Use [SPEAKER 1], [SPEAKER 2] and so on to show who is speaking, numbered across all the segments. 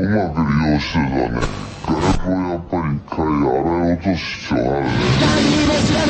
[SPEAKER 1] してたね。ガラクをやっぱり一回洗い落とす必要があるね。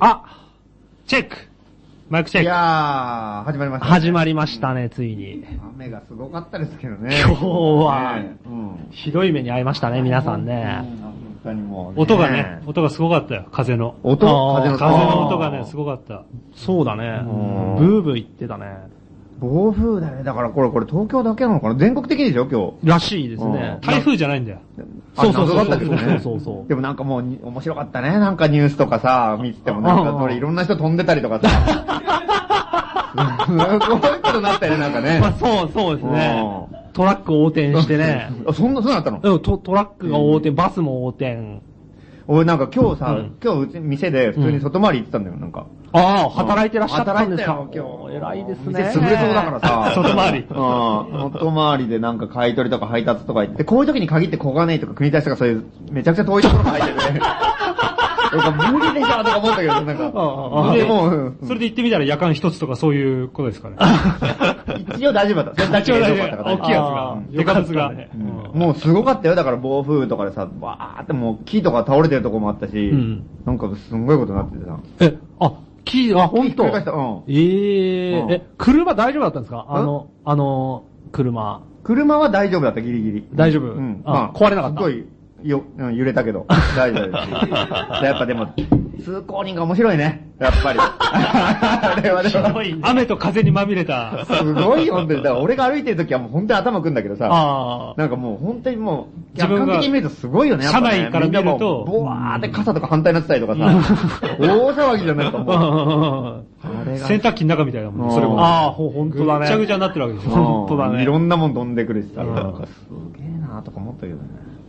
[SPEAKER 2] あチェックマイクチェ
[SPEAKER 3] い
[SPEAKER 2] ック
[SPEAKER 3] やー、始まりました、
[SPEAKER 2] 始まりましたね、ついに。
[SPEAKER 3] 雨がすごかったですけどね。
[SPEAKER 2] 今日は
[SPEAKER 3] ねうん。
[SPEAKER 2] ひどい目に遭いましたね、皆さんね。
[SPEAKER 3] 本当にもう、
[SPEAKER 2] 音がね、。音がすごかったよ、風の。
[SPEAKER 3] 音
[SPEAKER 4] あ
[SPEAKER 3] 風の
[SPEAKER 4] ー
[SPEAKER 2] 風の音が
[SPEAKER 3] あ
[SPEAKER 2] ね、
[SPEAKER 3] ー
[SPEAKER 2] すごかった。
[SPEAKER 4] そうだね
[SPEAKER 3] うん。
[SPEAKER 4] ブーブー言ってたね。
[SPEAKER 3] 暴風だね。だからこれ、これ東京だけなのかな全国的でしょ、今日。
[SPEAKER 4] らしいですね。
[SPEAKER 3] うん
[SPEAKER 2] 台風じゃないんだよ。
[SPEAKER 3] あ
[SPEAKER 4] そうそう
[SPEAKER 3] 謎だったけどね。
[SPEAKER 4] そうそうそ うそう
[SPEAKER 3] でもなんかもうに、面白かったね。なんかニュースとかさ、見ててもなんか、
[SPEAKER 4] うん
[SPEAKER 3] それいろんな人飛んでたりと かさ。すごいことになったよね、なんかね。
[SPEAKER 4] まあそう、そうですね
[SPEAKER 3] う。
[SPEAKER 4] トラック横転して ね。
[SPEAKER 3] あ、そんな、そうなったの
[SPEAKER 4] うん、トトラックが横転、バスも横転。
[SPEAKER 3] 俺なんか今日さ、
[SPEAKER 4] うん
[SPEAKER 3] 今日うち店で普通に外回り行ってたんだよ、なんか。
[SPEAKER 4] ああ、働いてらっしゃったんですか
[SPEAKER 3] 働いたよ今日
[SPEAKER 4] 偉いですね。
[SPEAKER 3] 店潰れ そうだからさ。
[SPEAKER 2] 外回り
[SPEAKER 3] うん。外回りでなんか買い取りとか配達とか行って、こういう時に限って小金井とか国立とかそういう、めちゃくちゃ遠いところが入って て。なんか無理でしょとか思ったけど、なんか。
[SPEAKER 2] で
[SPEAKER 3] でも、うん
[SPEAKER 2] それで行ってみたら夜間一つとかそういうことですかね。
[SPEAKER 3] 一応大丈夫だった。大
[SPEAKER 2] 一応大丈夫
[SPEAKER 3] 大
[SPEAKER 2] 大きいやつが、でかぶつが。
[SPEAKER 3] もうすごかったよ。だから暴風雨とかでさ、わーってもう木とか倒れてるとこもあったし、
[SPEAKER 2] ん
[SPEAKER 3] なんかすんごいことになっててさ。
[SPEAKER 4] え、あ、キー、あ、本
[SPEAKER 3] ひっく
[SPEAKER 4] 当
[SPEAKER 3] り返したうん
[SPEAKER 4] ええ
[SPEAKER 3] うん
[SPEAKER 4] え、車大丈夫だったんですかあの、あの、車。
[SPEAKER 3] 車は大丈夫だった、ギリギリ。
[SPEAKER 4] 大丈夫
[SPEAKER 3] うん。
[SPEAKER 4] あ壊れなかった
[SPEAKER 3] すごい、よ、うん揺れたけど、大丈 夫です。やっぱでも、通行人が面白いね。やっぱり。あれはで も
[SPEAKER 2] 雨と風にまみれた。
[SPEAKER 3] すごいよ、本当に。だから俺が歩いてる時はもう本当に頭くんだけどさ。
[SPEAKER 4] ああ。
[SPEAKER 3] なんかもう本当にもう、
[SPEAKER 2] 自
[SPEAKER 3] 客
[SPEAKER 2] 分が
[SPEAKER 3] 観的に見るとすごいよね、やっぱね
[SPEAKER 2] 車内から見る
[SPEAKER 3] みん
[SPEAKER 2] と
[SPEAKER 3] なもうボワーって傘とか反対になってたりとかさ、大騒ぎじゃないか
[SPEAKER 2] うん
[SPEAKER 3] もう。
[SPEAKER 2] うんうん
[SPEAKER 3] あれが
[SPEAKER 2] 洗濯機の中みたいだもん、それも。
[SPEAKER 4] ああ、ほ、本当だね。
[SPEAKER 2] ぐっちゃぐちゃになってるわけでし
[SPEAKER 4] うん
[SPEAKER 2] ょ。
[SPEAKER 4] 本当だね
[SPEAKER 3] いろんなもん飛んでくるしさ、
[SPEAKER 2] うん
[SPEAKER 3] なんかすげえなとか思ったけどね。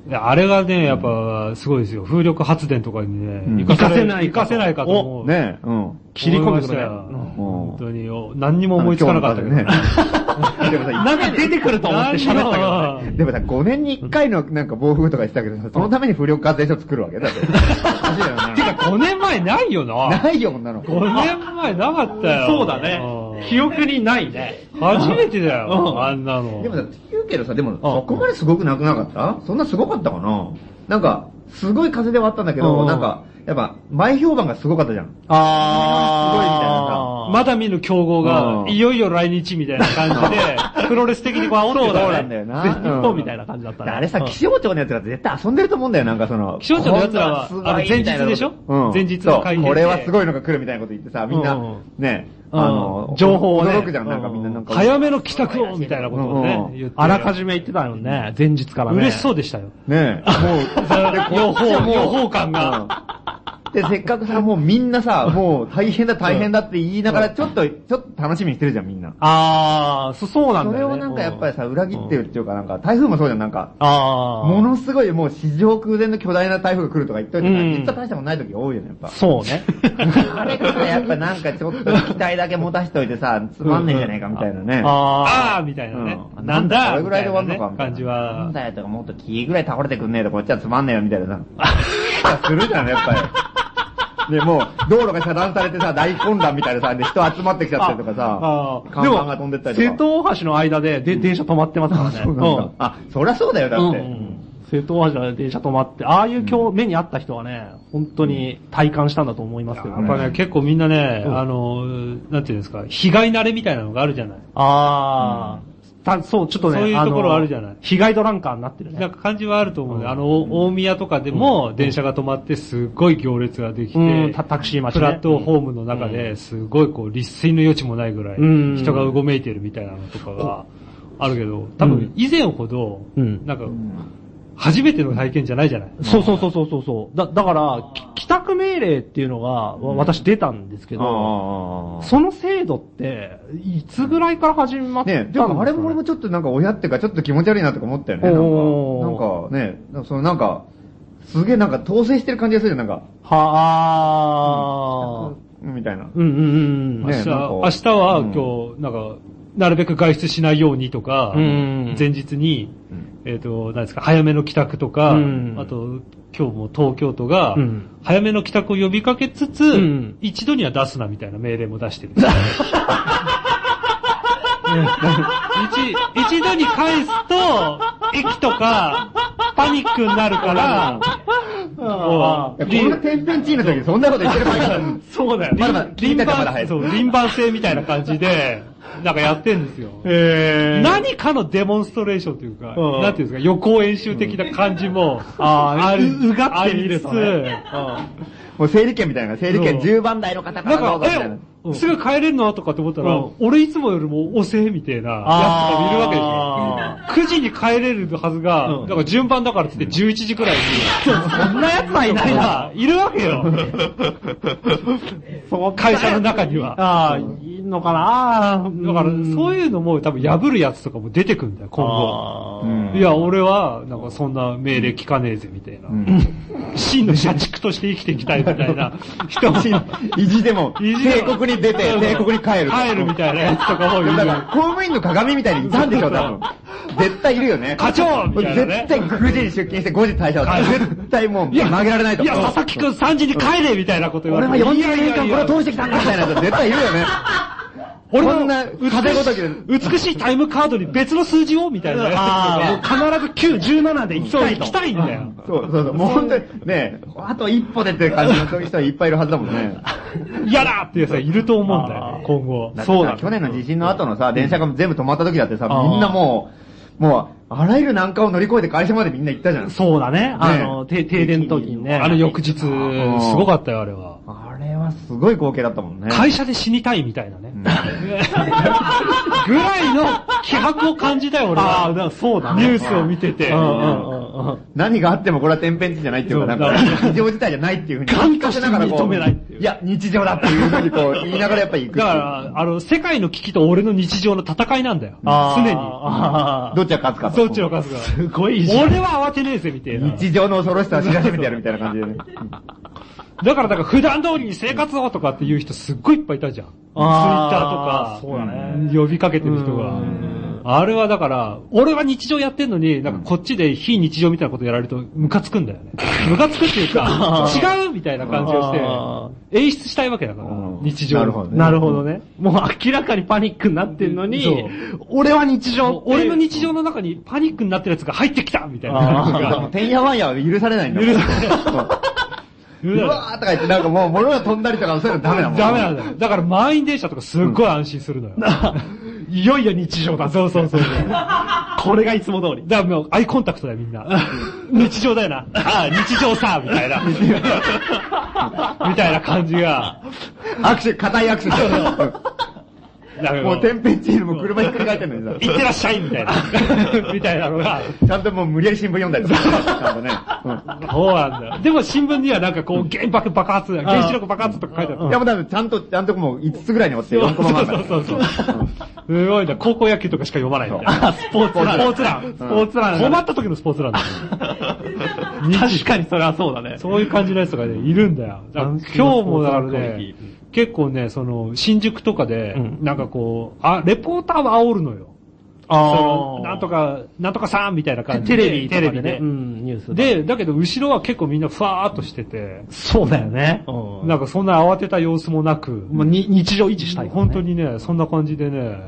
[SPEAKER 2] であれがね、やっぱ、すごいですよ。風力発電とかに
[SPEAKER 3] うん
[SPEAKER 2] ね、活かせない、活かせないかと思う。
[SPEAKER 3] ねえ、うん。
[SPEAKER 4] 切り込む
[SPEAKER 2] 思いましたよ
[SPEAKER 4] それうん
[SPEAKER 2] 本当によ、何にも思いつかなかったけどね。
[SPEAKER 3] でもさ、
[SPEAKER 4] なんか出てくると思って喋ったけどね。
[SPEAKER 3] でもさ、5年に1回のなんか暴風とか言ってたけどさ、そのために風力発電所作るわけだ って。おかしいよな
[SPEAKER 2] てか5年前ないよな。
[SPEAKER 3] ないよ、こんなの。
[SPEAKER 2] 5年前なかったよ。
[SPEAKER 4] そうだね。記憶にないね。
[SPEAKER 2] うん初めてだ
[SPEAKER 4] うん
[SPEAKER 2] よ、あんなの。
[SPEAKER 3] でもさ、言うけどさ、でも、そこまですごくなくなかったそんなすごかったかななんか、すごい風ではあったんだけ
[SPEAKER 4] う
[SPEAKER 3] ど、
[SPEAKER 4] ん
[SPEAKER 3] なんか、やっぱ、前評判がすごかったじゃん。
[SPEAKER 4] ああ。
[SPEAKER 2] まだ見ぬ競合が
[SPEAKER 3] う、ん
[SPEAKER 2] いよいよ来日みたいな感じで、プロレス的にこう煽って
[SPEAKER 4] そう
[SPEAKER 2] た
[SPEAKER 4] だ
[SPEAKER 3] な
[SPEAKER 2] ね
[SPEAKER 3] んだよな
[SPEAKER 4] 日本みたいな感じだったね。
[SPEAKER 3] あれさ、
[SPEAKER 4] うん
[SPEAKER 3] 気象庁のやつらって絶対遊んでると思うんだよ、なんかその。
[SPEAKER 2] 気象庁の奴らは
[SPEAKER 3] こんなすごいみたいな
[SPEAKER 2] あの前日でしょ
[SPEAKER 3] うん。
[SPEAKER 2] 前日の会見で
[SPEAKER 3] そうこれはすごいのが来るみたいなこと言ってさ、みんな、
[SPEAKER 2] うんうん
[SPEAKER 3] ね、
[SPEAKER 4] うん
[SPEAKER 3] あの、
[SPEAKER 4] 情報をね
[SPEAKER 3] 驚くじゃん、なんかみんななんか。
[SPEAKER 2] 早めの帰宅をみたいなことを
[SPEAKER 3] うん
[SPEAKER 2] ね
[SPEAKER 3] う、ん
[SPEAKER 2] 言って。
[SPEAKER 4] あらかじめ言ってたよね、前日からね。
[SPEAKER 2] 嬉しそう
[SPEAKER 4] で。
[SPEAKER 2] でし たよ。
[SPEAKER 3] ねえ、も
[SPEAKER 2] 予
[SPEAKER 3] う、でこっちは
[SPEAKER 2] 報、
[SPEAKER 3] もう
[SPEAKER 2] 予報感が。
[SPEAKER 3] うんで、せっかくさ、もうみんなさ、もう大変だ大変だって言いながら、ちょっと、ちょっと楽しみにしてるじゃん、みんな。
[SPEAKER 4] ああ、そそうなん
[SPEAKER 3] そ
[SPEAKER 4] だ
[SPEAKER 3] れ
[SPEAKER 4] よ
[SPEAKER 3] を
[SPEAKER 4] ね。
[SPEAKER 3] なんかやっぱりさ、
[SPEAKER 4] うん
[SPEAKER 3] 裏切ってるっていうか、なんか、台風もそうじゃん、なんか。
[SPEAKER 4] ああ。
[SPEAKER 3] ものすごいもう史上空前の巨大な台風が来るとか言っといてさ、
[SPEAKER 4] うん
[SPEAKER 3] 実は大したことない時多いよね、やっぱ。
[SPEAKER 4] そうね。
[SPEAKER 3] あれがさ、やっぱなんかちょっと期待だけ持たしといてさ、つまんねえじゃねえかみたいなね。
[SPEAKER 4] あ
[SPEAKER 2] あ
[SPEAKER 4] あ。
[SPEAKER 2] ーみたいなね。
[SPEAKER 3] うん
[SPEAKER 2] なんだ
[SPEAKER 3] これぐらいで終わるのか
[SPEAKER 2] み
[SPEAKER 3] み
[SPEAKER 2] た
[SPEAKER 3] たい
[SPEAKER 2] いなね感
[SPEAKER 3] な
[SPEAKER 2] じ
[SPEAKER 3] なん
[SPEAKER 2] は。
[SPEAKER 3] だよとかもっと木ぐらい倒れてくんねえとこっちはつまんねえよみたいなさ。するじゃん、やっぱり。で、もう、道路が遮断されてさ、大混乱みたいなさ、で人集まってきちゃったりとかさ
[SPEAKER 4] あ、あ
[SPEAKER 3] 看板が飛んでったりとか。
[SPEAKER 4] 瀬戸大橋の間で、で、電車止まってますからね。
[SPEAKER 3] そうなんだ。あ、そりゃそうだよ、だ
[SPEAKER 4] うん
[SPEAKER 3] っ
[SPEAKER 4] う
[SPEAKER 3] て。
[SPEAKER 4] ん。瀬戸大橋の電車止まって、ああいう今日目にあった人はね、本当に体感したんだと思いますけど
[SPEAKER 2] やっぱね、結構みんなね、あの、なんていうんですか、被害慣れみたいなのがあるじゃない。
[SPEAKER 4] あた、そう、ちょっとね、
[SPEAKER 2] そういうところ
[SPEAKER 4] の
[SPEAKER 2] あるじゃない
[SPEAKER 4] 被害ドランカーになってるね。
[SPEAKER 2] なんか感じはあると思うんで、あの、お大宮とかでも電車が止まってすっごい行列ができ
[SPEAKER 4] うん
[SPEAKER 2] て、
[SPEAKER 4] タタクシー待ち
[SPEAKER 2] プ
[SPEAKER 4] ね
[SPEAKER 2] ラットホームの中ですごいこう、立水の余地もないぐらい
[SPEAKER 4] うん、
[SPEAKER 2] 人がうごめいてるみたいなのとかがあるけど、多
[SPEAKER 4] う
[SPEAKER 2] 分
[SPEAKER 4] ん
[SPEAKER 2] 以前ほど、
[SPEAKER 4] うん
[SPEAKER 2] なんか、初めての体験じゃないじゃない
[SPEAKER 4] そうそうそうそうそうそう。だ、だから、き帰宅命令っていうのが、わ私出たんですけど、
[SPEAKER 3] あ
[SPEAKER 4] その制度って、いつぐらいから始まったん
[SPEAKER 3] ね
[SPEAKER 4] です
[SPEAKER 3] で
[SPEAKER 4] か、
[SPEAKER 3] もあれも俺もちょっとなんか親ってかちょっと気持ち悪いなとか思ったよね。
[SPEAKER 4] お
[SPEAKER 3] なん
[SPEAKER 4] ー
[SPEAKER 3] か、なんかね、なんかそのなんか、すげえなんか統制してる感じがするじゃん、なんか。
[SPEAKER 4] はあ、
[SPEAKER 3] みたいな。
[SPEAKER 4] うんうんうん。
[SPEAKER 2] 明
[SPEAKER 3] ね
[SPEAKER 2] 日、
[SPEAKER 3] なんか
[SPEAKER 2] 明日は
[SPEAKER 3] うん
[SPEAKER 2] 今日、なんか、なるべく外出しないようにとか、
[SPEAKER 4] うん
[SPEAKER 2] 前日に
[SPEAKER 3] うん、
[SPEAKER 2] えっ、と、何ですか、早めの帰宅とか、
[SPEAKER 4] うん
[SPEAKER 2] あと、今日も東京都が
[SPEAKER 4] うん、
[SPEAKER 2] 早めの帰宅を呼びかけつつ、
[SPEAKER 4] うん
[SPEAKER 2] 一度には出すなみたいな命令も出してる。 一、一度に返すと、駅とか、パニックになるから、もう
[SPEAKER 3] いやこんな天変地異の時にそんなこと言ってる場合か
[SPEAKER 2] そうだよ。
[SPEAKER 3] まだまだ聞いてたから早
[SPEAKER 2] 輪
[SPEAKER 3] い
[SPEAKER 2] そう、輪番制みたいな感じで、なんかやってんですよ。
[SPEAKER 4] えー、
[SPEAKER 2] 何かのデモンストレーションというか、
[SPEAKER 4] うん
[SPEAKER 2] なんていうんですか、予行演習的な感じも、
[SPEAKER 4] あーううがっ
[SPEAKER 2] あ
[SPEAKER 4] て
[SPEAKER 2] り
[SPEAKER 4] みる
[SPEAKER 2] つつ、
[SPEAKER 4] とね
[SPEAKER 3] もう整理券みたいな、整理券
[SPEAKER 2] そう
[SPEAKER 3] 10番台の方から
[SPEAKER 2] な
[SPEAKER 3] ど
[SPEAKER 2] ん
[SPEAKER 3] うぞ
[SPEAKER 2] か、
[SPEAKER 3] みたいな
[SPEAKER 2] え。、すぐ帰れんのとかって思ったら、
[SPEAKER 4] うん
[SPEAKER 2] 俺いつもよりも遅えみたいなやつとか見るわけですよ
[SPEAKER 4] あ。
[SPEAKER 2] 9時に帰れるはずが、
[SPEAKER 4] うん
[SPEAKER 2] なんか順番だからってって11時くらいに、
[SPEAKER 4] そんなやつはいないな。
[SPEAKER 2] いるわけ よ。会社の中には。
[SPEAKER 4] ああ、いいのかなあー
[SPEAKER 2] だから、そ
[SPEAKER 4] う
[SPEAKER 2] ういうのも多分破るやつとかも出てくんだよ、今後。
[SPEAKER 4] あ
[SPEAKER 3] うん
[SPEAKER 2] いや、俺は、なんかそんな命令聞かねえぜ、みたいな。真の社畜として生きていきたい、みたい な人も。
[SPEAKER 3] 意地でも、
[SPEAKER 2] 意地で
[SPEAKER 3] 帝国に出て、帝国に帰る。
[SPEAKER 2] 帰るみたいなやつとかもいる
[SPEAKER 3] だ。から、公務員の鏡みたいにいたんでしょ、多分。絶対いるよね。
[SPEAKER 2] 課長みたいなね
[SPEAKER 3] 絶対9時に出勤して5時退社だったら絶対もう曲げられないと
[SPEAKER 2] いや、佐々木くん3時に帰れみたいなこと言わ
[SPEAKER 3] 俺
[SPEAKER 2] れ
[SPEAKER 3] は
[SPEAKER 2] て。
[SPEAKER 3] 40年間これを通してきたんだみたいなやつ絶対いるよね。
[SPEAKER 2] 俺の
[SPEAKER 3] こんな風ごときで
[SPEAKER 2] 美しい美しいタイムカードに別の数字をみたいなやつとかもう必ず9、17で行きたいと。行きたいんだよ。
[SPEAKER 3] そうそうそう、もう本当に、ねえあと一歩でって感じのそういう人はいっぱいいるはずだもん ね。
[SPEAKER 2] 嫌だっていうやつがいると思うんだよね、今後。
[SPEAKER 3] そうだ。去年の地震の後のさ、電車が全部止まった時だってさ、みんなもう、もう、あらゆる難関を乗り越えて会社までみんな行ったじゃん。
[SPEAKER 4] そうだね。あの、て停電の時にね。
[SPEAKER 2] あの翌日、すごかったよ、あれは。
[SPEAKER 3] あれはすごい光景だったもんね。
[SPEAKER 2] 会社で死にたいみたいなね。ぐらいの気迫を感じたよ、俺は。
[SPEAKER 4] ああ、だからそうだね。
[SPEAKER 2] ニュースを見てて。
[SPEAKER 4] うんうんうんうん。
[SPEAKER 3] 何があってもこれは天変地異じゃないっていうか、なんか、日常自体じゃないっていうふうに。
[SPEAKER 2] 感化して認めないっていう
[SPEAKER 3] いや、日常だっていうふうにこう、言いながらやっぱり行く。
[SPEAKER 2] だから、あの、世界の危機と俺の日常の戦いなんだよ。
[SPEAKER 4] あ
[SPEAKER 2] 常
[SPEAKER 4] ー
[SPEAKER 2] に。
[SPEAKER 4] あ
[SPEAKER 3] どっちが勝つかと
[SPEAKER 2] どっちの数が。
[SPEAKER 4] ーすごいじゃん。
[SPEAKER 2] 俺は慌てねえぜ、みたいな。
[SPEAKER 3] 日常の恐ろしさを知らせめてやるみたいな感じでね。
[SPEAKER 2] だから、だから普段通りに生活をとかっていう人すっごいいっぱいいたじゃん。ツイッタ
[SPEAKER 4] あー
[SPEAKER 2] ーとか、
[SPEAKER 4] そうだね
[SPEAKER 2] 呼びかけてる人
[SPEAKER 4] う
[SPEAKER 2] が
[SPEAKER 4] ん。
[SPEAKER 2] あれはだから、俺は日常やってんのに、なんかこっちで非日常みたいなことやられるとムカつくんだよね。ムカつくっていうか
[SPEAKER 4] あ、ー
[SPEAKER 2] 違うみたいな感じ
[SPEAKER 4] あ
[SPEAKER 2] をして、演出したいわけだから
[SPEAKER 3] うん、
[SPEAKER 2] 日常を。
[SPEAKER 3] なるほどね
[SPEAKER 4] なるほどね。もう明らかにパニックになってんの
[SPEAKER 2] そ
[SPEAKER 4] に
[SPEAKER 2] う、
[SPEAKER 4] 俺は日常って
[SPEAKER 2] 俺の日常の中にパニックになってるやつが入ってきたみたいな
[SPEAKER 4] あー
[SPEAKER 2] 感
[SPEAKER 3] てんやわんやは許されないんだもん。
[SPEAKER 2] 許されない
[SPEAKER 3] そう
[SPEAKER 2] じ
[SPEAKER 3] う
[SPEAKER 2] が。
[SPEAKER 3] わーとか言って、なんかもう物が飛んだりとか、そういうのダメだもん。
[SPEAKER 2] ダメなんだよ。だから満員電車とかすっごい安心するのよ。 いよいよ日常だ。そうそうそう。 だか
[SPEAKER 4] これがいつも通り。
[SPEAKER 2] らもうアイコンタクトだよみん な。日常だよな。ああ、日常さ、みたいな。 みたいな感じが。
[SPEAKER 3] 握手、硬い握手 して
[SPEAKER 2] だから
[SPEAKER 3] る。もう天変地異のもう車ひっくり返ってんのに
[SPEAKER 2] い
[SPEAKER 3] さ
[SPEAKER 2] っ。てらっしゃいみたい な。みたいなのが。
[SPEAKER 3] ちゃんともう無理やり新聞読んだりとか。 ちゃんとね。うん
[SPEAKER 2] そうなんだよ。でも新聞にはなんかこう原爆爆発、原子力爆発とか書いてある。
[SPEAKER 3] いやもう多分ちゃんと、ちゃんともう5つぐらいに折って4コマ漫画。
[SPEAKER 2] そうそうそう。すごいな。高校野球とかしか読まないみたいな。スポーツ欄。スポーツ欄。スポーツ欄。困った時のスポーツ欄だよ。
[SPEAKER 4] 確かにそれはそうだね。
[SPEAKER 2] そういう感じのやつとかね、いるんだよ。だから今日もだからね、結構ね、その、新宿とかで
[SPEAKER 4] ん、
[SPEAKER 2] なんかこう、あ、レポーターは煽るのよ。そのなんとか、なんとかさんみたいな感じ
[SPEAKER 4] テ
[SPEAKER 2] で。
[SPEAKER 4] レビとか
[SPEAKER 2] テ
[SPEAKER 4] で
[SPEAKER 2] レビ
[SPEAKER 4] ね。
[SPEAKER 2] で
[SPEAKER 4] う。ん、ニュース。、
[SPEAKER 2] で、だけど後ろは結構みんなふわーっとしてて、
[SPEAKER 4] そうだよね。うん。
[SPEAKER 2] なんかそんな慌てた様子もなく、
[SPEAKER 4] もうに日常維持したい、
[SPEAKER 2] 本当。にね、そんな感じでね、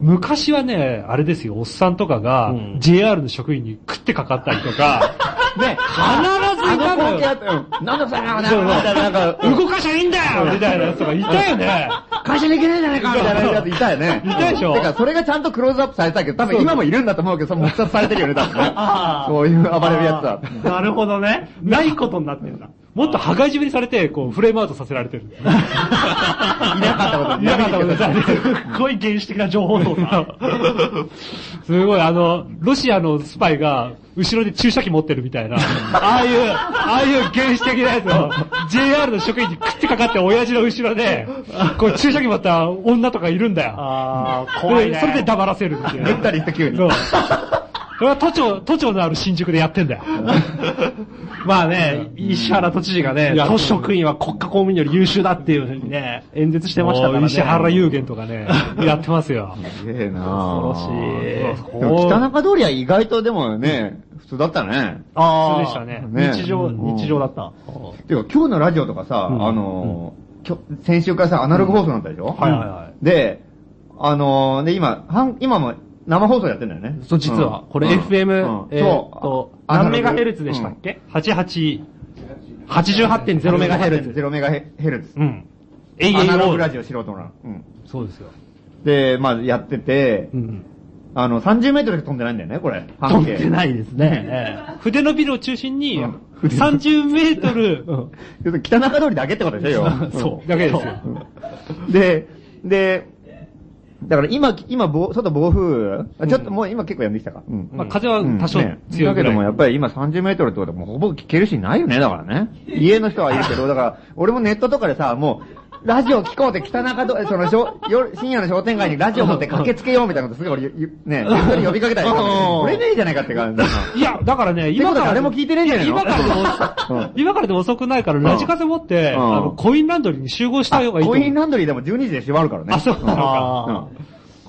[SPEAKER 2] 昔はね、あれですよ、おっさんとかが
[SPEAKER 4] うん
[SPEAKER 2] JR の職員に食ってかかったりと か、
[SPEAKER 3] ね、
[SPEAKER 2] 必ずいた
[SPEAKER 3] あの
[SPEAKER 2] の
[SPEAKER 3] 光景あ
[SPEAKER 2] よ。
[SPEAKER 3] ったよ。なんだそれなん
[SPEAKER 2] そう
[SPEAKER 3] だなんか、
[SPEAKER 2] 動かしゃいいんだよみたいなやつとかいたよね。
[SPEAKER 3] 会社に行けないじゃないかみたいなやついたよね。
[SPEAKER 2] いたでしょ
[SPEAKER 3] だからそれがちゃんとクローズアップされたけど、多分今もいるんだと思うけど、その抹殺されてるよね、多分ね
[SPEAKER 4] あ。ー
[SPEAKER 3] そういう暴れるやつは。
[SPEAKER 4] あーなるほどね。 ないことになってんだ。
[SPEAKER 2] もっと羽交い締めにされて、こう、フレームアウトさせら れてる。いな
[SPEAKER 3] かったこと
[SPEAKER 2] いなかったことだね
[SPEAKER 4] すっごい原始的な情報操作。
[SPEAKER 2] すごい、あの、ロシアのスパイが、後ろで注射器持ってるみたいな、ああいう、ああいう原始的なやつを、JR の職員にくってかかって、親父の後ろで、こう、注射器持った女とかいるんだよ。
[SPEAKER 4] ああ、怖い
[SPEAKER 2] で
[SPEAKER 4] ね。
[SPEAKER 2] それで 黙らせるっていう。
[SPEAKER 3] ぐったりした急に。
[SPEAKER 2] そう。それは都庁、都庁のある新宿でやってんだよ。
[SPEAKER 4] まあね、石原都知事がね
[SPEAKER 2] い、や
[SPEAKER 4] 都職員は国家公務員より優秀だっていうふうにね、演説してましたから
[SPEAKER 2] も
[SPEAKER 4] ね。
[SPEAKER 2] う石原有言と かね、やってますよ。
[SPEAKER 3] すげえな
[SPEAKER 4] 恐ろしい
[SPEAKER 3] でも北中通りは意外とでもね、普通だったね。
[SPEAKER 4] ああ。
[SPEAKER 2] そうでしたね
[SPEAKER 3] ね
[SPEAKER 4] 日常、
[SPEAKER 3] うん
[SPEAKER 4] 日常だった。
[SPEAKER 3] ていうか今日のラジオとかさ、
[SPEAKER 4] ん
[SPEAKER 3] あのー、きょ先週からさ、アナログ放送になったでしょ。
[SPEAKER 4] はいはいはい
[SPEAKER 3] で、あのー、で今、はん今も生放送やってんだよね。
[SPEAKER 4] そう、実は、これ FM、えーっと、何メガヘルツでしたっ
[SPEAKER 3] け
[SPEAKER 4] け ?88、88.0メガヘルツ。
[SPEAKER 3] 0メガヘルツ。
[SPEAKER 4] うん。
[SPEAKER 3] アナログ
[SPEAKER 4] AAO
[SPEAKER 3] ラ
[SPEAKER 4] で。
[SPEAKER 3] ジオ素人なの。うん。
[SPEAKER 4] そうですよ。
[SPEAKER 3] で、まあやってて
[SPEAKER 4] う、ん。
[SPEAKER 3] あの、30メートルしか飛んでないんだよね、これ。
[SPEAKER 4] 飛んで
[SPEAKER 3] い。
[SPEAKER 4] ないですね。
[SPEAKER 2] 筆のビルを中心に、
[SPEAKER 3] うん
[SPEAKER 2] 30メートル、
[SPEAKER 3] 要するに北中通りだけってことでしょ、要は
[SPEAKER 4] そう。
[SPEAKER 2] だけですよ
[SPEAKER 3] で、で、だから今、今、ぼ外暴風、あちょっともう今結構やんできたか。うん
[SPEAKER 2] まあ、風は多少
[SPEAKER 3] ね
[SPEAKER 2] 強い
[SPEAKER 3] だけ
[SPEAKER 2] ぐら
[SPEAKER 3] ど
[SPEAKER 2] い。
[SPEAKER 3] もやっぱり今30メートルってことはもうほぼ聞けるしないよね、だからね。家の人はいるけど、だから、俺もネットとかでさ、もう、ラジオ聞こうって北中通り、そのしょ夜、深夜の商店街にラジオ持って駆けつけようみたいなことすごい俺、ゆ ね、ネットに呼びかけたりしたんだけど、
[SPEAKER 4] うん
[SPEAKER 3] これねえじゃないかって感じ。
[SPEAKER 2] いや、だからね、
[SPEAKER 3] 今
[SPEAKER 2] 今
[SPEAKER 3] か
[SPEAKER 2] からら。
[SPEAKER 3] 誰も聞いてねえんじゃねえの
[SPEAKER 2] 今からでも、今からでも遅くないから、ラジカセ持って、
[SPEAKER 3] うん
[SPEAKER 2] あの、コインランドリーに集合した方がいいと
[SPEAKER 3] コイン
[SPEAKER 2] 思う。
[SPEAKER 3] ランドリーでも12時で閉まるからね。
[SPEAKER 2] あ、そうなのか。
[SPEAKER 3] うん
[SPEAKER 4] あ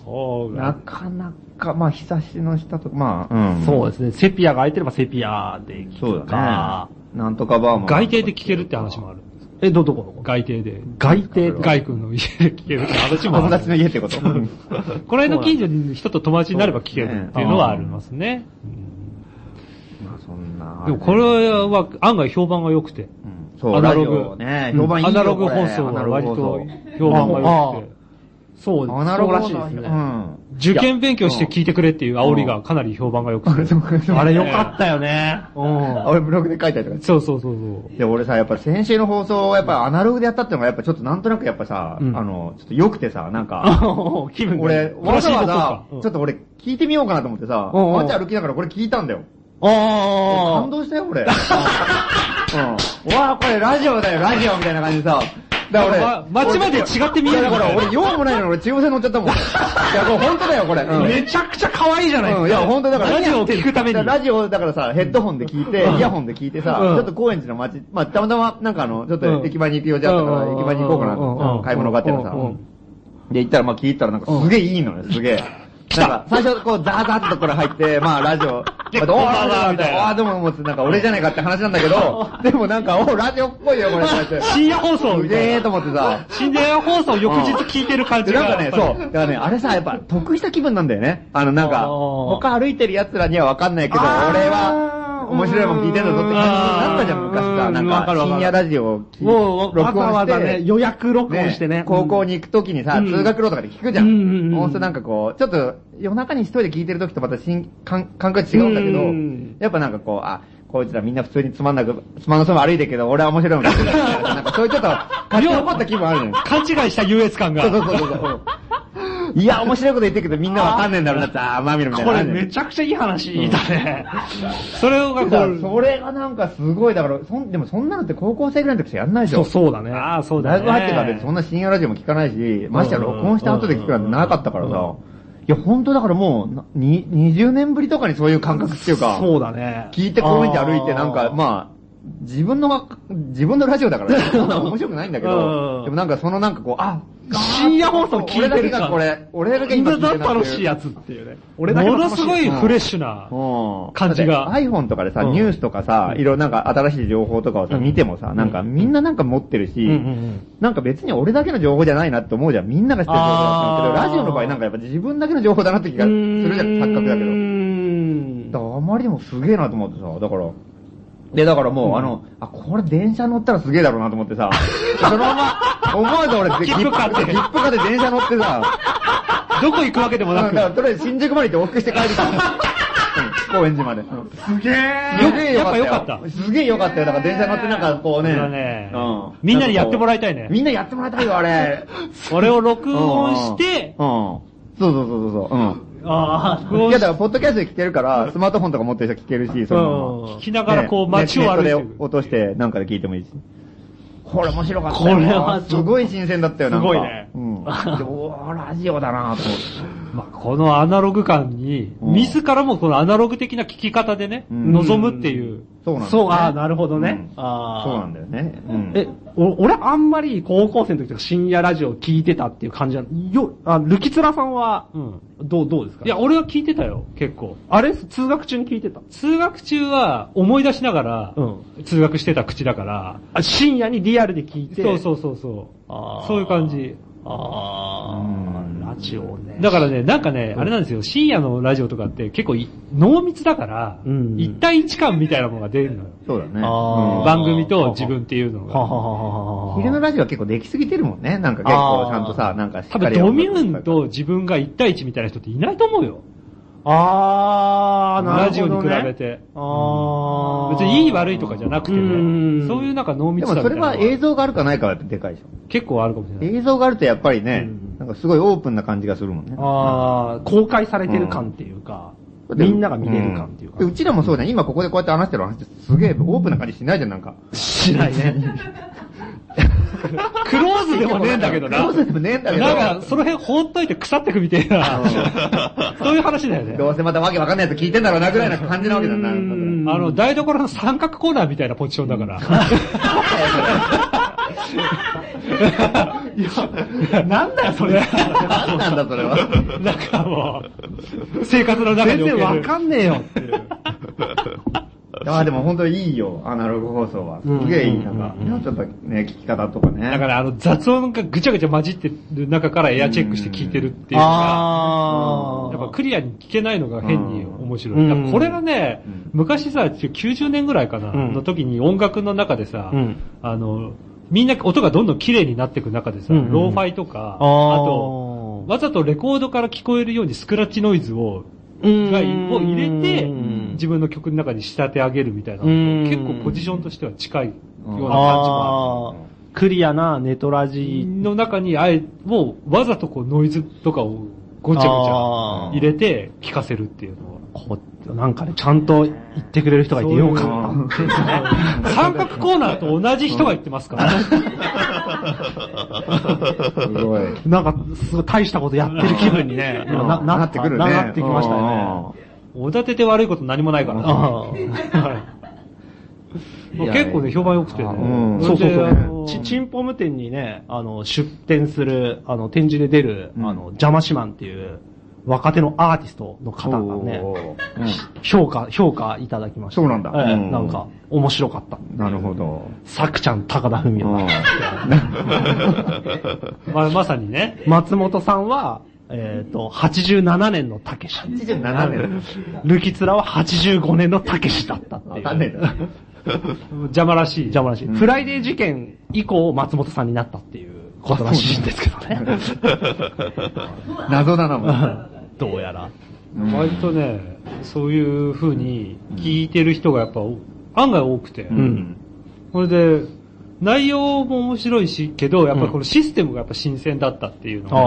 [SPEAKER 2] そう
[SPEAKER 3] な
[SPEAKER 2] か
[SPEAKER 3] かなか、まあ、ひさしの下とか、まあ、う
[SPEAKER 4] あ。
[SPEAKER 3] ん。
[SPEAKER 4] そうですね。セピアが空いてればセピアで聞
[SPEAKER 3] そう
[SPEAKER 4] く
[SPEAKER 3] だ
[SPEAKER 4] か。
[SPEAKER 3] ね。なんとかバーも。
[SPEAKER 2] 外邸で聞けるって話もある。
[SPEAKER 4] え、ど、どこどこ
[SPEAKER 2] 外邸で。
[SPEAKER 4] 外邸
[SPEAKER 2] 外君の家で聞けるって 話も
[SPEAKER 3] 友
[SPEAKER 2] あ
[SPEAKER 3] 達の
[SPEAKER 2] る。
[SPEAKER 3] 家ってこと。うん
[SPEAKER 2] この辺の近所に人と友達になれば聞けるっていうのはありますね。
[SPEAKER 3] まあ、そんな。
[SPEAKER 2] でもこれは案外評判が良くて。
[SPEAKER 3] うん、そう、
[SPEAKER 2] アナロ
[SPEAKER 3] ラジオ
[SPEAKER 2] グ。
[SPEAKER 3] ね、
[SPEAKER 2] うん
[SPEAKER 3] 評判いいよ
[SPEAKER 2] アナログ
[SPEAKER 3] これ
[SPEAKER 2] 放送
[SPEAKER 3] アナ
[SPEAKER 2] は
[SPEAKER 3] ロ
[SPEAKER 2] 割
[SPEAKER 3] グ
[SPEAKER 2] と
[SPEAKER 3] 放
[SPEAKER 2] 評判が良くて。
[SPEAKER 4] そう、
[SPEAKER 3] 送アナログ
[SPEAKER 4] そう
[SPEAKER 3] 放
[SPEAKER 4] らし
[SPEAKER 3] 送
[SPEAKER 4] いです
[SPEAKER 3] う
[SPEAKER 4] ね。
[SPEAKER 3] ん。
[SPEAKER 2] 受験勉強して聞いてくれっていう煽りがかなり評判が良くて。
[SPEAKER 4] あれ良
[SPEAKER 2] よ
[SPEAKER 4] かったよね。
[SPEAKER 2] うん。
[SPEAKER 3] 俺ブログで書いたりとか。
[SPEAKER 2] そうそうそうそう。
[SPEAKER 3] で、俺さ、やっぱ先週の放送をやっぱアナログでやったってのが、やっぱちょっとなんとなくやっぱさ、
[SPEAKER 2] うん
[SPEAKER 3] あの、ちょっと良くてさ、なんか、
[SPEAKER 4] 気分がいい
[SPEAKER 3] 俺、わざわざ
[SPEAKER 2] プラシード効果う、ん
[SPEAKER 3] ちょっと俺、聞いてみようかなと思ってさ、
[SPEAKER 4] うんうん
[SPEAKER 3] 街歩きながらこれ聞いたんだよ。
[SPEAKER 4] ああ。
[SPEAKER 3] 感動したよ、俺。うん。うわあこれラジオだよ、ラジオみたいな感じでさ。だから
[SPEAKER 2] ま
[SPEAKER 3] 俺、
[SPEAKER 2] 街まで違って見える
[SPEAKER 3] だから俺、用もないのに俺、中央線乗っちゃったもん。いや、これ本当だよ、これ。うん
[SPEAKER 4] めちゃくちゃ可愛いじゃないですか。
[SPEAKER 3] うん、いや、本当だから。
[SPEAKER 2] ラジオを聞くために
[SPEAKER 3] ラジオ、だからさ、ヘッドホンで聞いて、イヤホンで聞いてさ、
[SPEAKER 4] うん
[SPEAKER 3] ちょっと高円寺の街、まあ、たまたま、なんかあの、ちょっと駅前に行くよ、じゃあ、だから
[SPEAKER 4] うん
[SPEAKER 3] 駅前に行こうかな
[SPEAKER 4] うん、
[SPEAKER 3] 買い物があってのさ
[SPEAKER 4] うんうん。
[SPEAKER 3] で、行ったら、まあ、聞いたら、なんかすげえいいのね、すげえ。なんか、最初、こう、ザーザーっとこれ入って、まあ、ラジオ、こうやって
[SPEAKER 2] でこんばんはみたいな
[SPEAKER 3] あーでももう、なんか俺じゃないかって話なんだけど、でもなんか、おラジオっぽいよ、これ、って言って。
[SPEAKER 2] 深夜放
[SPEAKER 3] す
[SPEAKER 2] 送みた
[SPEAKER 3] げ
[SPEAKER 2] い
[SPEAKER 3] えと
[SPEAKER 2] な。
[SPEAKER 3] 思ってさ。
[SPEAKER 2] 深夜放送翌日聞いてる感
[SPEAKER 3] で、
[SPEAKER 2] じ
[SPEAKER 3] なん
[SPEAKER 2] が。
[SPEAKER 3] かね、そう。だからね、あれさ、やっぱ、得した気分なんだよね。あの、なんか、
[SPEAKER 4] あー
[SPEAKER 3] 他歩いてる奴らにはわかんないけど、俺は、面白いもん聞いてんだぞって感じになったじゃん、
[SPEAKER 4] うん
[SPEAKER 3] 昔さ。なん
[SPEAKER 4] うんわか
[SPEAKER 3] か、
[SPEAKER 4] るわかる
[SPEAKER 3] 深夜ラジオを聞いて、
[SPEAKER 4] もう、わ
[SPEAKER 3] 録
[SPEAKER 4] ざ
[SPEAKER 3] 音
[SPEAKER 4] わざ
[SPEAKER 3] して
[SPEAKER 4] ね、、予約録音してね。
[SPEAKER 3] 高校に行くときにさ、
[SPEAKER 4] うん
[SPEAKER 3] 通学路とかで聞くじゃん。
[SPEAKER 4] う
[SPEAKER 3] うん
[SPEAKER 4] うんうん
[SPEAKER 3] んとなんかこう、ちょっと夜中に一人で聞いてるときとまた新感感覚違うんだけど、
[SPEAKER 4] うんうん
[SPEAKER 3] やっぱなんかこう、あ、こいつらみんな普通につまんなく、つまんなそうに歩いてるけど、俺は面白いもん聞いてるなんかそういうちょっと、勝ち残った気分あるじゃん。
[SPEAKER 2] 勘違いした優越感が。
[SPEAKER 3] そうそうそうそう。いや、面白いこと言ってるけど、みんなわかんねえんだろうなって、あー、まみろみた い
[SPEAKER 4] こ
[SPEAKER 3] な
[SPEAKER 4] れ
[SPEAKER 3] 感じで。
[SPEAKER 4] めちゃくちゃいい話だね。
[SPEAKER 2] それがこ
[SPEAKER 3] だから
[SPEAKER 2] う、
[SPEAKER 3] それがなんかすごい、だから、そんでもそんなのって高校生ぐらいの時しかやんないでし
[SPEAKER 4] そ
[SPEAKER 3] ょ。
[SPEAKER 4] う、そうだね。
[SPEAKER 2] ああ、そう
[SPEAKER 3] 大
[SPEAKER 2] だね。
[SPEAKER 3] 学入ってからでそんな深夜ラジオも聞かないし、ましてや録音した後で聞くなんてなかったから
[SPEAKER 4] うんうん
[SPEAKER 3] さ。いや、ほんとだからもうな、に20年ぶりとかにそういう感覚っていうか、
[SPEAKER 4] そうだね。
[SPEAKER 3] 聞いて公園で歩いてなんか、まあ、自分のが、自分のラジオだからね、 そんな面白くないんだけ
[SPEAKER 4] う
[SPEAKER 3] ど、
[SPEAKER 4] ん
[SPEAKER 3] でもなんかそのなんかこう、あ、
[SPEAKER 4] あ、深夜放送聞
[SPEAKER 3] 俺
[SPEAKER 4] い
[SPEAKER 3] だ
[SPEAKER 4] て
[SPEAKER 3] け
[SPEAKER 4] る
[SPEAKER 3] が
[SPEAKER 4] か
[SPEAKER 3] これ、俺だけ今聞いて
[SPEAKER 4] だ
[SPEAKER 3] るなってう
[SPEAKER 4] 楽しいやつっていうね。俺だけ
[SPEAKER 2] も
[SPEAKER 4] が
[SPEAKER 2] の
[SPEAKER 4] 楽し
[SPEAKER 2] すごいフレッシュな。感じが
[SPEAKER 3] だって iPhone とかでさ、
[SPEAKER 2] うん
[SPEAKER 3] ニュースとかさ、いろいろなんか新しい情報とかをさ、見てもさ、なんかみんななんか持ってるし、
[SPEAKER 4] うんうんうん
[SPEAKER 3] なんか別に俺だけの情報じゃないなって思うじゃん。みんなが知ってる情報だって思うけ
[SPEAKER 4] あー
[SPEAKER 3] ど、ラジオの場合なんかやっぱ自分だけの情報だなって気がするじゃん、錯覚だけ
[SPEAKER 4] うーん
[SPEAKER 3] ど。だからあまりにもすげえなと思ってさ、だから。で、だからもう、あの、あ、これ電車乗ったらすげえだろうなと思ってさ、そのまま、思わず俺、
[SPEAKER 2] 切符買って
[SPEAKER 3] 切符買って電車乗ってさ、
[SPEAKER 2] どこ行くわけでも
[SPEAKER 3] うん
[SPEAKER 2] な
[SPEAKER 3] だ
[SPEAKER 2] く。
[SPEAKER 3] から
[SPEAKER 2] よ
[SPEAKER 3] とりあえず新宿まで行って往復して帰る から。うん高円寺まで。うん
[SPEAKER 5] すげえ
[SPEAKER 3] すげえよかったよ。
[SPEAKER 2] やっぱよかった
[SPEAKER 3] すげえよかったよ。だから電車乗ってなんかこうね。
[SPEAKER 2] ね
[SPEAKER 3] うん
[SPEAKER 2] みんなにやってもらいたいね。
[SPEAKER 3] みんなやってもらいたいよ、あれ。
[SPEAKER 2] 俺を録音して、
[SPEAKER 3] うん。そうそうそうそうそう。うん。
[SPEAKER 4] ああ、
[SPEAKER 2] 録
[SPEAKER 3] い
[SPEAKER 2] 音
[SPEAKER 3] や、
[SPEAKER 2] し
[SPEAKER 3] だから、ポッドキャストで聞けるから、スマートフォンとか持ってる人聞けるし、その、
[SPEAKER 2] 聞きながらこう街を歩いて
[SPEAKER 3] ねネッ
[SPEAKER 2] る
[SPEAKER 3] トで。落として、なんかで聞いてもいいし。これ面白かった
[SPEAKER 4] これは
[SPEAKER 3] すごい新鮮だったよ、なん
[SPEAKER 4] す
[SPEAKER 3] か。
[SPEAKER 4] ごいね
[SPEAKER 3] うん。でおーラジオだなと思って。
[SPEAKER 2] まあ、このアナログ感に、
[SPEAKER 3] うん
[SPEAKER 2] 自らもこのアナログ的な聞き方でね、
[SPEAKER 3] うん
[SPEAKER 2] 望むっていう。
[SPEAKER 3] そうなんだよね。
[SPEAKER 4] そう、ああ、なるほどね。
[SPEAKER 3] うん
[SPEAKER 4] ああ。
[SPEAKER 3] そうなんだよね。うん。
[SPEAKER 4] え、お俺あんまり高校生の時とか深夜ラジオを聞いてたっていう感じなの。よ、あ、ルキツラさんは、
[SPEAKER 2] うん。
[SPEAKER 4] どう、どうですか
[SPEAKER 2] いや、、俺は聞いてたよ、結構。
[SPEAKER 4] あれ通学中に聞いてた。
[SPEAKER 2] 通学中は思い出しながら、
[SPEAKER 4] うん
[SPEAKER 2] 通学してた口だから、
[SPEAKER 4] あ深夜にリアルで聞いて。。
[SPEAKER 2] そうそううそうそう。
[SPEAKER 4] あー
[SPEAKER 2] そういう感じ。
[SPEAKER 4] あ
[SPEAKER 3] うん
[SPEAKER 4] あ、ラジオね。
[SPEAKER 2] だからね、なんかね、あれなんですよ、深夜のラジオとかって結構い濃密だから、
[SPEAKER 4] うん
[SPEAKER 2] 一対一感みたいなものが出るのよ。
[SPEAKER 3] そうだね。
[SPEAKER 4] あー
[SPEAKER 3] うん
[SPEAKER 2] 番組と自分っていうの
[SPEAKER 4] は は
[SPEAKER 2] が。
[SPEAKER 4] ははは
[SPEAKER 3] 昼のラジオは結構できすぎてるもんね。なんか結構
[SPEAKER 4] あー
[SPEAKER 3] ちゃんとさ、なんかしっか
[SPEAKER 2] 多分
[SPEAKER 3] り。
[SPEAKER 2] ドミューンと、自分が一対一みたいな人っていないと思うよ。
[SPEAKER 4] ああ、な
[SPEAKER 2] ラ
[SPEAKER 4] る
[SPEAKER 2] ジオ
[SPEAKER 4] ほど、
[SPEAKER 2] に比
[SPEAKER 4] ね。
[SPEAKER 2] べ。て。
[SPEAKER 4] ああ。
[SPEAKER 2] 別にいい悪いとかじゃなくて
[SPEAKER 4] うん
[SPEAKER 2] ね、そういうなんか濃
[SPEAKER 3] で
[SPEAKER 2] 密
[SPEAKER 3] も
[SPEAKER 2] さみ
[SPEAKER 3] そ
[SPEAKER 2] たい
[SPEAKER 3] れ
[SPEAKER 2] なの
[SPEAKER 3] は
[SPEAKER 2] が
[SPEAKER 3] 映像があるかないかはやっぱでかいでしょ。
[SPEAKER 2] 結構あるかもしれない。
[SPEAKER 3] 映像があるとやっぱりね
[SPEAKER 4] うん、
[SPEAKER 3] なんかすごいオープンな感じがするもんね。
[SPEAKER 4] ああ、公開されてる感っていうか、みんなが見れる感っていうか。
[SPEAKER 3] んでうちらもそうね、今ここでこうやって話してる話ってすげえオープンな感じしないじゃん、なんか。
[SPEAKER 4] しないね。
[SPEAKER 2] クローズでもねえんだけどな。
[SPEAKER 3] どうせでもねえんだけど。
[SPEAKER 2] なんか、その辺放っといて腐ってくみたい な、そういう話だよね。
[SPEAKER 3] どうせまたわけわかんないやつ聞いてんだろうなぐらいな感じなわけだな。
[SPEAKER 4] うん
[SPEAKER 2] あの、台所の三角コーナーみたいなポジションだから。 いや、なんだよそれ。
[SPEAKER 3] 何なんだそれは。
[SPEAKER 2] なんかもう、生活の中
[SPEAKER 4] 全
[SPEAKER 2] で。
[SPEAKER 4] 然わかんねえよって いう。
[SPEAKER 3] ああ、でも本当いいよ、アナログ放送は。すげえいい。なんか、ちょっとね、聞き方とかね。
[SPEAKER 2] だからあの雑音がぐちゃぐちゃ混じってる中からエアチェックして聞いてるっていうのが、
[SPEAKER 4] あ
[SPEAKER 2] やっぱクリアに聞けないのが変に面白
[SPEAKER 4] う
[SPEAKER 2] い。
[SPEAKER 4] ん
[SPEAKER 2] だからこれがね
[SPEAKER 3] うん、
[SPEAKER 2] 昔さ、90年ぐらいかな、
[SPEAKER 4] うん
[SPEAKER 2] の時に音楽の中でさ
[SPEAKER 4] うん、
[SPEAKER 2] あの、みんな音がどんどん綺麗になっていく中でさ、
[SPEAKER 4] うんうん
[SPEAKER 2] ローファイとか、あ
[SPEAKER 4] あー
[SPEAKER 2] と、わざとレコードから聞こえるようにスクラッチノイズを、
[SPEAKER 4] うん
[SPEAKER 2] がを入れて
[SPEAKER 4] うん、
[SPEAKER 2] 自分の曲の中に仕立て上げるみたいな、
[SPEAKER 4] うん
[SPEAKER 2] 結構ポジションとしては近いような感じもある。
[SPEAKER 4] ああ、クリアなネトラジ
[SPEAKER 2] の中にあえ、もうわざとこうノイズとかをごちゃごち
[SPEAKER 4] あ
[SPEAKER 2] ゃ
[SPEAKER 4] ー
[SPEAKER 2] 入れて聞かせるっていうのは。
[SPEAKER 4] こう、なんかね、ちゃんと言ってくれる人がいてようかな。
[SPEAKER 2] 三角コーナーと同じ人が言ってますから。
[SPEAKER 3] すごい。
[SPEAKER 4] なんか、すごい大したことやってる気分に ね、
[SPEAKER 3] うん
[SPEAKER 4] な
[SPEAKER 3] なってくるね
[SPEAKER 4] なってきましたよね。
[SPEAKER 2] おだてて悪いこと何もないからね。
[SPEAKER 4] あ
[SPEAKER 2] はいもう結構ね、評判良くてね。
[SPEAKER 3] うん
[SPEAKER 4] そうそうそう。
[SPEAKER 2] で
[SPEAKER 4] あ
[SPEAKER 2] あの
[SPEAKER 4] のち、チンポム店にね、あの、出店する、あの、展示で出る、
[SPEAKER 3] うん
[SPEAKER 4] あの、ジャマシマンっていう、若手のアーティストの方がね、
[SPEAKER 3] う
[SPEAKER 4] 評価、評価いただきました。
[SPEAKER 3] そうなんだ
[SPEAKER 4] ええ
[SPEAKER 3] うん
[SPEAKER 4] なんか、面白かった。
[SPEAKER 3] ん。なるほど。
[SPEAKER 4] さくちゃん、高田文 夫。
[SPEAKER 2] まあまさにね。
[SPEAKER 4] 松本さんは、えっ、と、87年のたけし。
[SPEAKER 3] 87年。
[SPEAKER 4] ルキツラは85年のたけしだったっていう。
[SPEAKER 3] わかんねえだろ。
[SPEAKER 2] 邪魔らしい。
[SPEAKER 4] 邪魔らしい。
[SPEAKER 3] うん
[SPEAKER 4] フライデー事件以降、松本さんになったっていうことらしいんですけどね。
[SPEAKER 3] 謎だな、もん。
[SPEAKER 4] どうやら。
[SPEAKER 2] 割とね、そういう風に聞いてる人がやっぱお案外多くて。
[SPEAKER 4] ん
[SPEAKER 2] それで、内容も面白いし、けど、やっぱりこのシステムがやっぱ新鮮だったっていうのが、
[SPEAKER 4] あ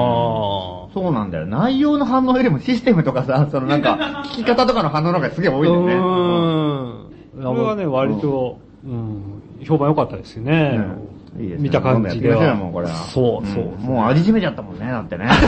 [SPEAKER 3] そうなんだよ。内容の反応よりもシステムとかさ、そのなんか、聞き方とかの反応の方がすげえ多い
[SPEAKER 4] う
[SPEAKER 3] んだよね。
[SPEAKER 4] ん。
[SPEAKER 2] これはね、割と、うん、評判良かったですよね。
[SPEAKER 3] うんいいですね
[SPEAKER 2] 見た感じで
[SPEAKER 3] どんどんやっていきましょうよ
[SPEAKER 2] は。
[SPEAKER 3] もうこれは。
[SPEAKER 4] そうそうん
[SPEAKER 3] もう味しめちゃったもんね、だってね。味し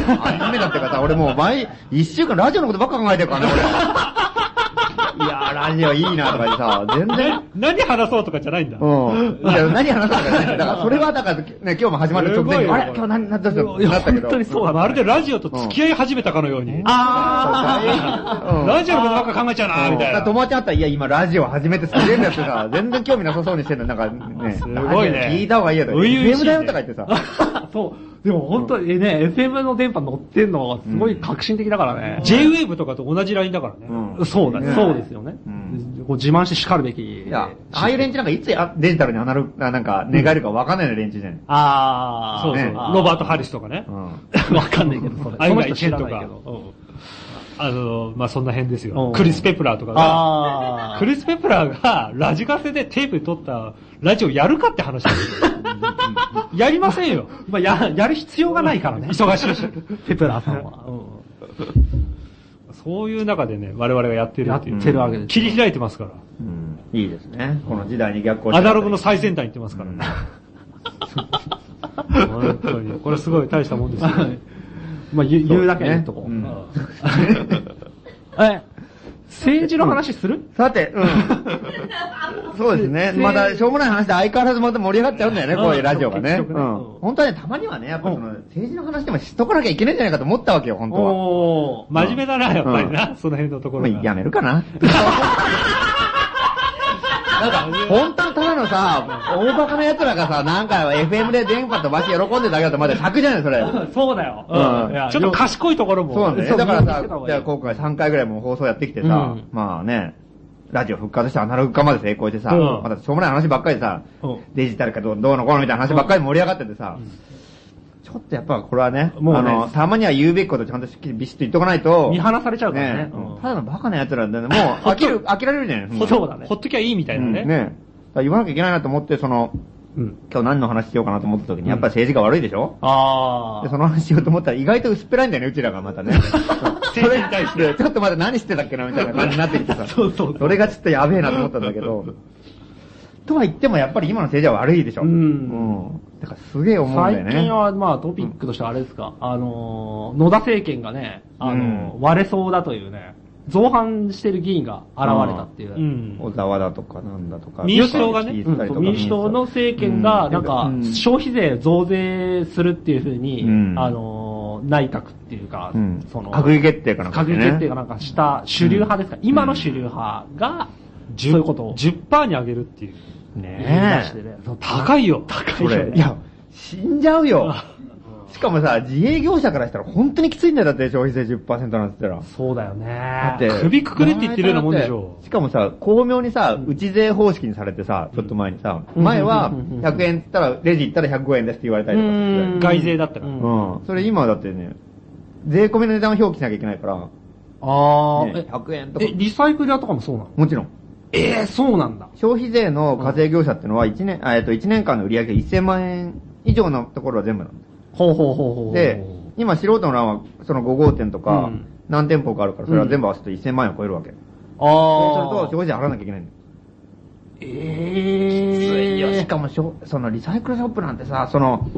[SPEAKER 3] めたって方、俺もう毎、一週間ラジオのことばっか考えてるからね、俺。いやー、ラジオいいなとかでさ、全然。
[SPEAKER 2] 何話そうとかじゃないんだ。
[SPEAKER 3] うん。いや、何話したんだよね。だから、それは、だから、ね、今日も始まる直前
[SPEAKER 2] すごい
[SPEAKER 3] に、
[SPEAKER 2] よ
[SPEAKER 3] あれ今日何、何、どうしたの
[SPEAKER 2] いや
[SPEAKER 3] なったけど。
[SPEAKER 2] 本当にそうだ。まるでラジオと付き合い始めたかのように。
[SPEAKER 3] あー
[SPEAKER 2] ラジオのことばっか考えちゃうな、みた
[SPEAKER 3] だ
[SPEAKER 2] い
[SPEAKER 3] から
[SPEAKER 2] な。
[SPEAKER 3] 友達あったら、いや、今ラジオ始めてすげえんだって さ、全然興味なさそうにしてんの、なんかね。す
[SPEAKER 2] ごいね
[SPEAKER 3] 聞いた方がいいよとか。
[SPEAKER 2] 初々しいね
[SPEAKER 3] FM だよとか言ってさ。
[SPEAKER 4] そう。でも本当にね、FM の電波乗ってんのはすごい革新的だからね。
[SPEAKER 2] J-Wave とかと同じラインだからね。
[SPEAKER 3] うん
[SPEAKER 4] そうだ
[SPEAKER 3] ね
[SPEAKER 4] ね。そうですよね
[SPEAKER 3] うん。
[SPEAKER 4] こう自慢して叱るべき
[SPEAKER 3] いや、ああいう連中なんかいつやデジタルにアナログ、あなんか、寝返るかわかんないような連中じゃない。
[SPEAKER 4] あ
[SPEAKER 2] そうそう。
[SPEAKER 3] ね
[SPEAKER 2] ロバート・ハリスとかね。
[SPEAKER 3] うん。
[SPEAKER 4] わかんないけど、それ。
[SPEAKER 2] アイ
[SPEAKER 4] その
[SPEAKER 2] ガイ・
[SPEAKER 4] 人
[SPEAKER 2] チ
[SPEAKER 4] 知
[SPEAKER 2] ェン
[SPEAKER 4] ら
[SPEAKER 2] と
[SPEAKER 4] ない
[SPEAKER 2] か
[SPEAKER 4] けど。。
[SPEAKER 2] あの、まあ、そんな辺です
[SPEAKER 4] う
[SPEAKER 2] よ
[SPEAKER 4] ん。
[SPEAKER 2] クリス・ペプラーとかが。
[SPEAKER 4] ああ。
[SPEAKER 2] クリス・ペプラーがラジカセでテープで撮ったラジオやるかって話ですよ やりませんよ。
[SPEAKER 4] まあ、や、やる必要がないからね。
[SPEAKER 2] 忙しいし。
[SPEAKER 4] ペプラーさんは。
[SPEAKER 2] そういう中でね、我々がやってる
[SPEAKER 4] や
[SPEAKER 2] っ
[SPEAKER 4] って
[SPEAKER 2] いう。
[SPEAKER 4] てるわけです。
[SPEAKER 2] 切り開いてますか
[SPEAKER 3] うん。いいですね。この時代に逆行し
[SPEAKER 2] ら。
[SPEAKER 3] て
[SPEAKER 2] アナログの最先端行ってますからね。本当に。これすごい大したもんですよ。
[SPEAKER 4] まあ、言う言うだけ
[SPEAKER 3] ね
[SPEAKER 4] ね、とこ
[SPEAKER 3] う。ん
[SPEAKER 4] え、政治の話する
[SPEAKER 3] さて、 うん。そうですね。まだ、しょうもない話で相変わらずまた盛り上がっちゃうんだよね、こういうラジオがね。
[SPEAKER 4] うん結
[SPEAKER 3] う
[SPEAKER 4] 局ね
[SPEAKER 3] ん。本当はね、たまにはね、やっぱその、政治の話でもしとかなきゃいけないんじゃないかと思ったわけよ、本当は。
[SPEAKER 4] おー。
[SPEAKER 2] 真面目だな、やっぱりな。その辺のとこ
[SPEAKER 3] もう
[SPEAKER 2] ろが。
[SPEAKER 3] やめるかな。 なんか、本当のただのさ、大バカな奴らがさ、なんか FM で電波飛ばして喜んでるだけだとまだ尺じゃない、それ。
[SPEAKER 4] そうだよ。
[SPEAKER 3] うん
[SPEAKER 2] いやちょっと賢いところも。
[SPEAKER 3] そうなんだよ
[SPEAKER 4] そ
[SPEAKER 3] ね。
[SPEAKER 4] う
[SPEAKER 3] だから
[SPEAKER 4] 見つけた方が
[SPEAKER 3] さ、
[SPEAKER 4] いい
[SPEAKER 3] じゃあ今回3回ぐらいもう放送やってきてさ、
[SPEAKER 4] うん
[SPEAKER 3] まあね、ラジオ復活してアナログ化まで成功してさ、
[SPEAKER 2] うん
[SPEAKER 3] またしょうもない話ばっかりでさ、
[SPEAKER 4] うん
[SPEAKER 3] デジタルかどうどうのこうのみたいな話ばっかり盛り上がっててさ、ちょっとやっぱこれはね、
[SPEAKER 4] もうね
[SPEAKER 3] あの、たまには言うべきことちゃんとしっきりビシッと言っとかないと、
[SPEAKER 4] 見放されちゃうからね
[SPEAKER 3] ね、
[SPEAKER 4] うん
[SPEAKER 3] ただのバカな奴らな んで、もう飽きる、飽きられるじゃない
[SPEAKER 4] ほそうだね
[SPEAKER 2] ほっときゃいいみたいな
[SPEAKER 3] ね。
[SPEAKER 2] ね。
[SPEAKER 3] ね。だから言わなきゃいけないなと思って、その、
[SPEAKER 4] うん。
[SPEAKER 3] 今日何の話しようかなと思った時に、やっぱ政治が悪いでしょ、
[SPEAKER 4] あ
[SPEAKER 3] で、
[SPEAKER 4] ー。
[SPEAKER 3] その話しようと思ったら意外と薄っぺらいんだよね、うちらがま たね。 それに対して。ちょっとまだ何してたっけな、みたいな感じになってきてさ。
[SPEAKER 4] そうそう
[SPEAKER 3] それがちょっとやべえなと思ったんだけど。とは言ってもやっぱり今の政治は悪いでしょ。
[SPEAKER 4] うん
[SPEAKER 3] うん。だからすげえ思うんだよ
[SPEAKER 4] 最
[SPEAKER 3] ね。
[SPEAKER 4] 近は、まあ、トピックとしてはあれですか、あのー、野田政権がね、あのー
[SPEAKER 3] う
[SPEAKER 4] 割れそうだというね、造反してる議員が現れたっていう。
[SPEAKER 2] うん。
[SPEAKER 3] 小沢だとかなんだとか。
[SPEAKER 2] 民主党がね
[SPEAKER 3] 言っ
[SPEAKER 4] うん
[SPEAKER 3] たりとか
[SPEAKER 4] 民主党の政権が、なんか
[SPEAKER 3] うん、
[SPEAKER 4] 消費税増税するっていうふうに、
[SPEAKER 3] うん
[SPEAKER 4] あのー、内閣っていうか、
[SPEAKER 3] うん
[SPEAKER 4] その、
[SPEAKER 3] 閣議決定かなんかで
[SPEAKER 4] 閣
[SPEAKER 3] ね
[SPEAKER 4] 議決定がなんかした主流派ですか、今の主流派が、そういうことを
[SPEAKER 2] 10%に上げるっていう。
[SPEAKER 4] 言い出
[SPEAKER 3] ね
[SPEAKER 4] して
[SPEAKER 3] え。
[SPEAKER 4] ね。そう
[SPEAKER 2] 高いよ。高
[SPEAKER 3] それ。いや、死んじゃうよ。しかもさ、自営業者からしたら本当にきついんだよ、だって消費税10%なんつったら。
[SPEAKER 4] そうだよね。
[SPEAKER 3] だって。
[SPEAKER 2] 首くくれって言ってるようなもんでしょ
[SPEAKER 3] しかもさ、巧妙にさ、内税方式にされてさ、ちょっと前にさ、前は
[SPEAKER 4] うん
[SPEAKER 3] 100円っつったら、レジ行ったら105円ですって言われたりとか
[SPEAKER 4] うん
[SPEAKER 3] して。
[SPEAKER 2] 外税だったら。
[SPEAKER 4] うん
[SPEAKER 3] うん。それ今だってね、税込みの値段を表記しなきゃいけないから、
[SPEAKER 4] あー、
[SPEAKER 3] ね100円とか
[SPEAKER 4] え、リサイクル屋とかもそうなの
[SPEAKER 3] もちろん、
[SPEAKER 4] ええそうなんだ。
[SPEAKER 3] 消費税の課税業者ってのは1年、あえっと、1年間の売り上げ1000万円以上のところは全部なんだよ
[SPEAKER 4] ほうほうほうほう。
[SPEAKER 3] で、今素人の欄は、その5号店と
[SPEAKER 4] う
[SPEAKER 3] か
[SPEAKER 4] ん、
[SPEAKER 3] 何店舗かあるから、それは全部合わせて1000万円を超えるわけ。
[SPEAKER 4] あ
[SPEAKER 3] そ
[SPEAKER 4] ー
[SPEAKER 3] うすると、消費税払わなきゃいけないんだよ。
[SPEAKER 4] ええ
[SPEAKER 3] いやしかもしょ、そのリサイクルショップなんてさ、その、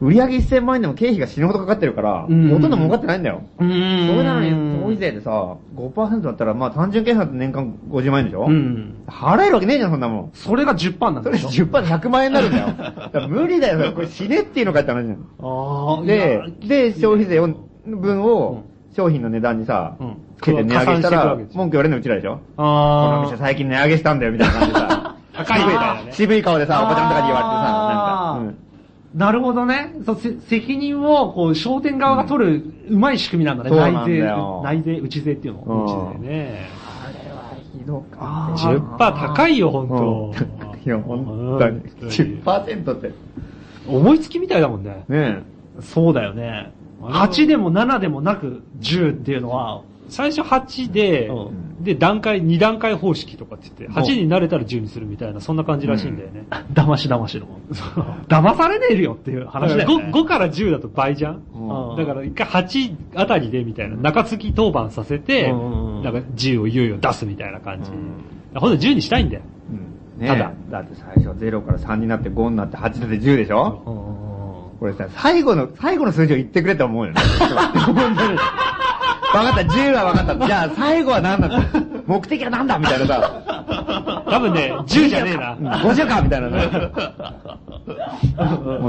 [SPEAKER 3] 売上1000万円でも経費が死ぬほどかかってるから、
[SPEAKER 4] うん
[SPEAKER 3] ほとんど儲かってないんだよ。
[SPEAKER 4] う
[SPEAKER 3] そ
[SPEAKER 4] ーん。
[SPEAKER 3] れなのに、消費税でさ、5%だったら、まあ単純計算だと年間50万円でしょ
[SPEAKER 4] うん。
[SPEAKER 3] 払えるわけねえじゃん、そんなもん。
[SPEAKER 4] それが10パンなん
[SPEAKER 3] そ
[SPEAKER 4] で
[SPEAKER 3] れ
[SPEAKER 4] しょ
[SPEAKER 3] 10%で100万円になる んだよ。だから無理だよ、それこれ死ねっていうのかって話じゃん。
[SPEAKER 4] ああ、い
[SPEAKER 3] で
[SPEAKER 4] や、
[SPEAKER 3] で、消費税を分を、商品の値段にさ
[SPEAKER 4] うん、
[SPEAKER 3] つけて値上げした
[SPEAKER 2] 加算していくわ
[SPEAKER 3] ら
[SPEAKER 2] けで、しょ
[SPEAKER 3] 文句言われるのうちらでしょこの
[SPEAKER 4] あ
[SPEAKER 3] 店最近値上げしたんだよ、みたいな感じでさ。
[SPEAKER 2] 高いみたいなね。
[SPEAKER 3] 渋い顔でさ、おばちゃんとかに言われて
[SPEAKER 4] あー
[SPEAKER 3] さ、なんか。
[SPEAKER 4] あ、なるほどね。そう、せ責任を、こう、商店側が取る、うまい仕組みなんだね。
[SPEAKER 3] そうなんだ
[SPEAKER 4] 内税
[SPEAKER 3] よ、
[SPEAKER 4] 内税、内税っていうの。
[SPEAKER 3] うん
[SPEAKER 2] うちでね。
[SPEAKER 3] ひど
[SPEAKER 4] あー
[SPEAKER 2] 10%高いよ、本
[SPEAKER 3] うん
[SPEAKER 2] 当
[SPEAKER 3] いや、本当に。10%って。
[SPEAKER 2] 思いつきみたいだもんね。
[SPEAKER 3] ね
[SPEAKER 4] そうだよね。8でも7でもなく10っていうのは、
[SPEAKER 2] 最初8で、
[SPEAKER 4] うん
[SPEAKER 2] で、段階、2段階方式とかって言って、
[SPEAKER 4] ん
[SPEAKER 2] 8に慣れたら10にするみたいな、そんな感じらしいんだよね。
[SPEAKER 4] 騙し騙しの。騙されねえよっていう話だよね。
[SPEAKER 2] 5, 5から10だと倍じゃん、
[SPEAKER 4] うん
[SPEAKER 2] だから一回8あたりでみたいな、中継ぎ当番させて、
[SPEAKER 4] うん
[SPEAKER 2] なんか10をいよいよ出すみたいな感じ。
[SPEAKER 3] うん
[SPEAKER 2] ほんと10にしたいんだよ。
[SPEAKER 3] え。ねえ
[SPEAKER 2] ただ
[SPEAKER 3] だって最初0から3になって5になって8になって10でしょ
[SPEAKER 4] うんうんうん
[SPEAKER 3] これさ、最後の、最後の数字を言ってくれって思 うよね。本当に。分かった、10は分 かった。じゃあ最後は何なんだ目的は何だみたいなさ。
[SPEAKER 2] 多分 ね、10じゃねえ
[SPEAKER 3] うん
[SPEAKER 2] な。
[SPEAKER 3] 50かみたいなね。も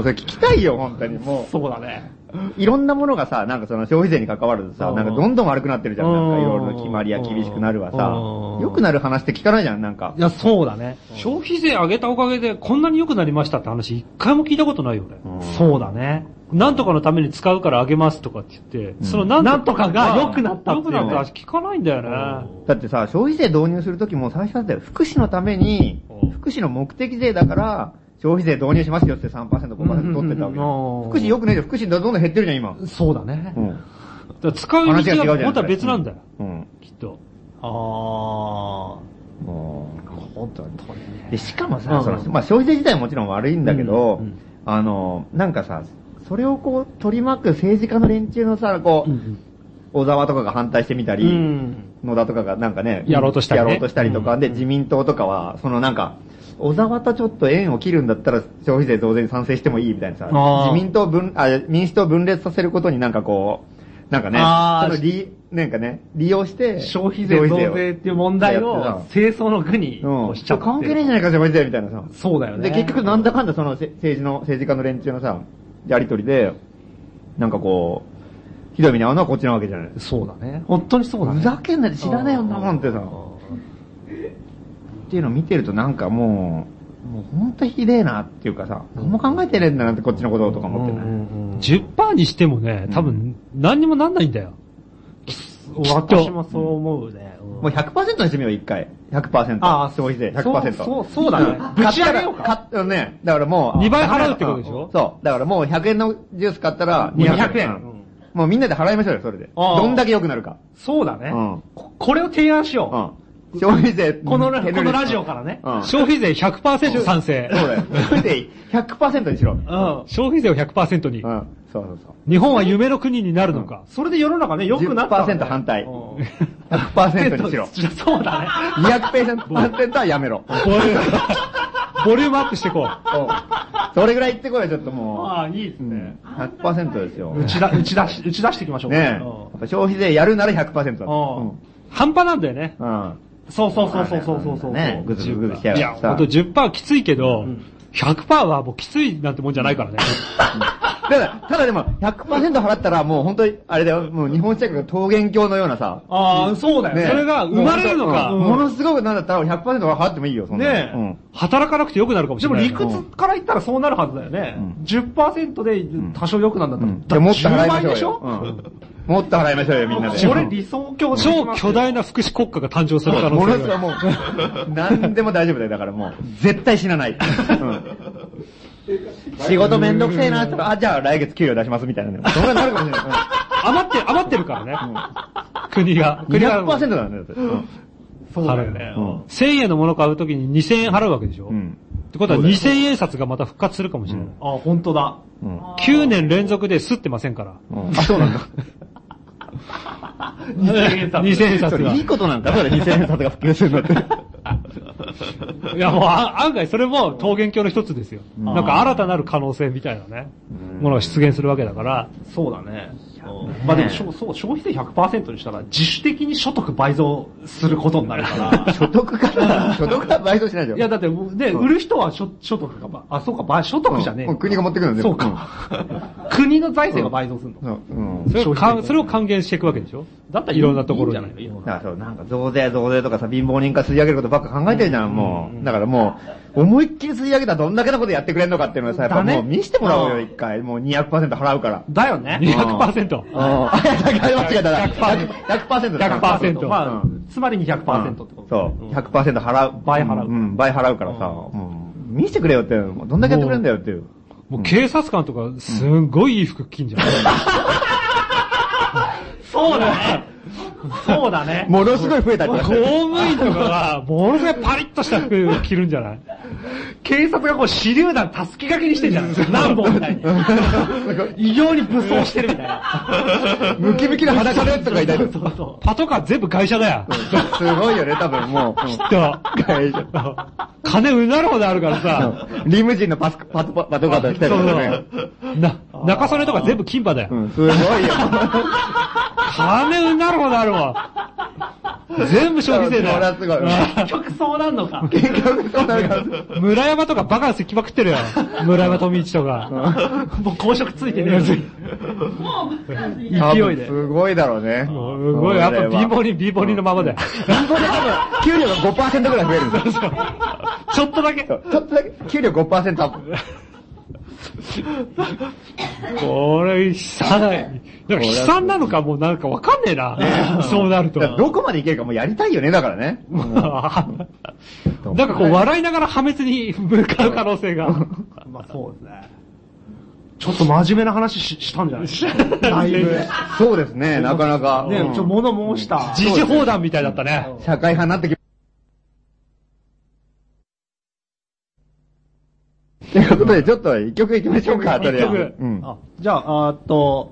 [SPEAKER 3] うそれ聞きたいよ、本当に。もう。
[SPEAKER 4] そうだね。
[SPEAKER 3] いろんなものがさ、なんかその消費税に関わるとさ、
[SPEAKER 4] うん
[SPEAKER 3] なんかどんどん悪くなってるじゃん。
[SPEAKER 4] うん
[SPEAKER 3] なんかいろいろ決まりや厳しくなるわさ
[SPEAKER 4] うん。
[SPEAKER 3] 良くなる話って聞かないじゃん、なんか
[SPEAKER 4] い。や、そうだね。
[SPEAKER 2] 消費税上げたおかげでこんなに良くなりましたって話一回も聞いたことないよね。
[SPEAKER 3] うん
[SPEAKER 4] そうだね。
[SPEAKER 2] なんとかのために使うからあげますとかって言って、そのなんとかが
[SPEAKER 4] なんとかが良くなったっていうね
[SPEAKER 2] 良くなった聞かないんだよね。
[SPEAKER 3] だってさ、消費税導入するときも最初だったよ。福祉のために
[SPEAKER 2] うん、
[SPEAKER 3] 福祉の目的税だから、消費税導入しますよって3%、5%取ってたわけ
[SPEAKER 4] うんうんうんうん
[SPEAKER 3] よ。福祉良くないじゃん。福祉どんどん減ってるじゃん、今。
[SPEAKER 4] そうだね
[SPEAKER 3] う。ん。
[SPEAKER 2] だから使う
[SPEAKER 3] 話が違うじゃ
[SPEAKER 2] 道
[SPEAKER 3] ん
[SPEAKER 2] がまた別なんだよ、
[SPEAKER 3] うん。
[SPEAKER 2] きっと。
[SPEAKER 4] ああ。
[SPEAKER 3] もう
[SPEAKER 4] 本当に
[SPEAKER 3] で、しかも
[SPEAKER 4] う
[SPEAKER 3] さ、
[SPEAKER 4] ん
[SPEAKER 3] その、まあ、消費税自体もちろん悪いんだけど、
[SPEAKER 4] うんうん
[SPEAKER 3] あの、なんかさ、それをこう、取り巻く政治家の連中のさ、こう、小沢とかが反対してみたり、
[SPEAKER 4] うん
[SPEAKER 3] 野田とかがなんかね、
[SPEAKER 2] やろうとしたり
[SPEAKER 3] や
[SPEAKER 2] ね
[SPEAKER 3] ろうとしたりとか、で、自民党とかは、そのなんか、小沢とちょっと縁を切るんだったら消費税増税に賛成してもいいみたいなさ、
[SPEAKER 4] あー
[SPEAKER 3] 自民党分、あ、民主党分裂させることになんかこう、なんかね、
[SPEAKER 4] あー
[SPEAKER 3] その利、なんかね、利用して、
[SPEAKER 4] 消費税増税っていう問題
[SPEAKER 3] やって
[SPEAKER 4] を
[SPEAKER 3] た
[SPEAKER 4] 清掃の具に
[SPEAKER 3] うん。
[SPEAKER 4] 押しちゃって。
[SPEAKER 3] 関係ねえじゃないか、消費税みたいなさ。
[SPEAKER 4] そうだよね。
[SPEAKER 3] で、結局なんだかんだそのせ政治の、政治家の連中のさ、やりとりで、なんかこう、ひどい目に遭うのはこっちなわけじゃない。
[SPEAKER 4] そうだね。本当にそうだね。
[SPEAKER 3] ふざけんなって知らないよ、んなもんってさ。っていうのを見てるとなんかもう、もうほんとひでえなっていうかさ、何も考えてねえんだなってこっちのこととか思ってね。
[SPEAKER 2] 10%にしてもね、多分、何にもなんないんだよ。
[SPEAKER 4] 私もそう思うね。
[SPEAKER 3] もう100%にしてみよう、一回。100%。
[SPEAKER 4] ああ
[SPEAKER 3] 消費税100%。
[SPEAKER 4] そうそうそうだねぶち上げようか
[SPEAKER 3] 買ったらね、だからもう。
[SPEAKER 2] 二倍払うってことでしょ
[SPEAKER 3] うんそう。だからもう100円のジュース買ったら200
[SPEAKER 4] 200
[SPEAKER 3] 円。
[SPEAKER 4] 円
[SPEAKER 3] うんもうみんなで払いましょうよ、それで。
[SPEAKER 4] ああ
[SPEAKER 3] どんだけ良くなるか。
[SPEAKER 4] そうだね
[SPEAKER 3] うん。
[SPEAKER 4] ここれを提案し
[SPEAKER 3] う
[SPEAKER 4] よ
[SPEAKER 3] ん。消費税。
[SPEAKER 4] う。このラ
[SPEAKER 3] 減る
[SPEAKER 4] このラジオからね。
[SPEAKER 3] うん。そう
[SPEAKER 2] 消費税100%賛成。
[SPEAKER 3] だよ。消費税100%にしろ。うん。そう
[SPEAKER 4] うん。
[SPEAKER 2] 消費税を100%に。
[SPEAKER 3] そうそう。
[SPEAKER 2] 日本は夢の国になるのか。
[SPEAKER 4] それで世の中ね、良くなった、ね。
[SPEAKER 3] 10%反対
[SPEAKER 4] うん
[SPEAKER 3] 100%にしろ。
[SPEAKER 4] そうだね。
[SPEAKER 3] 200%はやめろ。
[SPEAKER 2] ボリューム、ボリュームアップしていこう。
[SPEAKER 3] おそれぐらい言ってこいよ、ちょっともう。
[SPEAKER 4] ああ、いいです
[SPEAKER 3] う
[SPEAKER 4] ね
[SPEAKER 3] ん。。100%ですよ。
[SPEAKER 4] 打ちだ、打ち出し、打ち出していきましょう。
[SPEAKER 3] ねえ。や
[SPEAKER 4] うん
[SPEAKER 3] っぱ消費税やるなら100%だ。
[SPEAKER 4] うん
[SPEAKER 2] 半端なんだよね。
[SPEAKER 3] うん。うん。
[SPEAKER 4] そうそうそうそうそうそうそう。
[SPEAKER 3] ねぐずぐずしや
[SPEAKER 2] い
[SPEAKER 3] が
[SPEAKER 2] や、
[SPEAKER 3] って
[SPEAKER 2] ほ
[SPEAKER 3] さ。
[SPEAKER 2] んと10%きついけど
[SPEAKER 4] ん、
[SPEAKER 2] 100%はもうきついなんてもんじゃないからね。
[SPEAKER 3] ただ、ただでも、100%払ったらもう本当に、あれだよ、もう日本社会が桃源郷のようなさ。
[SPEAKER 4] ああ、そうだよね。
[SPEAKER 3] ねえ
[SPEAKER 2] それが生まれるのか
[SPEAKER 3] もう本当うんものすごくなんだったら100%は払ってもいいよ、そんなの。
[SPEAKER 4] ねえ
[SPEAKER 3] うん
[SPEAKER 2] 働かなくてよくなるかもし
[SPEAKER 4] で
[SPEAKER 2] れ
[SPEAKER 4] も
[SPEAKER 2] ない。
[SPEAKER 4] 理屈から言ったらそうなるはずだよね。
[SPEAKER 3] うん
[SPEAKER 4] 10%で多少良くなんだっ
[SPEAKER 3] う
[SPEAKER 4] たら、
[SPEAKER 3] ん。じゃあもっと払いましょ
[SPEAKER 4] 10
[SPEAKER 3] う
[SPEAKER 4] 倍でしょ
[SPEAKER 3] よ。うんもっと払いましょうよ、みんなで。
[SPEAKER 4] これ理想郷で
[SPEAKER 2] 超巨大な福祉国家が誕生する可能
[SPEAKER 3] ものす
[SPEAKER 2] 性
[SPEAKER 3] ごい
[SPEAKER 2] が。
[SPEAKER 3] もう、何でも大丈夫だよ。だからもう、絶対死なない。うん仕事めんどくせえなって、あ、じゃあ来月給料出しますみたいなね。そんなになるかもしれない
[SPEAKER 2] 余ってる、余ってるからね。国が。
[SPEAKER 3] うん。
[SPEAKER 2] 国が。
[SPEAKER 3] 200%なんだよ。だってうん
[SPEAKER 4] そうだよね。
[SPEAKER 3] うん
[SPEAKER 2] 1000円のもの買うときに2000円払うわけでしょ
[SPEAKER 3] う
[SPEAKER 2] っ
[SPEAKER 3] ん。
[SPEAKER 2] てことは2000円札がまた復活するかもしれない。
[SPEAKER 4] あ、本当だ。
[SPEAKER 3] うん。
[SPEAKER 2] 9年連続で吸ってませんから。
[SPEAKER 3] うんあ、そうなんだ。
[SPEAKER 4] 2000円札。
[SPEAKER 2] 2000円札
[SPEAKER 3] そ れ
[SPEAKER 2] が。
[SPEAKER 3] いいことなんだ。それ2000円札が普及するんだって。
[SPEAKER 2] いやもうあ案外それも桃源郷の一つですよ。なんか新たなる可能性みたいなね、ものが出現するわけだから、
[SPEAKER 4] そうだね。うんまあでも、そうそう消費税100%にしたら自主的に所得倍増することになるから。
[SPEAKER 3] 所得から、所得から倍増しないじゃん。
[SPEAKER 4] いや、だって、ね、売る人は所所得がば、あ、そうか、ば所得じゃねえ
[SPEAKER 3] うんもう国が持ってくるんで
[SPEAKER 4] そうか。国の財政が倍増するの
[SPEAKER 3] う。ん。
[SPEAKER 2] それを
[SPEAKER 4] 消費税
[SPEAKER 2] かそれを還元していくわけでしょ
[SPEAKER 4] だったら
[SPEAKER 2] いろんなところ
[SPEAKER 4] いいんじゃない
[SPEAKER 2] に。
[SPEAKER 4] の
[SPEAKER 3] だからそう、なんか増税増税とかさ、貧乏人化吸い上げることばっか考えてるじゃん、もう。だからもう、思いっきり吸い上げたらどんだけのことやってくれんのかっていうのをさ、やっぱ
[SPEAKER 4] だね
[SPEAKER 3] もう見してもらおうよ、
[SPEAKER 4] うん
[SPEAKER 3] 一回。もう200%払うから。
[SPEAKER 4] だよね。
[SPEAKER 2] 200%。
[SPEAKER 3] あ、間違えた。
[SPEAKER 2] 100%
[SPEAKER 3] 100%だ。
[SPEAKER 2] 100%
[SPEAKER 4] まあ、
[SPEAKER 3] う
[SPEAKER 4] つまり200%って
[SPEAKER 3] う
[SPEAKER 4] こと。
[SPEAKER 3] んそう。100%払う。、
[SPEAKER 4] 倍払うん
[SPEAKER 3] 倍払うからさ、
[SPEAKER 4] うん
[SPEAKER 3] もう、見してくれよっていうのどんだけやってくれんだよっていう。
[SPEAKER 2] もう警察官とかすんごいいい服着んじゃん。
[SPEAKER 4] そうだね。そうだね。
[SPEAKER 3] ものすごい増えたりとかし
[SPEAKER 2] 公
[SPEAKER 3] て
[SPEAKER 2] 務員とかがものすごいパリッとした服着るんじゃない
[SPEAKER 4] 警察がこう手榴弾たすき掛けにしてんじゃん。何本みたいに。異様に武装してるみたいな。
[SPEAKER 3] ムキムキの裸のやつとかいたりと
[SPEAKER 4] そ
[SPEAKER 3] か。
[SPEAKER 4] うそ
[SPEAKER 2] パトカー全部会社だよ。
[SPEAKER 3] すごいよね、多分もう。うん
[SPEAKER 2] きっと。
[SPEAKER 3] 会社
[SPEAKER 2] 金うなるほどあるからさ。
[SPEAKER 3] リムジンのパスク、パト、パトカーとか来たり
[SPEAKER 2] そ
[SPEAKER 3] と
[SPEAKER 2] う
[SPEAKER 3] か
[SPEAKER 2] そ
[SPEAKER 3] ね
[SPEAKER 2] う。。な、中曽根とか全部金馬だ
[SPEAKER 3] う
[SPEAKER 2] よ。
[SPEAKER 3] ん、すごいよ。
[SPEAKER 2] 金うなるほどあるわ。全部消費税だ
[SPEAKER 3] そ
[SPEAKER 2] よ。
[SPEAKER 3] れはすごい
[SPEAKER 4] 結局そうなんのか。
[SPEAKER 3] 喧嘩売りそうなるから
[SPEAKER 2] 村山とかバカンス決まくってるよ。村山富一とか。
[SPEAKER 4] もう公職ついてる
[SPEAKER 2] うん
[SPEAKER 4] 勢
[SPEAKER 3] 多
[SPEAKER 4] い
[SPEAKER 3] 分
[SPEAKER 4] で。
[SPEAKER 3] すごいだろうね。す
[SPEAKER 2] すごい、やっぱ貧乏人、貧乏人のままで。
[SPEAKER 3] 貧乏で多分、給料が5%ぐらい増えるんですよ。
[SPEAKER 2] ちょっとだけ。
[SPEAKER 3] ちょっとだけ、給料5%アップ。
[SPEAKER 2] これ、悲惨な、なんか悲惨なのかもうなんかわかんねえな。そうなると。
[SPEAKER 3] だ からどこまでいけるかもうやりたいよね、だからね。
[SPEAKER 2] なんかこう笑いながら破滅に向かう可能性が。
[SPEAKER 4] まあそうですね。ちょっと真面目な話ししたんじゃないですか。だいぶ。
[SPEAKER 3] そうですね、なかなか。
[SPEAKER 4] ね、ち
[SPEAKER 3] う
[SPEAKER 4] ょ
[SPEAKER 3] ん
[SPEAKER 4] っと物申した。
[SPEAKER 2] 時事放談みたいだったね。
[SPEAKER 3] 社会派になってき ということで、ちょっと一曲いきましょうか、とりあえず。
[SPEAKER 2] 一曲
[SPEAKER 3] うん。
[SPEAKER 4] あじゃあ、あーっと、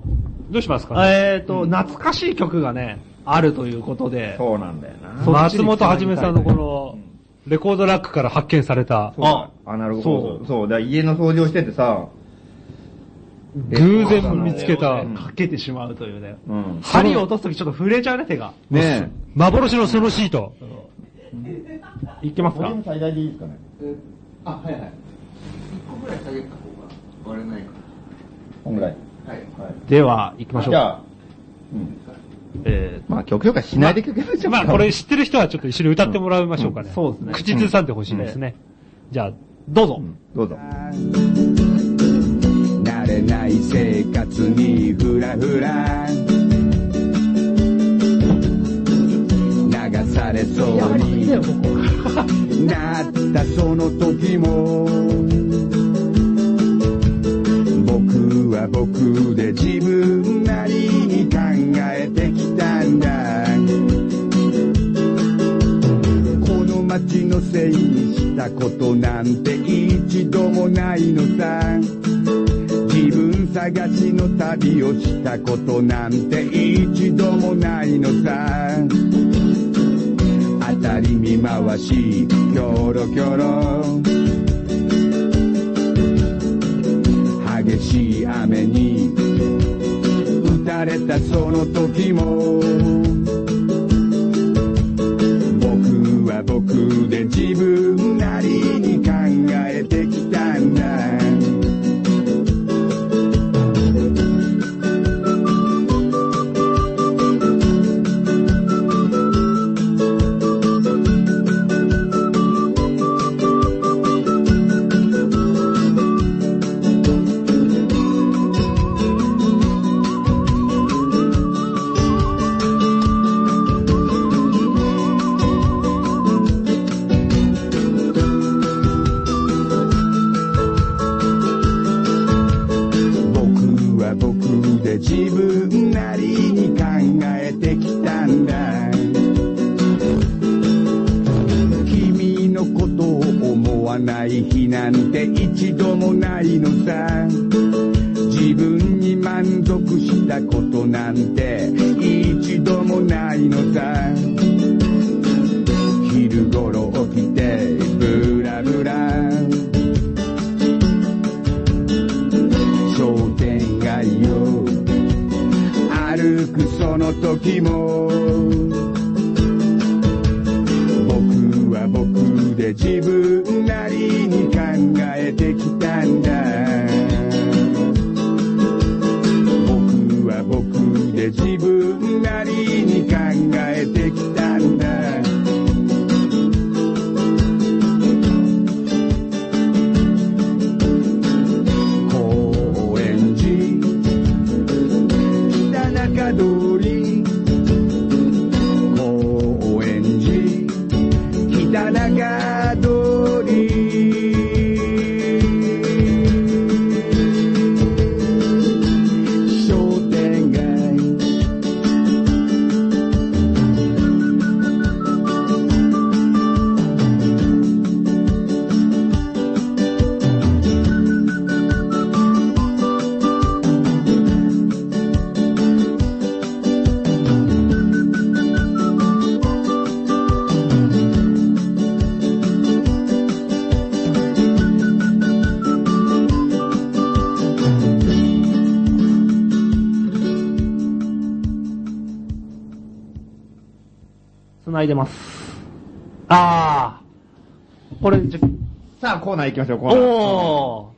[SPEAKER 2] どうしますか、
[SPEAKER 4] えーっと、懐かしい曲がね、あるということで。
[SPEAKER 3] そうなんだよな。
[SPEAKER 4] そっち
[SPEAKER 2] 松
[SPEAKER 4] に
[SPEAKER 2] 本はじめさんのこ
[SPEAKER 4] つなぎたい
[SPEAKER 2] の、レコードラックから発見された、
[SPEAKER 3] あ、アナログ放送。そう、だから家の掃除をしててさ、
[SPEAKER 2] 偶然見つけた、
[SPEAKER 4] というかけてしまうというね。
[SPEAKER 3] うん。
[SPEAKER 4] 針を落とすときちょっと震えちゃうね、手が。
[SPEAKER 3] ね
[SPEAKER 2] 幻のそのシート。
[SPEAKER 4] いきます
[SPEAKER 3] これ
[SPEAKER 4] か
[SPEAKER 3] も最大でいいですかね。
[SPEAKER 5] あ、はいはい。一個ぐらい下げた方が割れないか
[SPEAKER 3] こんぐらい。
[SPEAKER 5] ら。はい。
[SPEAKER 4] では、行きましょう
[SPEAKER 3] じゃ
[SPEAKER 4] か。
[SPEAKER 3] あ、うん。
[SPEAKER 4] え
[SPEAKER 3] まあ曲紹介しないで曲 紹介
[SPEAKER 2] まあこれ知ってる人はちょっと一緒に歌ってもらいましょうかね。
[SPEAKER 4] うんそうですね
[SPEAKER 2] 口ずさんでほしいですね。じゃあ、どうぞ。
[SPEAKER 3] どうぞ。
[SPEAKER 6] 慣れない生活にフラフラ流されそうになったその時も僕は僕で自分なりに考えてきたんだこの街のせいにしたことなんて一度もないのさ自分探しの旅をしたことなんて一度もないのさ当たり見回しキョロキョロ激しい雨に打たれたその時も僕は僕で自分なりに考えてきたんだ僕は僕で自分なりに考えてきたんだ君のことを思わない日なんて一度もないのさ自分に満足したことなんて一度もないのさ昼頃起きてブラブラ商店街を歩くその時も僕は僕で自分なりに考えてきたんだ僕は僕で自分なりに考えてきたんだ高円寺北中通り高円寺北中通り商店街
[SPEAKER 4] 繋いでます。あー。これ、じゃ、
[SPEAKER 3] さあ、コーナー行きましょう、コーナー。
[SPEAKER 4] お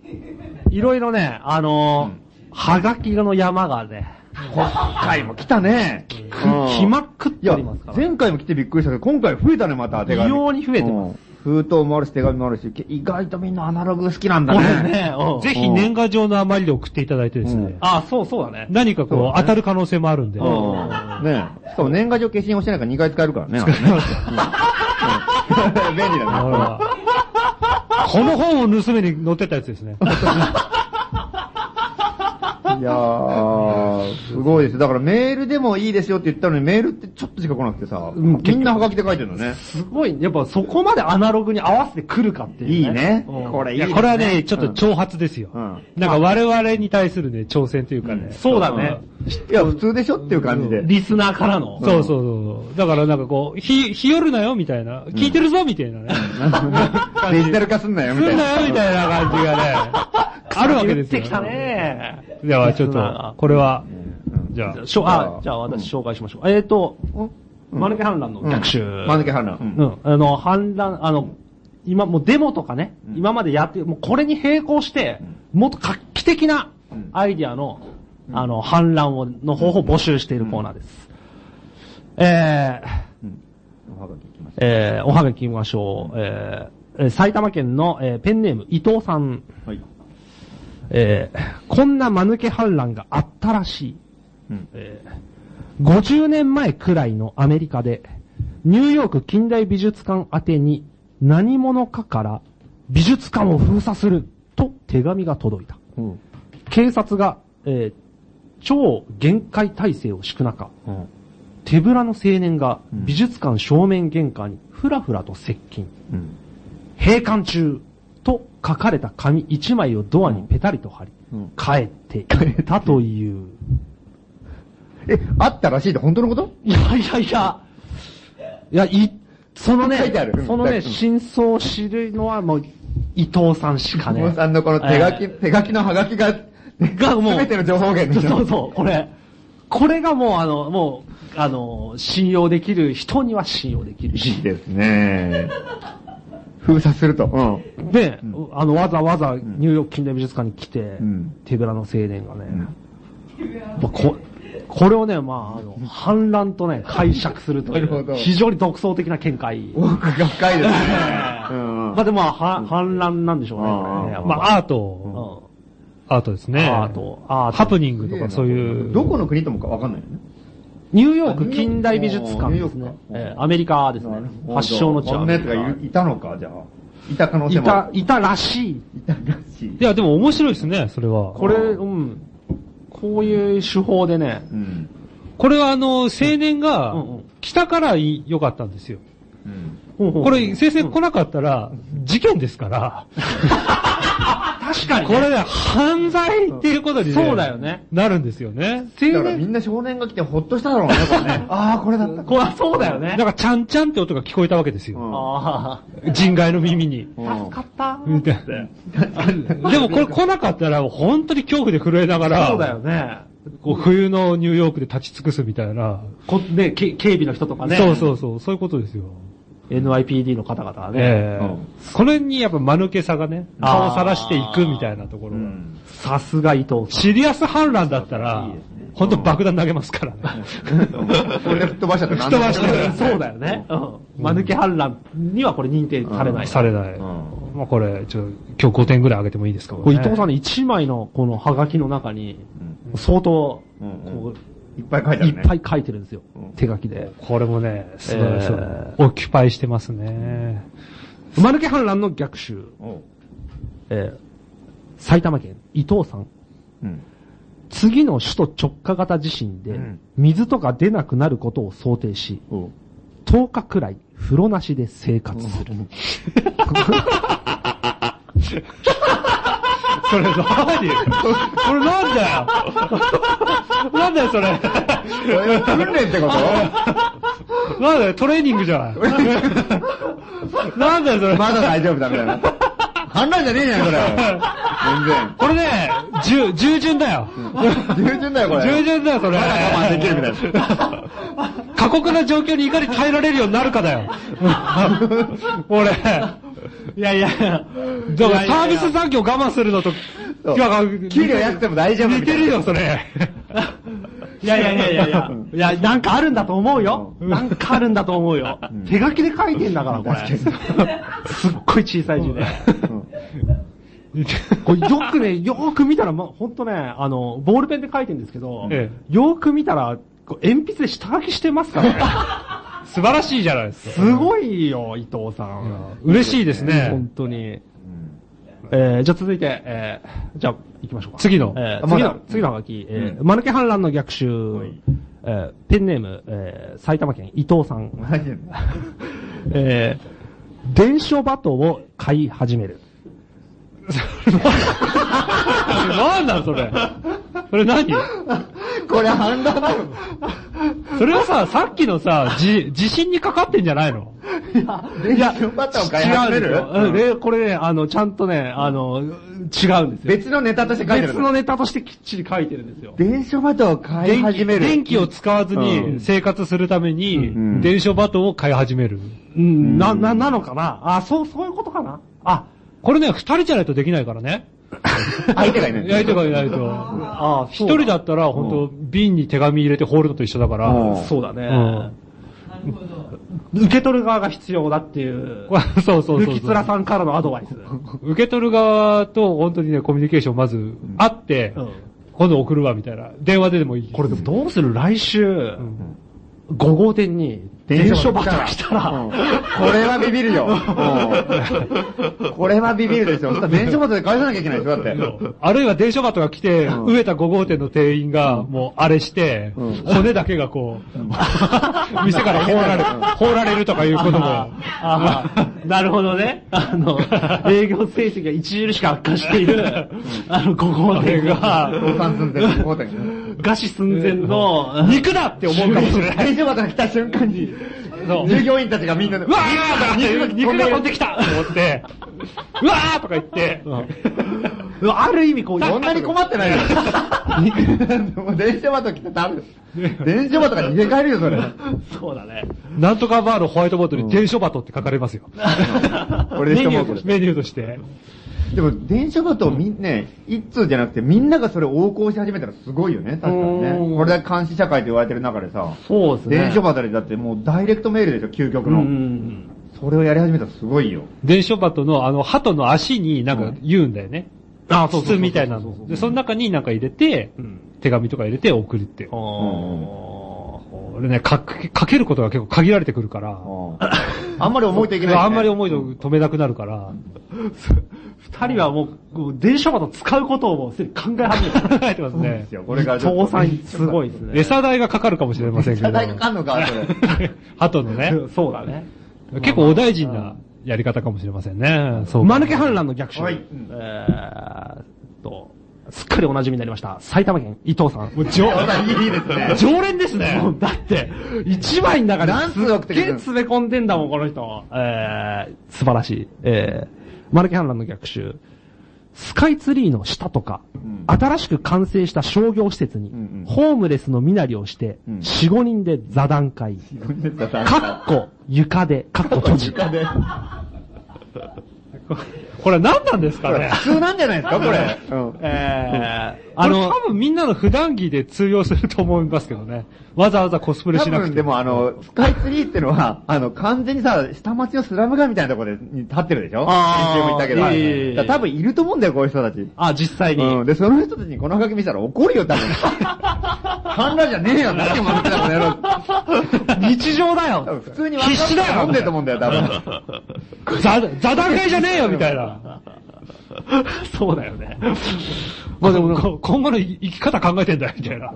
[SPEAKER 4] ー。いろいろね、あのー、はがきの山がね、
[SPEAKER 3] 今回も来たね。
[SPEAKER 4] 来まくっ
[SPEAKER 3] い
[SPEAKER 4] てお
[SPEAKER 3] や
[SPEAKER 4] りますか、ら。
[SPEAKER 3] 前回も来てびっくりしたけど、今回増えたね、また手
[SPEAKER 4] 非
[SPEAKER 3] 紙。。
[SPEAKER 4] 常に増えてます
[SPEAKER 3] 封筒もあるし、手紙もあるし、け意外とみんなアナログ好きなんだね。
[SPEAKER 4] ね うん
[SPEAKER 2] ぜひ年賀状の余りで送っていただいてですね。
[SPEAKER 4] あ、そうそうだね。
[SPEAKER 2] 何かこう、当たる可能性もあるんで。
[SPEAKER 3] うん。ねえ。しかも年賀状消印押してないから2回使えるからね。あれねうん 便利 だ
[SPEAKER 2] ほら
[SPEAKER 3] ね。
[SPEAKER 2] この本を盗みに載ってたやつですね。
[SPEAKER 3] いやー、すごいです。だからメールでもいいですよって言ったのにメールってちょっとしか来なくてさ、
[SPEAKER 4] ん
[SPEAKER 3] みんなハガキで書いてるのね。
[SPEAKER 4] すごい、やっぱそこまでアナログに合わせてくるかっていう、
[SPEAKER 3] いいね。
[SPEAKER 4] うん
[SPEAKER 3] これいい
[SPEAKER 2] い
[SPEAKER 3] で
[SPEAKER 2] や、
[SPEAKER 3] すね。
[SPEAKER 2] これはね、ちょっと挑発ですよ。
[SPEAKER 3] うん
[SPEAKER 2] なんか我々に対するね、挑戦というかね。
[SPEAKER 4] そうだね。
[SPEAKER 3] いや、普通でしょっていう感じで。
[SPEAKER 4] リスナーからの。
[SPEAKER 2] そうそうそうそう。だからなんかこう、ひ、ひよるなよみたいな。聞いてるぞみたいなね。
[SPEAKER 3] デジタル化すんなよ、
[SPEAKER 2] す
[SPEAKER 3] みたい
[SPEAKER 2] ん
[SPEAKER 3] な。
[SPEAKER 2] なよみたいな感じが ね、あるわけです
[SPEAKER 4] 言って
[SPEAKER 2] よ。
[SPEAKER 4] きた。ね
[SPEAKER 2] ではちょっと、これは、
[SPEAKER 3] うん
[SPEAKER 2] じゃあ、
[SPEAKER 4] しょあ、じゃあ私紹介しましょう。えっと、マヌケ反乱の逆襲。
[SPEAKER 3] うん間抜け反乱。う
[SPEAKER 4] うんん。あの、反乱、あの、今、もうデモとかね、
[SPEAKER 3] うん
[SPEAKER 4] 今までやって、もうこれに並行して、もっと画期的な
[SPEAKER 3] うん
[SPEAKER 4] アイディアの、あの、反乱を、の方法を募集しているコーナーです。え
[SPEAKER 3] うんおはがき来ま
[SPEAKER 4] ー、
[SPEAKER 3] し
[SPEAKER 4] えー、おはがき見ましょう。えーえー、埼玉県の、えーペンネーム伊藤さん。
[SPEAKER 3] た。はい。
[SPEAKER 4] えー、こんな間抜け反乱があったらしい。
[SPEAKER 3] うん
[SPEAKER 4] えー50年前くらいのアメリカで、ニューヨーク近代美術館宛てに何者かから美術館を封鎖すると手紙が届いた。
[SPEAKER 3] うん
[SPEAKER 4] 警察が、えー超限界体制を敷く中、手ぶらの青年が
[SPEAKER 3] うん
[SPEAKER 4] 美術館正面玄関にふらふらと接近。
[SPEAKER 3] うん。
[SPEAKER 4] 閉館中と書かれた紙1枚をドアにペタリと貼り、
[SPEAKER 3] うん
[SPEAKER 4] 帰っていったという。
[SPEAKER 3] え、あったらしいって本当のこと
[SPEAKER 4] いやいやいや、いや、い、そのね
[SPEAKER 3] 書いてあるうん、
[SPEAKER 4] その
[SPEAKER 3] う
[SPEAKER 4] ね、
[SPEAKER 3] ん
[SPEAKER 4] 真相を知るのはもう、伊藤さんしか
[SPEAKER 3] 小
[SPEAKER 4] ね
[SPEAKER 3] 室。さんのこの手書き、
[SPEAKER 4] え
[SPEAKER 3] 手書きのハガキが、
[SPEAKER 4] がもう
[SPEAKER 3] 全ての情報源でしょ
[SPEAKER 4] そうそう、これ。これがもうあの、もう、あの、信用できる人には信用できるし。
[SPEAKER 3] ですね。封鎖すると。う
[SPEAKER 4] で、あの、わざわざニューヨーク近代美術館に来て、
[SPEAKER 3] ん
[SPEAKER 4] 手ぶらの青年がね、
[SPEAKER 3] ん
[SPEAKER 4] まあここれをね、まあ、あの、反乱とね、解釈するとい
[SPEAKER 3] なるほど
[SPEAKER 4] う、非常に独創的な見解。
[SPEAKER 3] ん。奥が深 いですね。うん
[SPEAKER 4] まあでも、は反乱なんでしょうねこれね
[SPEAKER 3] あ。ー
[SPEAKER 2] ま
[SPEAKER 4] まあ、
[SPEAKER 2] あ、アート、アートですね。
[SPEAKER 4] アー。ト、アート
[SPEAKER 2] ハプニングとかそういう。
[SPEAKER 3] どこの国ともかわかんないよね。
[SPEAKER 4] ニューヨーク近代美術館です
[SPEAKER 3] ニ
[SPEAKER 4] ね
[SPEAKER 3] ューヨー。クか
[SPEAKER 4] えーアメリカですね。発祥の地
[SPEAKER 3] こ
[SPEAKER 4] はア
[SPEAKER 3] ん
[SPEAKER 4] メ
[SPEAKER 3] なや
[SPEAKER 4] リ
[SPEAKER 3] つ
[SPEAKER 4] カ
[SPEAKER 3] がいるいたのか、じゃあ。いた可能性
[SPEAKER 4] い
[SPEAKER 3] も
[SPEAKER 4] た
[SPEAKER 3] あ、る。
[SPEAKER 4] いたらしい。
[SPEAKER 3] いたらしい
[SPEAKER 2] い。や、でも面白いですね、それは。
[SPEAKER 4] これ、うん。こういう手法でね、
[SPEAKER 3] うん。
[SPEAKER 2] これはあの、青年が
[SPEAKER 4] うんうん、
[SPEAKER 2] 来たからい良かったんですよ。
[SPEAKER 3] うん。
[SPEAKER 4] こ
[SPEAKER 2] これ、先生来なかったら、事件ですから。
[SPEAKER 4] 確かに
[SPEAKER 2] こ
[SPEAKER 4] ね、
[SPEAKER 2] れね、犯罪っていうことにね
[SPEAKER 4] そうだよね。
[SPEAKER 2] なるんですよね。
[SPEAKER 3] だからみんな少年が来てほっとしただろうね、これね。ああ、これだった。
[SPEAKER 4] これそうだよね
[SPEAKER 2] だ。から、ちゃんちゃんって音が聞こえたわけですよ。
[SPEAKER 3] う
[SPEAKER 4] あ
[SPEAKER 2] 人外の耳に。
[SPEAKER 3] ん。
[SPEAKER 4] あ、助かった。
[SPEAKER 2] みたいな。でもこれ来なかったら、本当に恐怖で震えながら、
[SPEAKER 4] そうだよね。
[SPEAKER 2] こう冬のニューヨークで立ち尽くすみたいな。
[SPEAKER 4] こね、け警備の人とかね。
[SPEAKER 2] そうそうそう、そういうことですよ。
[SPEAKER 4] NIPD の方々はね。
[SPEAKER 2] ええ
[SPEAKER 3] うん
[SPEAKER 2] これにやっぱ間抜けさがね、顔をさらしていくみたいなところ
[SPEAKER 3] う
[SPEAKER 2] が。
[SPEAKER 3] ん。
[SPEAKER 4] さすが伊藤さん。
[SPEAKER 2] シリアス反乱だったら、本当爆弾投げますからね。
[SPEAKER 3] これで吹っ飛ばしちゃってなんだ
[SPEAKER 2] 吹っ飛ばしちゃっ
[SPEAKER 4] そうだよね。うん。間抜け反乱にはこれ認定されない。
[SPEAKER 2] されない。
[SPEAKER 3] うん
[SPEAKER 2] まあこれ、ちょ、今日5点ぐらい上げてもいいですか
[SPEAKER 4] これ伊藤さんの1枚のこのハガキの中に、相当、
[SPEAKER 3] うんう
[SPEAKER 4] こ、
[SPEAKER 3] んいっぱい書いうてあ
[SPEAKER 4] い
[SPEAKER 3] るね。
[SPEAKER 4] っぱい書いてるんですよ
[SPEAKER 3] ん。
[SPEAKER 4] 手書きで。
[SPEAKER 2] これもね、素晴らしい、
[SPEAKER 4] え
[SPEAKER 2] オキュパイしてますね。
[SPEAKER 4] 間抜け反乱の逆襲。
[SPEAKER 3] おう
[SPEAKER 4] えー埼玉県伊藤さん。
[SPEAKER 3] うん。
[SPEAKER 4] 次の首都直下型地震
[SPEAKER 3] う
[SPEAKER 4] で
[SPEAKER 3] ん、
[SPEAKER 4] 水とか出なくなることを想定し、
[SPEAKER 3] おう
[SPEAKER 4] 10日くらい風呂なしで生活する。
[SPEAKER 2] それ何これなんだよなんだよそれ。
[SPEAKER 3] これ訓練ってこと
[SPEAKER 2] なんだよ、トレーニングじゃん。なんだよそれ。
[SPEAKER 3] まだ大丈夫だみたいな。反乱じゃねえじゃん、こ
[SPEAKER 2] これね、従従順だよ。
[SPEAKER 3] れ。全然。従順だよ、これ。
[SPEAKER 2] 従順だよ、それ。
[SPEAKER 3] 我慢できるみたいな。
[SPEAKER 2] 過酷な状況にいかに耐えられるようになるかだよ。俺。いや いや、だからサービス残業我慢するのと、
[SPEAKER 3] そう
[SPEAKER 2] いや
[SPEAKER 3] 給料安くても大丈夫み
[SPEAKER 2] 似
[SPEAKER 3] た
[SPEAKER 2] て
[SPEAKER 3] いな
[SPEAKER 2] るよ、それ。
[SPEAKER 4] いやいやいやいやいや、 いや、なんかあるんだと思うよ。なんかあるんだと思うよ。手書きで書いてんだから、これ。すっごい小さい字で。これよくね、よーく見たら、ま、ほんとね、あの、ボールペンで書いてんですけど、
[SPEAKER 2] え
[SPEAKER 4] よーく見たら、こう鉛筆で下書きしてますからね。
[SPEAKER 2] 素晴らしいじゃないですか。
[SPEAKER 4] すごいよ、伊藤さん。
[SPEAKER 2] 嬉しいですね
[SPEAKER 4] 本。当に。えー、じゃあ続いて、えー、じゃあ行きましょうか。
[SPEAKER 2] 次の
[SPEAKER 4] えー
[SPEAKER 3] あま
[SPEAKER 4] 次
[SPEAKER 3] だ
[SPEAKER 4] の、次のハガキ、えー
[SPEAKER 3] う
[SPEAKER 4] マヌケ反乱の逆襲、
[SPEAKER 3] い
[SPEAKER 4] えーペンネーム、えー埼玉県伊藤さん。 えー、電書バトを買い始める。
[SPEAKER 2] なんだそれ。それ何
[SPEAKER 3] これ判断だよ。
[SPEAKER 2] それはさ、さっき のさ、じ、自信にかかってんじゃないの
[SPEAKER 3] 電子バターを買い始め
[SPEAKER 4] 違うんです
[SPEAKER 3] る
[SPEAKER 4] ようんでこれね、あの、ちゃんとね、あの、違うんですよ。
[SPEAKER 3] 別のネタとして書いてる
[SPEAKER 4] 別のネタとしてきっちり書いてるんですよ。
[SPEAKER 3] 電書バターを買い
[SPEAKER 2] 電
[SPEAKER 3] 始
[SPEAKER 2] 気
[SPEAKER 3] める。
[SPEAKER 2] 電気を使わず
[SPEAKER 3] う
[SPEAKER 2] に
[SPEAKER 3] ん
[SPEAKER 2] 生活するため
[SPEAKER 3] ん
[SPEAKER 2] に、電書バトンを買い始める。
[SPEAKER 4] うん、な、な、なのかなあ、そう、そういうことかなあ、
[SPEAKER 2] これね、二人じゃないとできないからね。
[SPEAKER 3] 相手がいない。
[SPEAKER 2] 相手がいないと。
[SPEAKER 4] あ
[SPEAKER 2] 一人だったら、本当瓶に手紙入れて放るのと一緒だから。
[SPEAKER 3] うん
[SPEAKER 4] そうだね。
[SPEAKER 2] うん
[SPEAKER 4] 受け取る側が必要だっていう。
[SPEAKER 2] これ そうそうそうそう。
[SPEAKER 4] ルキツラさんからのアドバイス。
[SPEAKER 2] 受け取る側と本当にね、コミュニケーションまずあって、
[SPEAKER 4] うん
[SPEAKER 2] 今度送るわみたいな。電話ででもいい。
[SPEAKER 4] これでもどうする来週、5号店に電書バトルした
[SPEAKER 3] うんこ
[SPEAKER 4] ら、
[SPEAKER 3] れはビビるよ。うんこれはビビるでしょ。そしたら電書バターで返さなきゃいけないでしょ、だって。
[SPEAKER 2] あるいは電車バトが来て、
[SPEAKER 3] ん
[SPEAKER 2] 飢えた5号店の店員が、もうあれして、
[SPEAKER 3] うん
[SPEAKER 2] 骨だけがこう、店から放られる、放られるとかいうことも。
[SPEAKER 4] あーなるほどね。あ の、営業成績が著しく悪化している、あの、5号店が、
[SPEAKER 3] 倒産寸前の交代に
[SPEAKER 4] 餓死寸前の、
[SPEAKER 2] 肉だって思うかもしれない。
[SPEAKER 3] 電書バターが来た瞬間に、
[SPEAKER 2] そう
[SPEAKER 3] 従業員たちがみんなで、
[SPEAKER 2] うわー
[SPEAKER 3] 肉が
[SPEAKER 2] って肉が飛んで
[SPEAKER 3] き
[SPEAKER 2] きたと思って、うわーとか言って、
[SPEAKER 4] ある意味こう、
[SPEAKER 3] た。そんなに困ってないよ。肉もう 電車バター来たってあるよ。電車バターが逃げ帰るよ、それ。
[SPEAKER 4] そうだ ね。
[SPEAKER 2] なんとかバーのホワイトボードに電書バトって書かれますよ。
[SPEAKER 3] これでしかもうこれ
[SPEAKER 2] メニューとして。
[SPEAKER 3] でも、電車バトンみんね、一通じゃなくてみんながそれを横行し始めたらすごいよね、確かに
[SPEAKER 4] うん
[SPEAKER 3] ね。これだけ監視社会と言われてる中でさ、
[SPEAKER 4] そうですね。
[SPEAKER 3] 電車バトンにだってもうダイレクトメールでしょ、究極
[SPEAKER 4] う
[SPEAKER 3] の。
[SPEAKER 4] ん。
[SPEAKER 3] それをやり始めたらすごいよ。
[SPEAKER 2] 電書バトのあの、鳩の足になんか言うんだよね。
[SPEAKER 4] あそうそうそう
[SPEAKER 2] 筒みたいなの。で、その中になんか入れて、手紙とか入れて送るって。
[SPEAKER 4] あ
[SPEAKER 2] こ
[SPEAKER 4] ー
[SPEAKER 2] れね、書く書けることが結構限られてくるから、
[SPEAKER 3] あんまり思いといけない、
[SPEAKER 2] あんまり思いと止めなくなるから、
[SPEAKER 4] 二人はもうこう、電車バト使うことをもうすでに考え始めた。
[SPEAKER 2] 考えてますね。
[SPEAKER 3] よ。これからちょっと
[SPEAKER 4] 父さん、すごいですね。
[SPEAKER 2] 餌代がかかるかもしれませんけ ど。
[SPEAKER 3] 餌代かかんのかそれ
[SPEAKER 2] 鳩のね。
[SPEAKER 4] そうだね。
[SPEAKER 2] 結構お大臣なやり方かもしれませんね。そう。
[SPEAKER 4] マヌケ反乱の逆襲。
[SPEAKER 3] はい
[SPEAKER 4] えーっと、すっかりお馴染みになりました。埼玉県伊藤さん。
[SPEAKER 2] もう常
[SPEAKER 3] 父さんいいですね。
[SPEAKER 2] 常連ですね。
[SPEAKER 4] もうだって、一枚の中
[SPEAKER 3] 何
[SPEAKER 4] で
[SPEAKER 3] 通送っ
[SPEAKER 4] す
[SPEAKER 3] てく
[SPEAKER 4] っ
[SPEAKER 3] る
[SPEAKER 4] げえ詰め込んでんだもん、この人。えー、素晴らしい。えー、マルケ反乱の逆襲。スカイツリーの下とか、
[SPEAKER 3] ん
[SPEAKER 4] 新しく完成した商業施設に、
[SPEAKER 3] んうん
[SPEAKER 4] ホームレスの身なりをして、
[SPEAKER 3] うん
[SPEAKER 4] 4、5人で座談会。かっこ、床で、かっこ閉じ。
[SPEAKER 3] 床で。
[SPEAKER 2] これは何なんですかね。
[SPEAKER 3] 普通なんじゃないですか、これ。うん
[SPEAKER 4] えー、あ
[SPEAKER 2] あの、
[SPEAKER 4] の
[SPEAKER 2] 多、分みんなの普段着で通用すると思いますけどね。わざわざコスプレ
[SPEAKER 3] 多
[SPEAKER 2] しなく
[SPEAKER 3] 分
[SPEAKER 2] て。
[SPEAKER 3] でもあの、スカイツリーってのは、あの、完全にさ、下町のスラム街みたいなところに立ってるでしょ
[SPEAKER 4] あー
[SPEAKER 3] 先週も言ったけど。
[SPEAKER 4] い
[SPEAKER 3] は
[SPEAKER 4] えいえいえ
[SPEAKER 3] いだから多分いると思うんだよ、こういう人たち。
[SPEAKER 4] あ、実際に。
[SPEAKER 3] うん。で、その人たちにこのハガキ見せたら怒るよ、多分。反乱じゃねえよ、何を負けたこの野郎。
[SPEAKER 4] 日常だ
[SPEAKER 3] 多分
[SPEAKER 4] よ
[SPEAKER 3] 普通に
[SPEAKER 2] 必死だよ
[SPEAKER 3] 飲んでると思うんだよ、多分。
[SPEAKER 2] 座、座談会じゃねえよみたいな。
[SPEAKER 4] そうだよね。
[SPEAKER 2] まあでも、こ今後の生き方考えてんだよ、みたいな。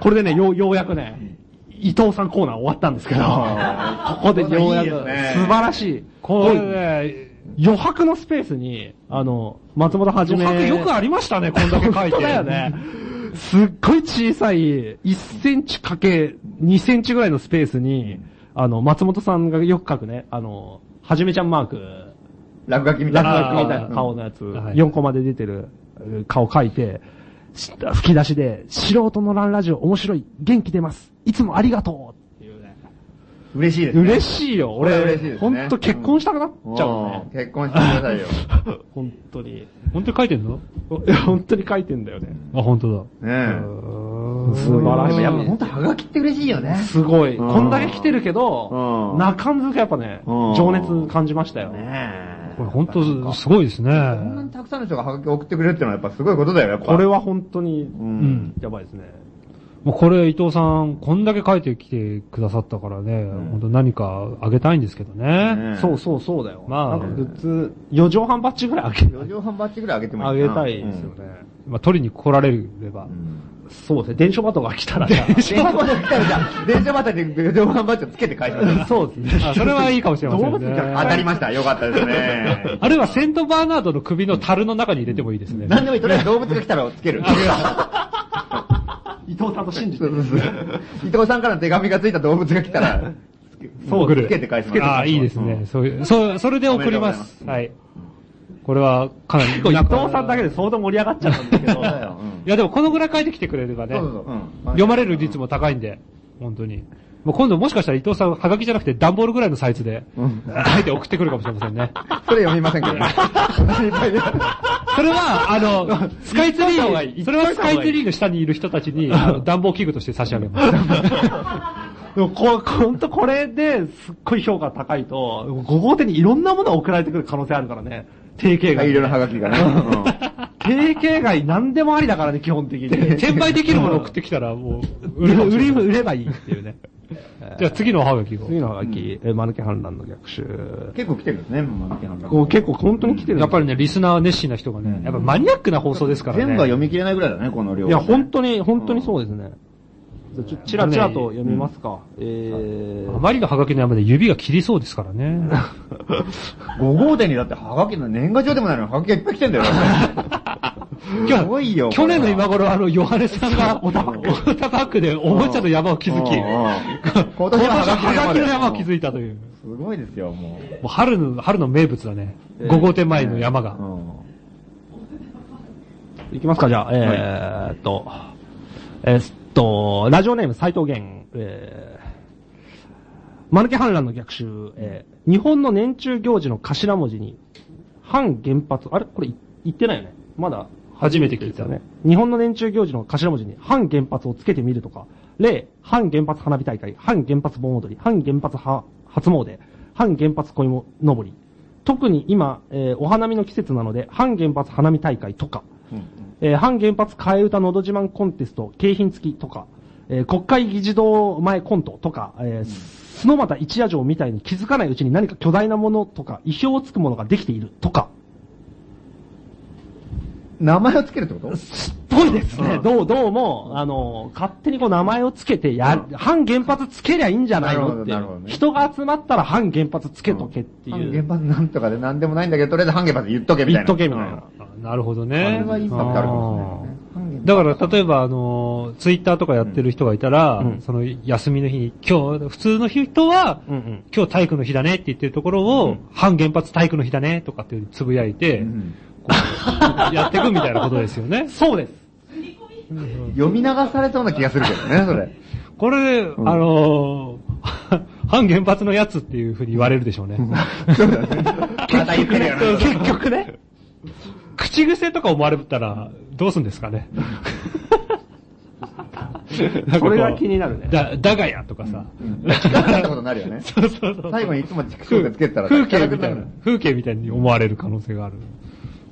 [SPEAKER 4] これでね、よう、ようやくね、伊藤さんコーナー終わったんですけど、
[SPEAKER 3] あー
[SPEAKER 4] ここでようやく、
[SPEAKER 3] いいですね
[SPEAKER 4] 素晴らしい。
[SPEAKER 2] こ
[SPEAKER 4] お
[SPEAKER 2] れ
[SPEAKER 4] い
[SPEAKER 2] ね、
[SPEAKER 4] 余白のスペースに、あの、松本はじめ。
[SPEAKER 2] 余白よくありましたねこんだ け書いて
[SPEAKER 4] 本当だよね。すっごい小さい、1センチかけ2センチぐらいのスペースに、あの、松本さんがよく書くね、あの、はじめちゃんマーク、
[SPEAKER 3] 落書きみたいな。
[SPEAKER 4] 落書きみたいな顔のやつ、
[SPEAKER 2] はい
[SPEAKER 4] 4コマで出てるうん顔書いて、し吹き出しで、素人のランラジオ面白い、元気出ます、いつもありがとうっていうね。
[SPEAKER 3] 嬉しいですね。
[SPEAKER 4] 嬉しいよ、俺、
[SPEAKER 3] これ嬉しいですね
[SPEAKER 4] ほんと結婚したくなっちゃう
[SPEAKER 3] うん
[SPEAKER 4] ね。
[SPEAKER 3] 結婚してくださいよ。
[SPEAKER 4] 本当に。
[SPEAKER 2] 本当に書いてんの
[SPEAKER 4] いや本当に書いてんだよね。
[SPEAKER 2] あ、本当だ。
[SPEAKER 3] ねえ。
[SPEAKER 4] う素晴ら
[SPEAKER 3] で
[SPEAKER 4] し
[SPEAKER 3] も
[SPEAKER 4] い
[SPEAKER 3] やっぱ本当はがきって嬉しいよね。
[SPEAKER 4] すごい。
[SPEAKER 3] うん
[SPEAKER 4] こんだけ来てるけ
[SPEAKER 3] う
[SPEAKER 4] ど、
[SPEAKER 3] ん
[SPEAKER 4] 中んずくやっぱね、
[SPEAKER 3] うん
[SPEAKER 4] 情熱感じましたよね。
[SPEAKER 3] ねえ
[SPEAKER 2] これ本当すごいですね。
[SPEAKER 3] こんなにたくさんの人がハガキを送ってくれるってのはやっぱすごいことだよ、やっぱ。
[SPEAKER 4] これは本当に、
[SPEAKER 3] うん
[SPEAKER 4] やばいですね。
[SPEAKER 2] もうこれ伊藤さん、こんだけ書いてきてくださったからね、本当何かあげたいんですけどね。
[SPEAKER 3] ね
[SPEAKER 4] そうそうそうだよ。
[SPEAKER 2] ま
[SPEAKER 4] ま
[SPEAKER 2] あ
[SPEAKER 4] あ、なんか普通、4畳半バッチぐらいあげ、
[SPEAKER 3] 4畳半バッチぐらいあげても
[SPEAKER 4] あ
[SPEAKER 3] いい
[SPEAKER 4] げ
[SPEAKER 3] かな
[SPEAKER 4] たいですよね。。
[SPEAKER 2] まあ取りに来られれば
[SPEAKER 3] う。ん
[SPEAKER 4] そうですね。電書バトが来たら、
[SPEAKER 3] 電車バタ来たらじゃあ、電車バタで4畳半バッチをつけて返しましょう
[SPEAKER 4] そうですね。
[SPEAKER 2] あそれはいいかもしれませんね
[SPEAKER 4] 動物じゃ
[SPEAKER 3] 当たりました。よかったですね。
[SPEAKER 2] あるいはセントバーナードの首の樽の中に入れてもいいですね。
[SPEAKER 3] 何でもいい。とりあえず動物が来たらつ ける。
[SPEAKER 4] 伊藤さんと信じて
[SPEAKER 3] そうそうそう伊藤さんからの手紙がついた動物が来たら、
[SPEAKER 2] そう
[SPEAKER 3] つけて返します。
[SPEAKER 2] ああ、いいですね。そういう、そう、それで送ります。
[SPEAKER 3] お
[SPEAKER 2] はい。これはかなり。
[SPEAKER 4] 結構伊藤さんだけで相当盛り上がっちゃったんですけど
[SPEAKER 3] そう、だよ。うん
[SPEAKER 2] いやでもこのぐらい書いてきてくれればね、
[SPEAKER 3] そうそうそううん
[SPEAKER 2] 読まれる率も高いんで、本当に。もう今度もしかしたら伊藤さん、はがきじゃなくて段ボールぐらいのサイズで、書いて送ってくるかもしれませんね。
[SPEAKER 3] それ読みませんけどね。
[SPEAKER 2] それ は、あの、スカイツ
[SPEAKER 4] 言っと
[SPEAKER 2] リ
[SPEAKER 4] いた方がい
[SPEAKER 2] ー、
[SPEAKER 4] い
[SPEAKER 2] それはスカイツリーの下にいる人たちに、あの暖房器具として差し上げます。
[SPEAKER 4] でもこ、ほんとこれですっごい評価高いと、5号店にいろんなものが送られてくる可能性あるからね。定型外。
[SPEAKER 3] 大量のハガキがね。
[SPEAKER 4] 定型外何でもありだからね、基本的 に。
[SPEAKER 2] 転売できるものを送ってきたら、もう、
[SPEAKER 4] 売れ
[SPEAKER 2] 売れ、売
[SPEAKER 4] 売
[SPEAKER 2] れ
[SPEAKER 4] れ、売ればいい っていうね。
[SPEAKER 2] じゃあ次のおはがきを。
[SPEAKER 4] 次のハガキ、え、マヌケ反乱の逆襲。
[SPEAKER 3] 結構来てるんですね、マヌケ反乱
[SPEAKER 4] こう結構本当に来てる。
[SPEAKER 2] やっぱりね、リスナー熱心な人がね、やっぱマニアックな放送ですからね。
[SPEAKER 3] 全部は読み切れないぐらいだね、この量。
[SPEAKER 4] いや、本当に、本当にそうですね。じゃあちょちらちらと読みますか。え
[SPEAKER 2] あ
[SPEAKER 4] ー、
[SPEAKER 2] まりのハガキの山で指が切りそうですか らね。
[SPEAKER 3] 5号店にだってハガキの年賀状でもないのにハガキがいっぱい来てんだよ。すごいよ。
[SPEAKER 2] 去年の今頃、あの、ヨハネさんが、オタバックでおもちゃの山を 築き、
[SPEAKER 3] うんうん
[SPEAKER 2] 今
[SPEAKER 3] 今
[SPEAKER 2] 年
[SPEAKER 3] 年
[SPEAKER 2] は
[SPEAKER 3] は
[SPEAKER 2] ハ
[SPEAKER 3] ハ
[SPEAKER 2] ガ
[SPEAKER 3] ガ
[SPEAKER 2] キ
[SPEAKER 3] キ
[SPEAKER 2] の
[SPEAKER 3] の
[SPEAKER 2] 山
[SPEAKER 3] 山
[SPEAKER 2] を
[SPEAKER 3] を
[SPEAKER 2] 築いたという。
[SPEAKER 3] すごいですよ、もう。
[SPEAKER 2] もう春の、春の名物だね。
[SPEAKER 4] えー
[SPEAKER 2] 5号店前の山が
[SPEAKER 3] う。ん
[SPEAKER 4] いきますか、じゃあ、えーっと、えーっと、ラジオネーム斎藤源、えー、マヌケ反乱の逆襲、えー、日本の年中行事の頭文字に、反原発、あれこれい言ってないよね。まだ
[SPEAKER 2] 初めて聞い
[SPEAKER 4] です
[SPEAKER 2] た
[SPEAKER 4] よ
[SPEAKER 2] ね
[SPEAKER 4] ね。。日本の年中行事の頭文字に反原発をつけてみるとか、例、反原発花火大会、反原発盆踊り、反原発は初詣、反原発恋も登り。特に今、えーお花見の季節なので、反原発花見大会とか、えー反原発替え歌のど自慢コンテスト、景品付きとか、えー国会議事堂前コントとか、えー、スノマタ一夜城みたいに気づかないうちに何か巨大なものとか、意表をつくものができているとか、
[SPEAKER 3] 名前をつけるってこと
[SPEAKER 4] ぽいですね。どう、どうも、あの、勝手にこう名前をつけてや、反原発つけりゃいいんじゃないのってい
[SPEAKER 3] なるほどなるほど
[SPEAKER 4] う。
[SPEAKER 3] ね
[SPEAKER 4] 人が集まったら反原発つけとけって
[SPEAKER 3] 半
[SPEAKER 4] い
[SPEAKER 3] 原
[SPEAKER 4] う。
[SPEAKER 3] 発なんとかでなんでもないんだけど、とりあえず半原発言っとけみた
[SPEAKER 4] 言
[SPEAKER 3] いな。
[SPEAKER 4] っとけみたいな。
[SPEAKER 2] あなるほど
[SPEAKER 3] あ
[SPEAKER 2] ね。
[SPEAKER 3] れはいいインパクトあるかもしれないですね半原発。
[SPEAKER 2] だから、例えば、あの、ツイッターとかやってる人がいたら、
[SPEAKER 4] うん
[SPEAKER 2] その、休みの日に、今日、普通の人は、
[SPEAKER 4] うんうん
[SPEAKER 2] 今日体育の日だねって言ってるところを、反原発体育の日だねとかっていうつぶやいて、
[SPEAKER 3] ん
[SPEAKER 2] こうやっていくみたいなことです よね。
[SPEAKER 4] そうです。
[SPEAKER 3] 読み流されそうな気がするけどね、そ れ。
[SPEAKER 2] これ、あのー反原発のやつっていうふうに言われるでしょうね。
[SPEAKER 3] また言ってるよね。
[SPEAKER 2] 結局ね、口癖とか思われたら、どうすんですかね。
[SPEAKER 4] それが気になるね
[SPEAKER 2] だ、だがやとかさ。
[SPEAKER 3] ってことになるよね。
[SPEAKER 2] そうそうそう。
[SPEAKER 3] 最後にいつもチクショーがつけてたら
[SPEAKER 2] 風景みた
[SPEAKER 3] 辛
[SPEAKER 2] い
[SPEAKER 3] く
[SPEAKER 2] な
[SPEAKER 3] る、
[SPEAKER 2] 風景みたいに思われる可能性がある。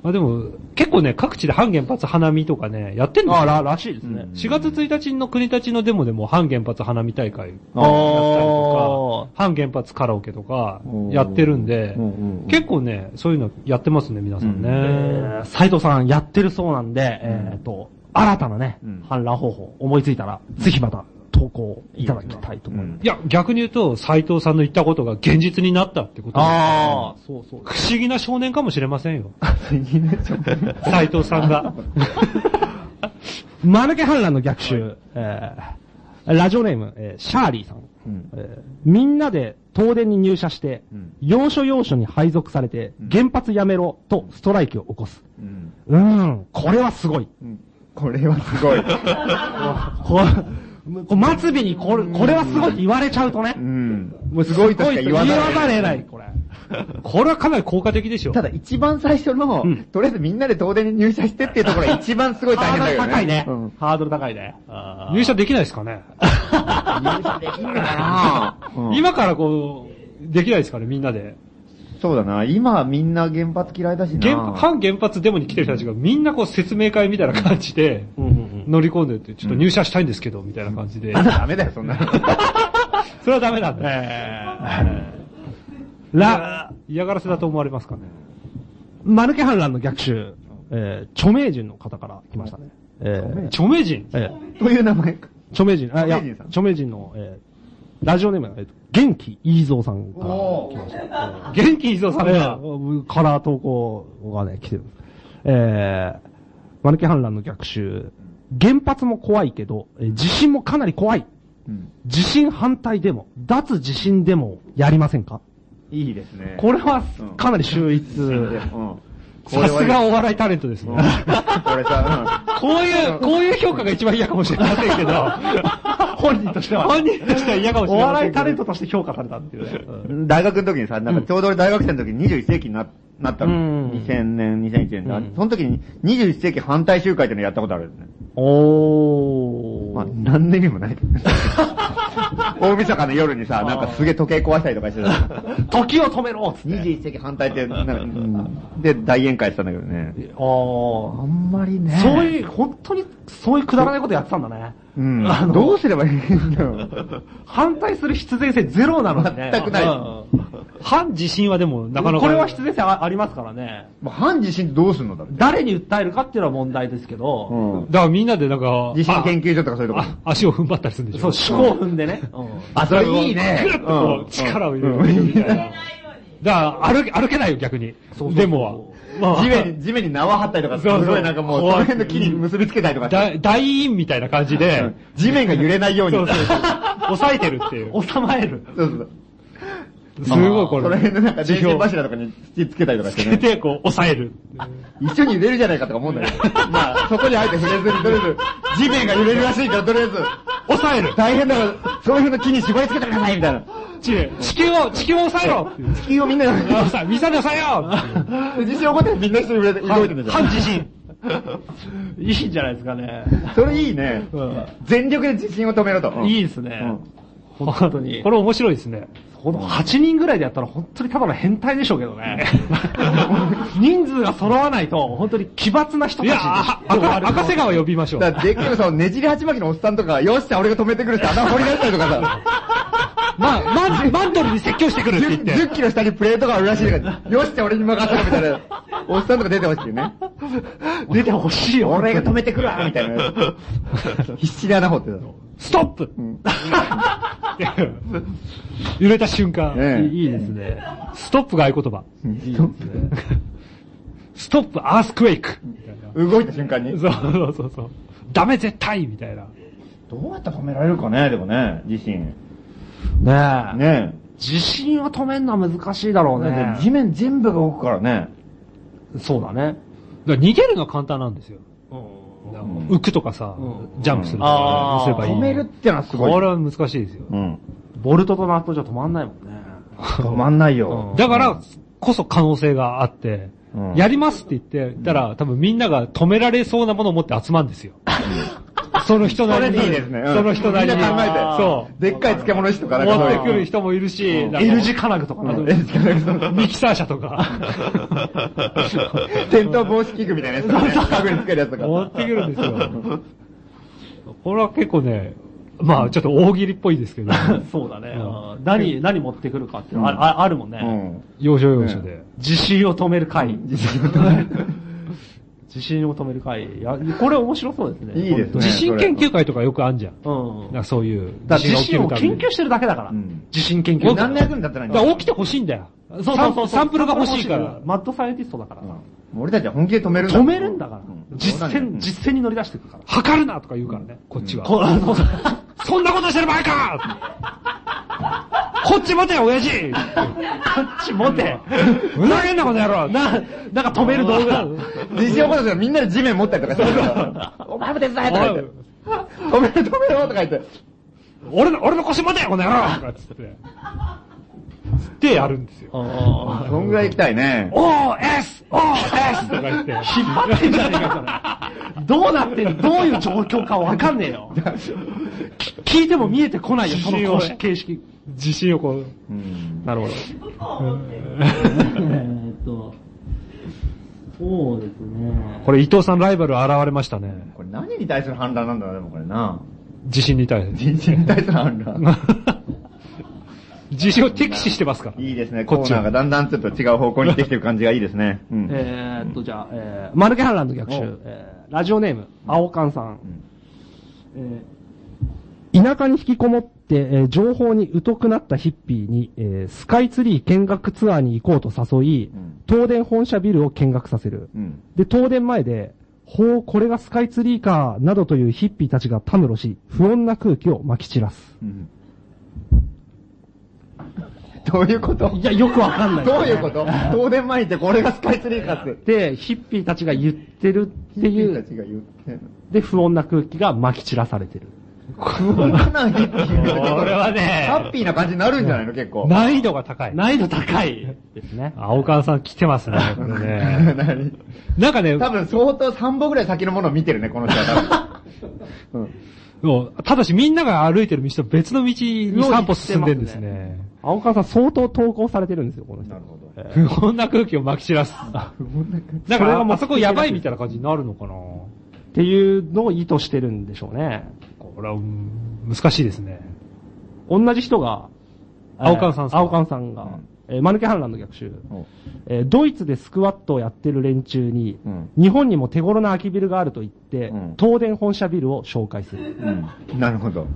[SPEAKER 2] まあでも、結構ね、各地で反原発花見とかね、やってんの
[SPEAKER 4] あら、らしいですね。
[SPEAKER 2] 4月1日の国立のデモでも反原発花見大会やったり
[SPEAKER 4] あ
[SPEAKER 2] とか、反原発カラオケとかやってるんで
[SPEAKER 3] うんうんうん、
[SPEAKER 2] 結構ね、そういうのやってますね、皆さんね。
[SPEAKER 4] えー斉藤さんやってるそうなんで、えーっと、新たなね
[SPEAKER 3] うん、
[SPEAKER 4] 反乱方法思いついたら、ぜひまた投稿いただきたいと思います。
[SPEAKER 2] いや、逆に言うと、斎藤さんの言ったことが現実になったってこと
[SPEAKER 4] ああ、そうそう。
[SPEAKER 2] 不思議な少年かもしれませんよ。
[SPEAKER 3] 次ね、ちょっと。
[SPEAKER 2] 斎藤さんが。
[SPEAKER 4] マヌケ反乱の逆襲、えーラジオネーム、えーシャーリーさん、
[SPEAKER 3] うん
[SPEAKER 4] えーみんなで東電に入社して、
[SPEAKER 3] うん
[SPEAKER 4] 要所要所に配属されて、原発やめろとストライキを起こす。
[SPEAKER 3] うん
[SPEAKER 4] うーん、これはすごい。
[SPEAKER 3] うんこれはす ごい。
[SPEAKER 4] ここ末尾にこれこれはすごいって言われちゃうとね
[SPEAKER 3] う。ん。もうすごいとしか言わない。
[SPEAKER 4] 言わざれない、これ。
[SPEAKER 2] これはかなり効果的でしょ。
[SPEAKER 3] ただ一番最初の、
[SPEAKER 2] うん
[SPEAKER 3] とりあえずみんなで東電に入社してっていうところが一番すごい大
[SPEAKER 2] ハー
[SPEAKER 3] 変だ
[SPEAKER 2] ドル
[SPEAKER 3] よね。
[SPEAKER 2] 高いね
[SPEAKER 3] うん。
[SPEAKER 2] ハードル高いね。入社できないですかね。
[SPEAKER 3] 入社できんのかな、うん
[SPEAKER 2] 今からこう、できないですかね、みんなで。
[SPEAKER 3] そうだな。今はみんな原発嫌いだしな。
[SPEAKER 2] 原反原発デモに来てる人たちがみんなこう説明会みたいな感じで、乗り込んでって、ちょっと入社したいんですけど、みたいな感じで。
[SPEAKER 3] ダメだよ、そんなの。
[SPEAKER 2] それはダメなんだ。ら、嫌がらせだと思われますかね。
[SPEAKER 4] マヌケ反乱の逆襲、えー、著名人の方から来ましたね。えー、
[SPEAKER 2] 著名人
[SPEAKER 4] え
[SPEAKER 3] という名 前か。
[SPEAKER 4] ー著名人、あ、いや、
[SPEAKER 3] 著名人さん
[SPEAKER 4] 著名人の、えー、ラジオネームが、えーと、元気飯蔵さんから来ました。
[SPEAKER 2] 元気伊蔵さん
[SPEAKER 4] え
[SPEAKER 2] が、
[SPEAKER 4] ーカラー投稿がね、来てるんです。えー、マヌケ反乱の逆襲、原発も怖いけど、えー地震もかなり怖い。
[SPEAKER 3] うん。
[SPEAKER 4] 地震反対デモ、脱地震デモをやりませんか
[SPEAKER 3] いいですね。
[SPEAKER 4] これは
[SPEAKER 3] うん
[SPEAKER 4] かなり秀逸。
[SPEAKER 3] うん。
[SPEAKER 2] さすがお笑いタレントですね。
[SPEAKER 3] これさ、うん
[SPEAKER 2] こういう、こういう評価が一番嫌かもしれませんけど、
[SPEAKER 4] 本人としては
[SPEAKER 2] 本人としては嫌かもし
[SPEAKER 4] お
[SPEAKER 2] れませ
[SPEAKER 4] 笑
[SPEAKER 2] んけど。
[SPEAKER 4] いタレントとして評価されたっていうね。
[SPEAKER 3] 大学の時にさ、なんかちょうど俺大学生の時に21世紀にななった
[SPEAKER 4] うん
[SPEAKER 3] の。2000年、2001年だ。その時に21世紀反対集会っていうのやったことあるんですね。
[SPEAKER 4] お
[SPEAKER 3] まあ、何年にも ないけどね。大晦日の夜にさ、なんかすげえ時計壊したりとかしてた。
[SPEAKER 4] 時を止めろっつって。
[SPEAKER 3] 21世紀反対って、なんか、うんで、大宴会してたんだけどね。
[SPEAKER 4] あー
[SPEAKER 3] あんまりね
[SPEAKER 4] そういう、本当に、そういうくだらないことやってたんだね。
[SPEAKER 3] うん
[SPEAKER 4] あ。の
[SPEAKER 3] どうすればいいんだろう。
[SPEAKER 4] 反対する必然性ゼロなのにね。
[SPEAKER 3] 全くない
[SPEAKER 4] うん
[SPEAKER 2] 反地震はでもなかなか。
[SPEAKER 4] これは必然性あありますからね。
[SPEAKER 3] まあ、反地震ってどうすんのだろ
[SPEAKER 4] 誰に訴えるかっていうのは問題ですけ
[SPEAKER 3] う。
[SPEAKER 4] ど、
[SPEAKER 3] うん。
[SPEAKER 2] だからみんなでなんか、
[SPEAKER 3] 地震研究所とかそういうとこ
[SPEAKER 2] あ。あ足を踏ん張ったりするんでしょ
[SPEAKER 4] そう、思考踏んでね。
[SPEAKER 3] あ、それいいね
[SPEAKER 2] ぐるっとこう力を入れるみたいな。だから歩け、歩けないよ、逆に。デモは。まあ
[SPEAKER 3] 地面に、地面に縄張ったりとか、す
[SPEAKER 2] そうそう
[SPEAKER 3] ごいなんかもう、その辺の木に結びつけたりとかして
[SPEAKER 2] だ大委員みたいな感じ
[SPEAKER 3] う
[SPEAKER 2] で
[SPEAKER 3] ん、地面が揺れないように。
[SPEAKER 2] そうそう そう。抑えてるっていう。
[SPEAKER 4] 収まえる。
[SPEAKER 3] そうそう
[SPEAKER 2] すごい
[SPEAKER 3] そ
[SPEAKER 2] こ
[SPEAKER 3] の
[SPEAKER 2] れ。
[SPEAKER 3] 辺のなんか電線柱とかに土つけたりとかしてね。
[SPEAKER 2] で、こう、抑える。
[SPEAKER 3] 一緒に揺れるじゃないかとか思うんだけど。 まあ、そこにあえて触れずに、とりあえず、地面が揺れるらしいから、とりあえず、
[SPEAKER 2] 抑える
[SPEAKER 3] 大変だから、そういうふうな木に絞りつけてください、みたいな。
[SPEAKER 2] 地地球を、地球を抑えろっていう
[SPEAKER 3] 地球をみんなで、
[SPEAKER 2] あさみんなで抑えようっていう
[SPEAKER 3] 地震起こってみんな一緒に揺れて動い てるじゃ
[SPEAKER 2] 反
[SPEAKER 3] ん。
[SPEAKER 2] 地震。
[SPEAKER 4] いいんじゃないですかね。
[SPEAKER 3] それいいね。全力で地震を止めろと。
[SPEAKER 4] い
[SPEAKER 3] い
[SPEAKER 4] いですね。
[SPEAKER 2] 本
[SPEAKER 4] 当に
[SPEAKER 2] これ面白いですね。
[SPEAKER 4] この8人ぐらいでやったら本当にただの変態でしょうけどね。 人数が揃わないと、本当に奇抜な人
[SPEAKER 2] い
[SPEAKER 4] たち
[SPEAKER 2] や、
[SPEAKER 4] に
[SPEAKER 2] あ 赤赤瀬川呼びましょう。
[SPEAKER 3] だからできるそのねじり鉢巻きのおっさんとか、よっしゃ、俺が止めてくるって穴掘り出したりとかさ。
[SPEAKER 2] ま、マンマントルに説教してくるって言っ
[SPEAKER 3] 10,
[SPEAKER 2] て。
[SPEAKER 3] 10キロ下にプレートがあるらしい から、よしって俺に任せろみたいな、おっさんとか出てほしいよね。
[SPEAKER 4] 出てほしいよ。
[SPEAKER 3] 俺が止めてくるわみたいな。必死で穴掘ってたの。
[SPEAKER 2] ストップ 揺れた瞬間、
[SPEAKER 3] ええ
[SPEAKER 2] いいいいですね。ストップが合言葉。ストップアースクエイクみたいな
[SPEAKER 3] 動いた瞬間に。
[SPEAKER 2] そうそうそうそう。ダメ絶対みたいな。
[SPEAKER 3] どうやって止められるかね、でもね、地震。
[SPEAKER 4] ねえ。
[SPEAKER 3] ね
[SPEAKER 4] 地震を止めるのは難しいだろうね。
[SPEAKER 3] 地面全部が動くからね。
[SPEAKER 4] そうだね。
[SPEAKER 2] だから逃げるのは簡単なんですよ。なんか浮くとかさ、
[SPEAKER 4] うん
[SPEAKER 2] ジャンプするとか、すればいい。
[SPEAKER 3] 止めるってのはすごい。
[SPEAKER 2] これは難しいですよ。
[SPEAKER 3] うん。
[SPEAKER 4] ボルトとナットじゃ止まんないもんね。
[SPEAKER 3] 止まんないよ。
[SPEAKER 2] だから、こそ可能性があって、
[SPEAKER 3] うん
[SPEAKER 2] やりますって言って、言ったら、多分みんなが止められそうなものを持って集まるんですよ。その人なりに。
[SPEAKER 3] それでいいですねうん
[SPEAKER 2] その人なりに。
[SPEAKER 3] みんな考えて
[SPEAKER 2] そ
[SPEAKER 3] でっかい漬物石とか
[SPEAKER 2] う。
[SPEAKER 3] なんか
[SPEAKER 2] 持
[SPEAKER 3] そう
[SPEAKER 2] っ
[SPEAKER 3] い
[SPEAKER 2] て
[SPEAKER 3] う
[SPEAKER 2] くる人もいるし、なんか
[SPEAKER 4] L 字金具とかね
[SPEAKER 3] うんえしかないその
[SPEAKER 2] ミキサー車とか、
[SPEAKER 3] 転倒防止器具みたいなやつとかね。家具につけるやつとか。
[SPEAKER 2] 持ってくるんですよ。これは結構ね、まあちょっと大喜利っぽいですけど、
[SPEAKER 4] そうだね
[SPEAKER 2] う。
[SPEAKER 4] 何、何持ってくるかっていうのはあああるもん
[SPEAKER 3] う
[SPEAKER 4] ね。
[SPEAKER 3] ん。
[SPEAKER 2] 要所要所で。
[SPEAKER 4] 地震を止める会。
[SPEAKER 3] 地震を止める
[SPEAKER 4] 地震を止める会。いやこれ面白そうですね。
[SPEAKER 3] いいですね。
[SPEAKER 2] 地震研究会とかよくあんじゃん。
[SPEAKER 4] うん。
[SPEAKER 2] なんかそういう。
[SPEAKER 4] だから地震を
[SPEAKER 2] が起き
[SPEAKER 4] 研
[SPEAKER 2] るたびに
[SPEAKER 4] 究してるだけだから
[SPEAKER 3] うん。
[SPEAKER 4] 地震研
[SPEAKER 3] 究
[SPEAKER 4] 究。
[SPEAKER 3] 何の役に立ってないん
[SPEAKER 2] だ
[SPEAKER 3] だ
[SPEAKER 2] から起きてほしいんだよ。
[SPEAKER 4] そうそうそう。
[SPEAKER 2] サンサンプルが欲しいから。
[SPEAKER 4] マッドサイエンティストだからさ。
[SPEAKER 3] 俺たちは本気で止めるんだ
[SPEAKER 4] 止めるんだから
[SPEAKER 3] う。
[SPEAKER 4] 実践、実践に乗り出していくから。
[SPEAKER 2] 測るなとか言うからね、こっちは。
[SPEAKER 4] こ
[SPEAKER 2] そんなことしてる場合 かこっち持てよ、親父
[SPEAKER 4] こっち持て。
[SPEAKER 2] ふざけんな、この野
[SPEAKER 4] な、
[SPEAKER 2] 郎
[SPEAKER 4] なんか止める道具だ。
[SPEAKER 3] 地震起こったらみんなで地面持ったりとかしてるから、お前も手伝えとか言って、止めろ止めろとか言って、
[SPEAKER 2] 俺の、俺の腰持てよ、この野郎とかっつって。でやるんですよ。
[SPEAKER 3] あそんぐらい行きたいね。
[SPEAKER 2] OS! OS! とか言って。
[SPEAKER 7] 引っ張ってんじゃねえか、それ。どうなってんのどういう状況かわかんねえよ。き聞いても見えてこないよ、その公式形式。
[SPEAKER 2] 自信をこう。
[SPEAKER 3] うん
[SPEAKER 7] なるほど。
[SPEAKER 8] えっと、そうですね。
[SPEAKER 2] これ伊藤さんライバル現れましたね。
[SPEAKER 3] これ何に対する判断なんだろう、でもこれな。
[SPEAKER 2] 自信に対して。
[SPEAKER 3] 人事に対する判断。
[SPEAKER 2] 自信を敵視してますから。
[SPEAKER 3] いいですね、
[SPEAKER 2] こ
[SPEAKER 3] コ
[SPEAKER 2] っ
[SPEAKER 3] ー
[SPEAKER 2] ち
[SPEAKER 3] ナーが
[SPEAKER 2] は。
[SPEAKER 3] だんだんちょっと違う方向にできてる感じがいいですね。うん
[SPEAKER 7] えーっと、じゃあ、え
[SPEAKER 4] マルケハンランド逆襲
[SPEAKER 3] お、
[SPEAKER 4] えーラジオネーム、青缶さん。
[SPEAKER 8] え
[SPEAKER 4] 田舎に引きこもって、えー情報に疎くなったヒッピーに、えースカイツリー見学ツアーに行こうと誘い、
[SPEAKER 3] うん
[SPEAKER 4] 東電本社ビルを見学させる。
[SPEAKER 3] うん
[SPEAKER 4] で、東電前で、ほう、これがスカイツリーか、などというヒッピーたちがたむろし、不穏な空気をまき散らす。
[SPEAKER 3] うんどういうこと
[SPEAKER 7] ーいや、よくわかんない。
[SPEAKER 3] どういうこと東電前に行ってこれがスカイツリーかって。
[SPEAKER 4] で、ヒッピーたちが言ってるって
[SPEAKER 3] ヒッピ
[SPEAKER 4] い
[SPEAKER 3] ーた
[SPEAKER 4] う、
[SPEAKER 3] ちが言ってんの。
[SPEAKER 4] で、不穏な空気がまき散らされてる。
[SPEAKER 3] こんなヒッピーが
[SPEAKER 2] これはね
[SPEAKER 3] ハッピーな感じになるんじゃないの結構。
[SPEAKER 2] 難易度が高い。
[SPEAKER 7] 難易度高 い。
[SPEAKER 4] ですね。
[SPEAKER 2] 青川さん来てますね、これ ね。
[SPEAKER 3] 何
[SPEAKER 2] なんかね、
[SPEAKER 3] 多分相当3本ぐらい先のものを見てるね、この人は多分。
[SPEAKER 2] もうただしみんなが歩いてる道と別の道に散歩進んでるんですね。
[SPEAKER 4] 青川さん相当投稿されてるんですよ、この人。
[SPEAKER 3] るほど。
[SPEAKER 2] 不穏な空気をまき散らす。だから、あそこやばいみたいな感じになるのかな。
[SPEAKER 4] っていうのを意図してるんでしょうね。
[SPEAKER 2] これは、うん難しいですね。
[SPEAKER 4] 同じ人が、
[SPEAKER 2] 青缶さんですか
[SPEAKER 4] 青缶さんが、
[SPEAKER 3] うん
[SPEAKER 4] えーマヌケ反乱の逆襲、
[SPEAKER 3] お
[SPEAKER 4] えードイツでスクワットをやってる連中に、
[SPEAKER 3] うん
[SPEAKER 4] 日本にも手頃な空きビルがあると言って、
[SPEAKER 3] うん
[SPEAKER 4] 東電本社ビルを紹介する。
[SPEAKER 3] うんなるほど。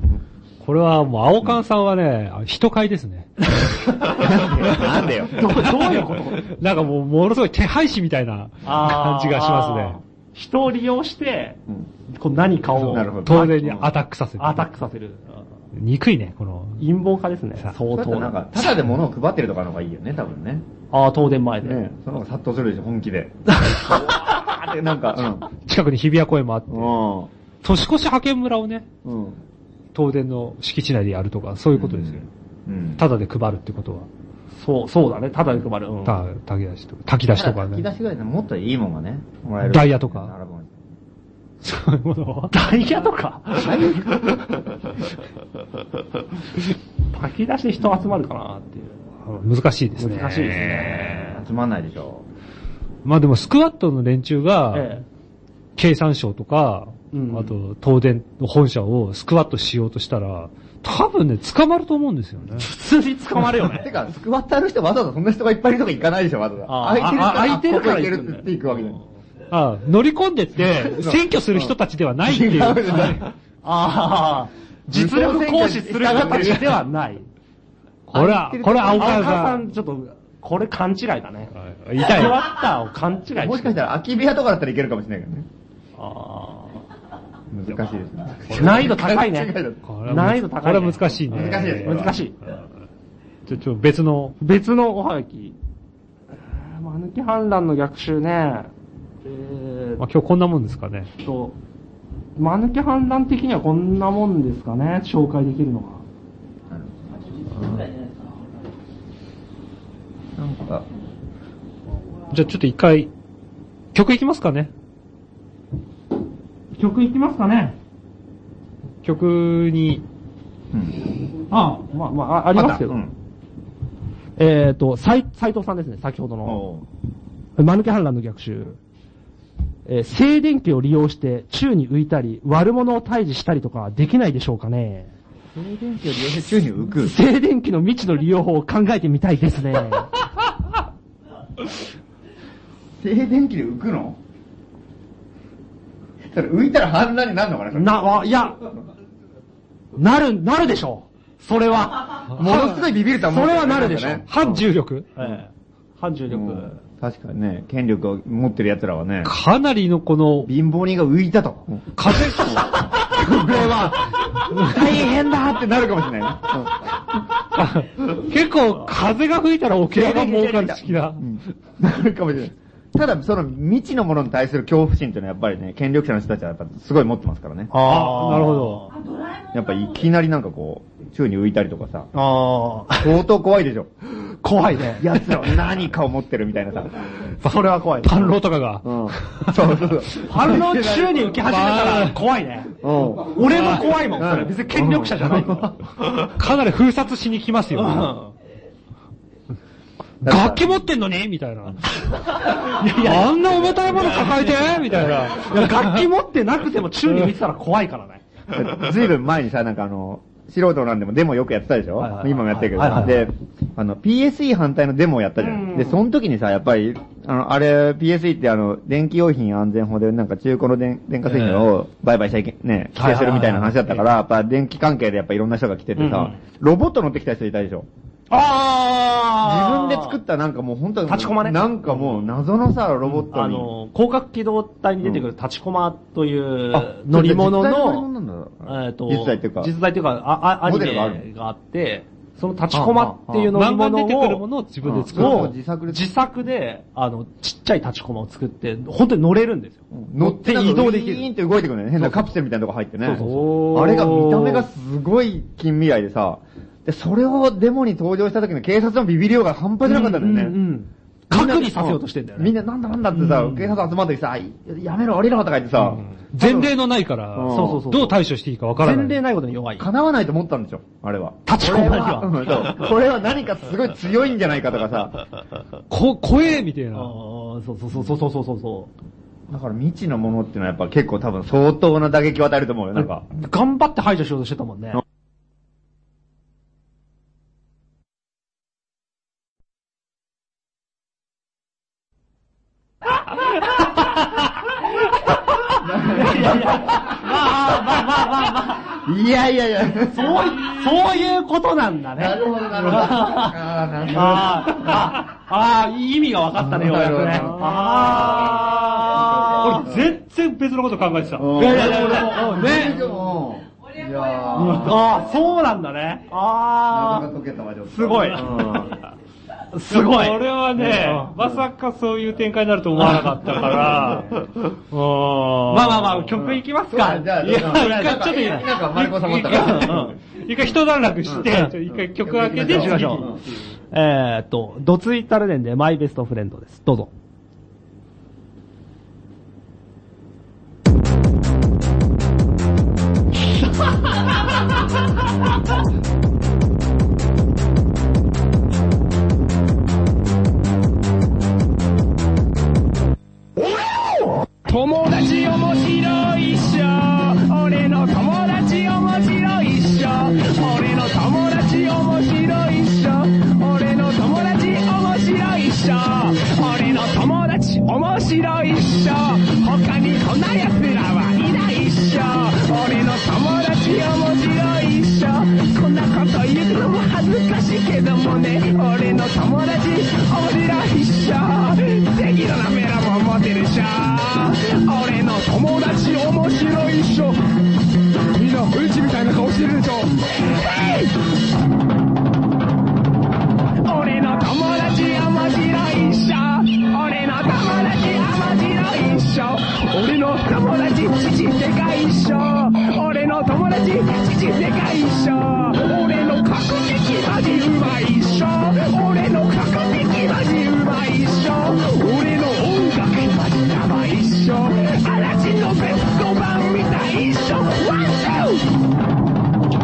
[SPEAKER 2] これはもう、青缶さんはね、人買いです ね。
[SPEAKER 3] なんでよ。
[SPEAKER 7] どうどういう こと
[SPEAKER 2] なんかもう、ものすごい手配師みたいな感じがしますね。
[SPEAKER 7] すね。人を利用して、
[SPEAKER 3] うん
[SPEAKER 7] こう何かを
[SPEAKER 3] なるほど
[SPEAKER 2] 当然にアタックさせる。
[SPEAKER 7] アタックさせる。
[SPEAKER 2] 憎いね、この。
[SPEAKER 4] 陰謀家ですね、
[SPEAKER 2] さあ
[SPEAKER 4] 相
[SPEAKER 3] だって
[SPEAKER 4] 当
[SPEAKER 3] なんか
[SPEAKER 4] な。、
[SPEAKER 3] ただで物を配ってるとかの方がいいよね、多分ね。
[SPEAKER 7] ああ、東電前で。
[SPEAKER 3] ねその方が殺到するでしょ、本気 で。 あーってなんか、
[SPEAKER 2] 近くに日比谷公園もあって、
[SPEAKER 3] うん。
[SPEAKER 2] 年越し派遣村をね、
[SPEAKER 3] うん。
[SPEAKER 2] 東電の敷地内でやるとか、そういうことですよ。
[SPEAKER 3] うん。
[SPEAKER 2] ただで配るってことは。
[SPEAKER 7] そう、そうだね。ただで配る。うん
[SPEAKER 2] た、炊き出しとか、炊き出しとか
[SPEAKER 3] 引き出
[SPEAKER 2] ね。
[SPEAKER 3] しぐらいでもっといいもんがね、もらえる。
[SPEAKER 2] ダイヤとか
[SPEAKER 3] なるほど
[SPEAKER 2] そういうものは
[SPEAKER 7] ダイヤとか炊き出しで人集まるかなっていう。
[SPEAKER 2] 難しいですね。
[SPEAKER 7] 難しいですね。
[SPEAKER 3] つまんないでしょ。
[SPEAKER 2] まあでも、スクワットの連中が、
[SPEAKER 7] え
[SPEAKER 2] 経産省とか、
[SPEAKER 7] うん
[SPEAKER 2] あと、東電の本社をスクワットしようとしたら、多分ね、捕まると思うんですよね。
[SPEAKER 7] え普通に捕まるよ
[SPEAKER 3] て
[SPEAKER 7] ね。
[SPEAKER 3] か、スクワッターの人わざわざそんな人がいっぱいいるとか行かないでしょ、わざわざ。空
[SPEAKER 7] あ
[SPEAKER 3] いてるから、あここ行け
[SPEAKER 7] 空い
[SPEAKER 3] るって
[SPEAKER 7] て
[SPEAKER 3] 言って行くわけじゃない。
[SPEAKER 2] ああ乗り込んでって、選挙する人たちではないっていう。
[SPEAKER 3] 違うじゃない
[SPEAKER 7] ああ、実力行使する人たちではない。
[SPEAKER 2] これは、これは青
[SPEAKER 7] 青
[SPEAKER 2] 川
[SPEAKER 7] 川
[SPEAKER 2] さ
[SPEAKER 7] さ
[SPEAKER 2] ん。
[SPEAKER 7] ん、ちょっと、これ勘違いだね。
[SPEAKER 2] 痛い。
[SPEAKER 7] スクワッターを勘違いしてる
[SPEAKER 3] もしかしたら空き部屋とかだったらいけるかもしれないけどね。
[SPEAKER 7] あ
[SPEAKER 3] 難しいですね。
[SPEAKER 7] ー難易度高いね。
[SPEAKER 2] これは
[SPEAKER 7] 難易度高いね
[SPEAKER 2] これは難しいね。
[SPEAKER 3] 難しいです
[SPEAKER 7] 難しい。
[SPEAKER 2] ちょ、ちょ、別の。
[SPEAKER 7] 別のおはがき。まぬき反乱の逆襲ね。えー
[SPEAKER 2] まあ
[SPEAKER 7] っ
[SPEAKER 2] 今日こんなもんですかね。
[SPEAKER 7] と、まぬき反乱的にはこんなもんですかね、紹介できるのが。
[SPEAKER 3] なんか、
[SPEAKER 2] じゃあちょっと一回、曲いきますかね。
[SPEAKER 7] 曲いきますかね
[SPEAKER 2] 曲に、
[SPEAKER 3] うん。
[SPEAKER 7] ああ、まあまあ、あありますけど。
[SPEAKER 3] うん。
[SPEAKER 4] えっ、と、斎斎藤さんですね、先ほどの。
[SPEAKER 3] おう
[SPEAKER 4] マヌケ反乱の逆襲。えー静電気を利用して宙に浮いたり、悪者を退治したりとかできないでしょうかね。
[SPEAKER 3] 静電気を利用して宙に浮く。
[SPEAKER 4] 静電気の未知の利用法を考えてみたいですね。
[SPEAKER 3] 静電気で浮くのそれ浮いたら反乱になるのかなそれ
[SPEAKER 7] な、わ、いや、なる、なるでしょう。それは。
[SPEAKER 3] ものすごいビビるとは思うけどね。
[SPEAKER 7] それはなるでしょ
[SPEAKER 3] んかね
[SPEAKER 2] 反重力。
[SPEAKER 7] ええ。反重
[SPEAKER 3] う
[SPEAKER 7] 力。
[SPEAKER 3] ん確かにね、権力を持ってる奴らはね、
[SPEAKER 2] かなりのこの、
[SPEAKER 3] 貧乏人が浮いたと。これ
[SPEAKER 2] 風、
[SPEAKER 3] は、大変だってなるかもしれない
[SPEAKER 2] 結構風が吹いたら桶屋が儲かる式だ。
[SPEAKER 3] ね。うんなるかもしれない。ただ、その未知のものに対する恐怖心というのはやっぱりね、権力者の人たちはやっぱすごい持ってますからね。
[SPEAKER 2] あなるほど。
[SPEAKER 3] やっぱいきなりなんかこう、宙に浮いたりとかさ、
[SPEAKER 7] ああ。
[SPEAKER 3] 相当怖いでしょ。
[SPEAKER 9] 怖いね。
[SPEAKER 3] やつは何かを持ってるみたいなさ。それは怖い。
[SPEAKER 2] 反論とかが。
[SPEAKER 3] うん。そうそうそう。
[SPEAKER 9] 反論宙に浮き始めたら怖いね。
[SPEAKER 3] うん。
[SPEAKER 9] 俺も怖いもん、それ。別に権力者じゃないから。
[SPEAKER 2] かなり封殺しに来ますよ。楽器持ってんのにみたいな。あんな重たいもの抱えてみたいな。
[SPEAKER 9] いや楽器持ってなくても宙に浮いてたら怖いからね。
[SPEAKER 3] ずいぶん前にさ、なんかあの、素人なんでもデモよくやってたでしょ、
[SPEAKER 9] はいはいはい
[SPEAKER 3] 今もやってるけど、
[SPEAKER 9] はいはいはい
[SPEAKER 3] で、あの、PSE 反対のデモをやったじゃん。で、その時にさ、やっぱり、あの、あれ、PSE ってあの、電気用品安全法で、なんか中古の電電化製品を売買しちゃいけ、ね、規制するみたいな話だったから、やっぱ電気関係でやっぱいろんな人が来ててさ、ロボット乗ってきた人いたでしょ自
[SPEAKER 9] あ
[SPEAKER 3] 分で作ったなんかもう本当に、
[SPEAKER 9] 立ちこまね
[SPEAKER 3] なんかもう謎のさ、ロボット
[SPEAKER 4] あ
[SPEAKER 3] に。
[SPEAKER 4] の、広角機動隊に出てくる立ちこまという
[SPEAKER 3] あ
[SPEAKER 4] 乗り物
[SPEAKER 3] 実際乗り
[SPEAKER 4] の、
[SPEAKER 3] 物なんだ
[SPEAKER 4] えっと、
[SPEAKER 3] 実在っていうか。
[SPEAKER 4] 実在っていうか、ああアニ
[SPEAKER 3] モデルがある
[SPEAKER 4] メがあって、その立ちこまっていう乗り
[SPEAKER 2] 漫画に出てく
[SPEAKER 4] 物
[SPEAKER 2] るも
[SPEAKER 4] を、
[SPEAKER 2] のを自分で作る。
[SPEAKER 3] を
[SPEAKER 4] を
[SPEAKER 3] 自作で
[SPEAKER 4] 自作で、あの、ちっちゃい立ちこまを作って、本当に乗れるんですよ。
[SPEAKER 3] 乗って移動できる。ウィーンって動いてくるんだよね。変なカプセルみたいなとこ入ってね。あれが見た目がすごい近未来でさ、で、それをデモに登場した時の警察のビビりようが半端じゃなかったんだよね。
[SPEAKER 4] 核にさせようとしてんだよね
[SPEAKER 3] みんななんだなんだってさ、警察集まってきてさ、あいやめろ、降りろとか言ってさ、
[SPEAKER 2] 前例のないから、
[SPEAKER 3] うん
[SPEAKER 4] そうそうそう。
[SPEAKER 2] どう対処していいかわから
[SPEAKER 4] 前
[SPEAKER 2] な
[SPEAKER 4] 例
[SPEAKER 2] い。
[SPEAKER 4] ないことに弱い。
[SPEAKER 3] 叶わないと思ったんでしょ、あれは。
[SPEAKER 4] 立ちこまには
[SPEAKER 3] これはうんそうこれは何かすごい強いんじゃないかとかさ、
[SPEAKER 2] こ、怖えみたい
[SPEAKER 4] あ
[SPEAKER 2] な。
[SPEAKER 4] ーそうそうそうそうそうそうそ
[SPEAKER 3] だから未知のものっていうのはやっぱ結構多分相当な打撃を与えると思うよ、 なんか。
[SPEAKER 4] う。頑張って排除しようとしてたもんね。
[SPEAKER 3] いやいやい や。
[SPEAKER 4] そうい、そういうことなんだね。
[SPEAKER 3] なるほど、なるほど。ああ、なるほど。
[SPEAKER 4] あーあー、あー意味が分かったね、ようやく
[SPEAKER 3] な
[SPEAKER 4] ね
[SPEAKER 3] るほど。
[SPEAKER 4] ああ。
[SPEAKER 2] 俺全然別のこと考えてた。
[SPEAKER 3] うん
[SPEAKER 4] いやいやいやいや、ね。
[SPEAKER 3] いやー、
[SPEAKER 4] ああ、そうなんだね。
[SPEAKER 3] 謎
[SPEAKER 4] あ
[SPEAKER 3] が解けたわ、ちょっと
[SPEAKER 4] すごい
[SPEAKER 3] うん
[SPEAKER 4] あ、すごい。
[SPEAKER 2] これはね、まさかそういう展開になると思わなかったから、
[SPEAKER 4] ま
[SPEAKER 2] ま
[SPEAKER 4] あまあまあ、曲いきますか。
[SPEAKER 3] じゃあ、
[SPEAKER 2] いや、一回ちょっといい、
[SPEAKER 3] なんか丸子さんもあったから。
[SPEAKER 2] 一回一回一段落して、ちょっと一回曲開けて、
[SPEAKER 4] 行きましょう。えーっと、ドツイタルデンでマイベストフレンドです。どうぞ。
[SPEAKER 10] 友達面白いっしょ俺の友達面白いっしょ俺の友達面白いっしょ俺の友達面白いっしょ俺の友達面白いっしょ他にこんな奴らはいないっしょ俺の友達面白いっしょこんなこと言うのも恥ずかしいけどもね俺の友達面白いっしょ適度なメラも持てるっしょ俺の友達面白いっしょみんなうんちみたいな顔してるでしょヘイ俺の友達面白いっしょ俺の友達面白いっしょ俺の友達父でかいっしょ俺の友達父でかいっしょ俺の角撃マジうまいっしょ俺の角撃マジうまいっしょ俺の音楽マジやばいっしょ嵐のベスト版みたいっしょワンツー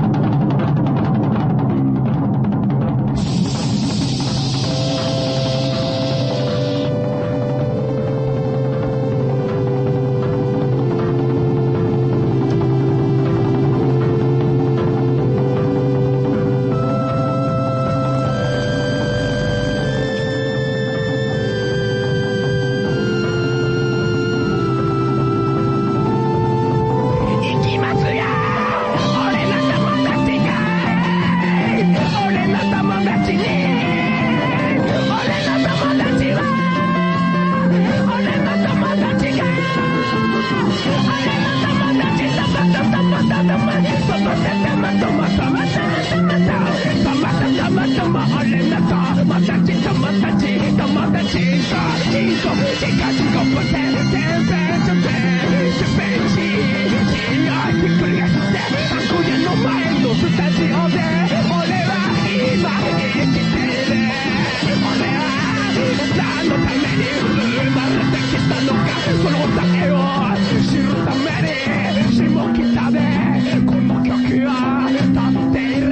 [SPEAKER 10] 行きますよ俺の友達が俺の友達に俺の友達は俺の友達が俺の友達たまたまたまたまたまたまたまたまたまたまたまたま俺の友達友達友達がいい子しかしこぼせんせんせんせんせんしいやひっくり返して昨夜の前のスタジオで俺は今生きてるのために生まれてきたのかその答えを知るために下北でこの曲は立っている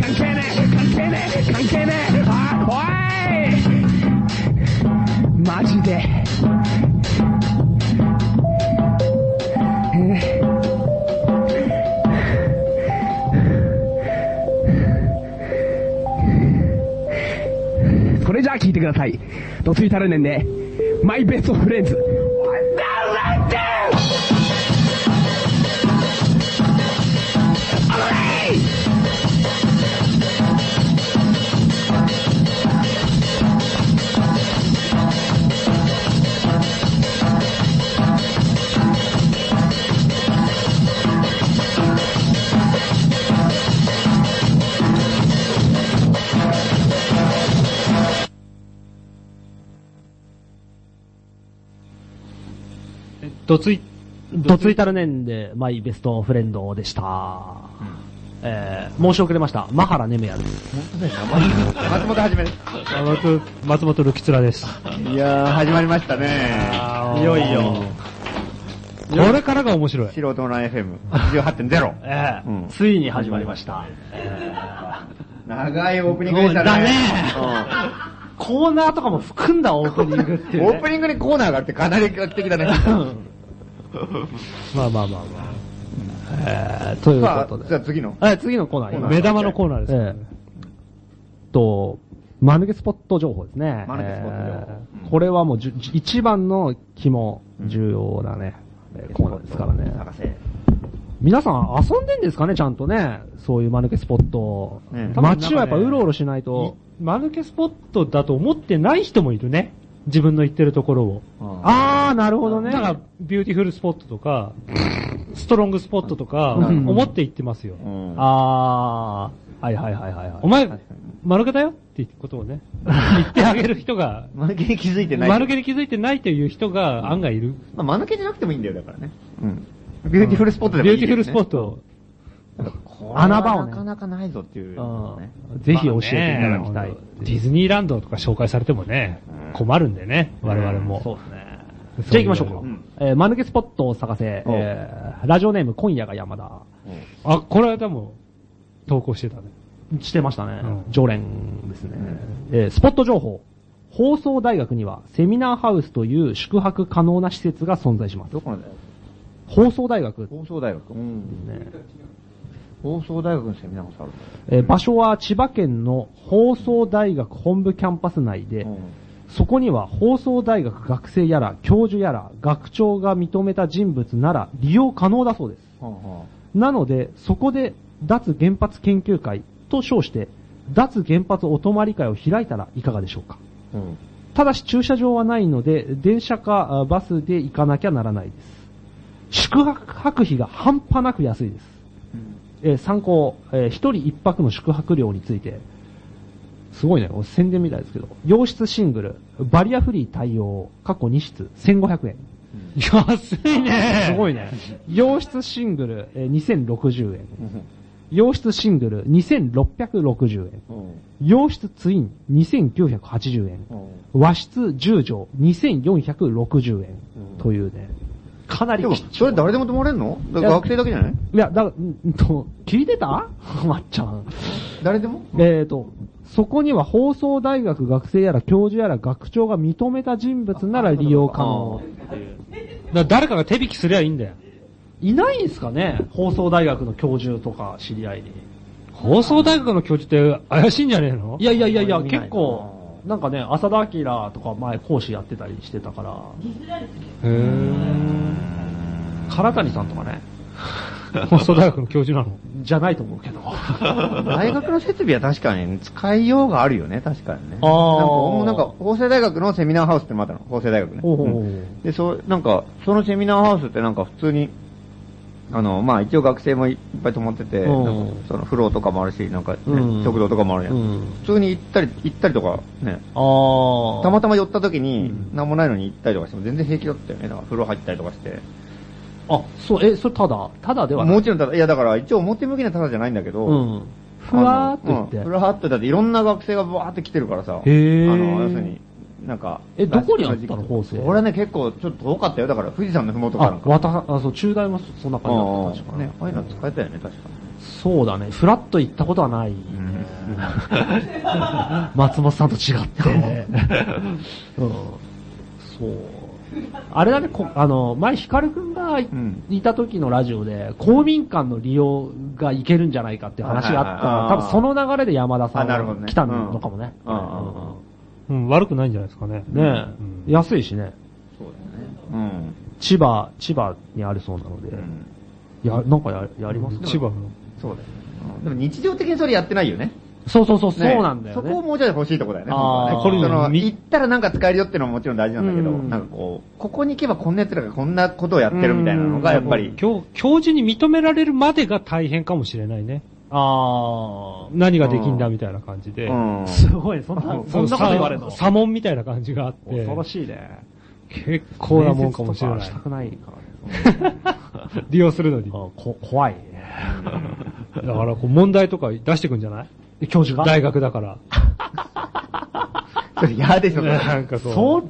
[SPEAKER 10] 関係ねえ関係ねえ関係ねえ関係ねえあおいマジでそれじゃあ聞いてください。ドツイタルネンで、マイベストフレンズ。
[SPEAKER 2] どつい、
[SPEAKER 4] どついたる年で、マイベストフレンドでした。えー、申し遅れました。マハラネメヤです。
[SPEAKER 3] 松本はじめです。
[SPEAKER 2] 松松本るきつらです。
[SPEAKER 3] いやー、始まりましたね。いよいよ。
[SPEAKER 2] これからが面白い。
[SPEAKER 3] 素人の FM88.0。
[SPEAKER 4] え
[SPEAKER 3] うん
[SPEAKER 4] ついに始まりました。
[SPEAKER 3] 長いオープニングでしたね。
[SPEAKER 4] だねコーナーとかも含んだオープニングって
[SPEAKER 3] うん
[SPEAKER 4] いう、
[SPEAKER 3] オ
[SPEAKER 4] ね
[SPEAKER 3] ー。プニングにコーナーがあってかなり画期的だね。
[SPEAKER 2] まあまあまあま
[SPEAKER 4] えー、という
[SPEAKER 3] さ
[SPEAKER 4] こと、
[SPEAKER 3] あ
[SPEAKER 4] で。
[SPEAKER 3] じゃあ次の。
[SPEAKER 4] えー、 次のコーナー
[SPEAKER 3] コー
[SPEAKER 2] あ。
[SPEAKER 3] ナ
[SPEAKER 4] 今。
[SPEAKER 2] 目玉のコーナーです、
[SPEAKER 4] えー、と、マヌケスポット情報ですね。
[SPEAKER 3] マヌケスポット情報
[SPEAKER 4] えーこれはもうじゅ、じゅ一番の肝、重要なね、えーコーナーですからね。
[SPEAKER 3] 博士。
[SPEAKER 4] 皆さん遊んでんですかね、ちゃんとね。そういうマヌケスポットを。
[SPEAKER 3] ね
[SPEAKER 4] 街はやっぱうろうろしないと。
[SPEAKER 2] マヌケスポットだと思ってない人もいるね。自分の行ってるところを。
[SPEAKER 4] あー、なるほどね。
[SPEAKER 2] だから、ビューティフルスポットとか、ストロングスポットとか、
[SPEAKER 4] ん
[SPEAKER 2] 思って行ってますよ。
[SPEAKER 3] うん。
[SPEAKER 4] あー、はいはいはいはいはい。
[SPEAKER 2] お前、マヌケだよってことをね、言ってあげる人が、
[SPEAKER 3] 間抜けに気づいてない。
[SPEAKER 2] マヌケに気づいてないという人が案外いる。
[SPEAKER 3] まあ、間抜けじゃなくてもいいんだよ、だからね。うん。ビューティフルスポットでもい
[SPEAKER 2] ビュ
[SPEAKER 3] い
[SPEAKER 2] ーティフルスポットを。
[SPEAKER 3] ト
[SPEAKER 4] 穴場をね
[SPEAKER 3] なかなかないぞっていうのね。
[SPEAKER 4] ぜひ教えていただ
[SPEAKER 2] ま
[SPEAKER 4] き
[SPEAKER 2] あ
[SPEAKER 4] たい
[SPEAKER 2] ね。ディズニーランドとか紹介されてもね、困るんでね、我々も。
[SPEAKER 4] そうですね。じゃあ行きましょうか。
[SPEAKER 3] ん
[SPEAKER 4] えー、間抜けスポットを探せ、
[SPEAKER 3] おう
[SPEAKER 4] えー、ラジオネーム今夜が山田。
[SPEAKER 2] あ、この間も、投稿してたね。
[SPEAKER 4] してましたね。
[SPEAKER 2] うん
[SPEAKER 4] 常連ですね、えースポット情報。放送大学にはセミナーハウスという宿泊可能な施設が存在します
[SPEAKER 3] ど。このだよ
[SPEAKER 4] 放送大学、
[SPEAKER 3] 放送大学。うん。放送大学のセミナーもさあるんだよ
[SPEAKER 4] えー場所は千葉県の放送大学本部キャンパス内で、そこには放送大学学生やら教授やら学長が認めた人物なら利用可能だそうです。
[SPEAKER 3] はあはあ
[SPEAKER 4] なので、そこで脱原発研究会と称して、脱原発お泊まり会を開いたらいかがでしょうか。
[SPEAKER 3] うん。
[SPEAKER 4] ただし駐車場はないので、電車かあバスで行かなきゃならないです。宿泊費が半端なく安いです。えー参考、えー一人一泊の宿泊料について、すごいね、これ宣伝みたいですけど、洋室シングル、バリアフリー対応、過去2室、1500円。
[SPEAKER 2] 安いね
[SPEAKER 4] すごいね。洋室シングル、えー2060円。洋室シングル、2660円。
[SPEAKER 3] うん。
[SPEAKER 4] 洋室ツイン、2980円。和室10畳、2460円。というね。かなり
[SPEAKER 3] でも
[SPEAKER 4] 貴、重
[SPEAKER 3] それ誰でも泊まれんのだから学生だけじゃない
[SPEAKER 4] いや、だ、うんと、聞いてた まっちゃん。
[SPEAKER 3] 誰でも
[SPEAKER 4] えーと、そこには放送大学学生やら教授やら学長が認めた人物なら利用可能。
[SPEAKER 2] だ誰かが手引きすりゃいいんだよ。
[SPEAKER 4] いないんすかね放送大学の教授とか知り合いに。
[SPEAKER 2] 放送大学の教授って怪しいんじゃねえの
[SPEAKER 4] いやいやいやいや、結構、なんかね、浅田明とか前講師やってたりしてたから、
[SPEAKER 2] へー
[SPEAKER 4] 唐谷さんとかね、
[SPEAKER 2] 放送大学の教授なの
[SPEAKER 4] じゃないと思うけど。
[SPEAKER 3] 大学の設備は確かに使いようがあるよね、確かにね。
[SPEAKER 4] あー
[SPEAKER 3] なんかもうなんか、法政大学のセミナーハウスってまだの、法政大学ね。
[SPEAKER 4] ほうほうほう
[SPEAKER 3] うんで、そう、なんか、そのセミナーハウスってなんか普通に、あの、まあ一応学生もいいっぱい泊まってて、
[SPEAKER 4] うん
[SPEAKER 3] なんかそのフローとかもあるし、なんかね、
[SPEAKER 4] うん
[SPEAKER 3] 食堂とかもあるやん。
[SPEAKER 4] うん
[SPEAKER 3] 普通に行ったり、行ったりとかね、
[SPEAKER 4] あ
[SPEAKER 3] た
[SPEAKER 4] たま
[SPEAKER 3] またま寄った時に、なんもないのに行ったりとかしても全然平気だったよね。だから風呂入ったりとかして。
[SPEAKER 4] あ、そう、え、それただただではない。
[SPEAKER 3] もちろんただ、いやだから一応表向きなただじゃないんだけど、
[SPEAKER 4] うん。ふわーっと
[SPEAKER 3] あの
[SPEAKER 4] 言って。
[SPEAKER 3] うんふわーっとだっていろんな学生がバーって来てるからさ。
[SPEAKER 4] へー
[SPEAKER 3] あの、要するに、なんか。
[SPEAKER 4] えどこにあったの放送
[SPEAKER 3] 俺はね、結構ちょっと遠かったよ。だから富士山のふもとからな
[SPEAKER 4] あ
[SPEAKER 3] ん、か。
[SPEAKER 4] わた、あ、そう、中大もそんな感じだった確か
[SPEAKER 3] ね、ああいうの使えたよね、確か。
[SPEAKER 4] そうだね。フラッと行ったことはない。松本さんと違って。うんそう。あれだね、こあの、前、ヒカルくんがい
[SPEAKER 3] ん
[SPEAKER 4] いた時のラジオで、公民館の利用がいけるんじゃないかっていう話があった
[SPEAKER 3] あー
[SPEAKER 4] 多分その流れで山田さ
[SPEAKER 3] あなるほど
[SPEAKER 4] んが
[SPEAKER 3] ね
[SPEAKER 4] 来たのかもね。
[SPEAKER 3] うんうんうん
[SPEAKER 2] うん、悪くないんじゃないですかね。
[SPEAKER 4] ねえ安いしね。
[SPEAKER 3] うん。
[SPEAKER 4] 千葉、千葉にあるそうなので
[SPEAKER 3] う。ん。
[SPEAKER 4] や、なんかややります
[SPEAKER 2] 千葉の。
[SPEAKER 3] そうだよね。うんでも日常的にそれやってないよね。
[SPEAKER 4] そうそうそう、そう
[SPEAKER 3] ね
[SPEAKER 4] なんだよ
[SPEAKER 3] そ
[SPEAKER 4] ね。
[SPEAKER 3] こをもうちょい欲しいとこだよね。
[SPEAKER 4] あー
[SPEAKER 3] 本当はね
[SPEAKER 2] これ
[SPEAKER 3] その、
[SPEAKER 2] み
[SPEAKER 3] 行ったらなんか使えるよってのももちろん大事なんだけど、
[SPEAKER 4] うん
[SPEAKER 3] なんかこう、ここに行けばこんな奴らがこんなことをやってるみたいなのが、やっぱり、
[SPEAKER 2] 教、教授に認められるまでが大変かもしれないね。
[SPEAKER 4] あ
[SPEAKER 2] 何ができんだみたいな感じで。
[SPEAKER 3] うん
[SPEAKER 4] あ。すごい、そんな、そんなこと言われるの。
[SPEAKER 2] 左門みたいな感じがあって。
[SPEAKER 4] 恐ろしいね。
[SPEAKER 2] 結構なもんかもしれな
[SPEAKER 4] 面接とかした
[SPEAKER 2] い。
[SPEAKER 4] くないからね。
[SPEAKER 2] 利用するのに。
[SPEAKER 4] あこ怖いね。
[SPEAKER 2] だから、こう問題とか出してくんじゃない
[SPEAKER 4] で教授が
[SPEAKER 2] 大学 だから。
[SPEAKER 3] それ嫌でしょ、それ
[SPEAKER 2] なんかそう。
[SPEAKER 4] そう、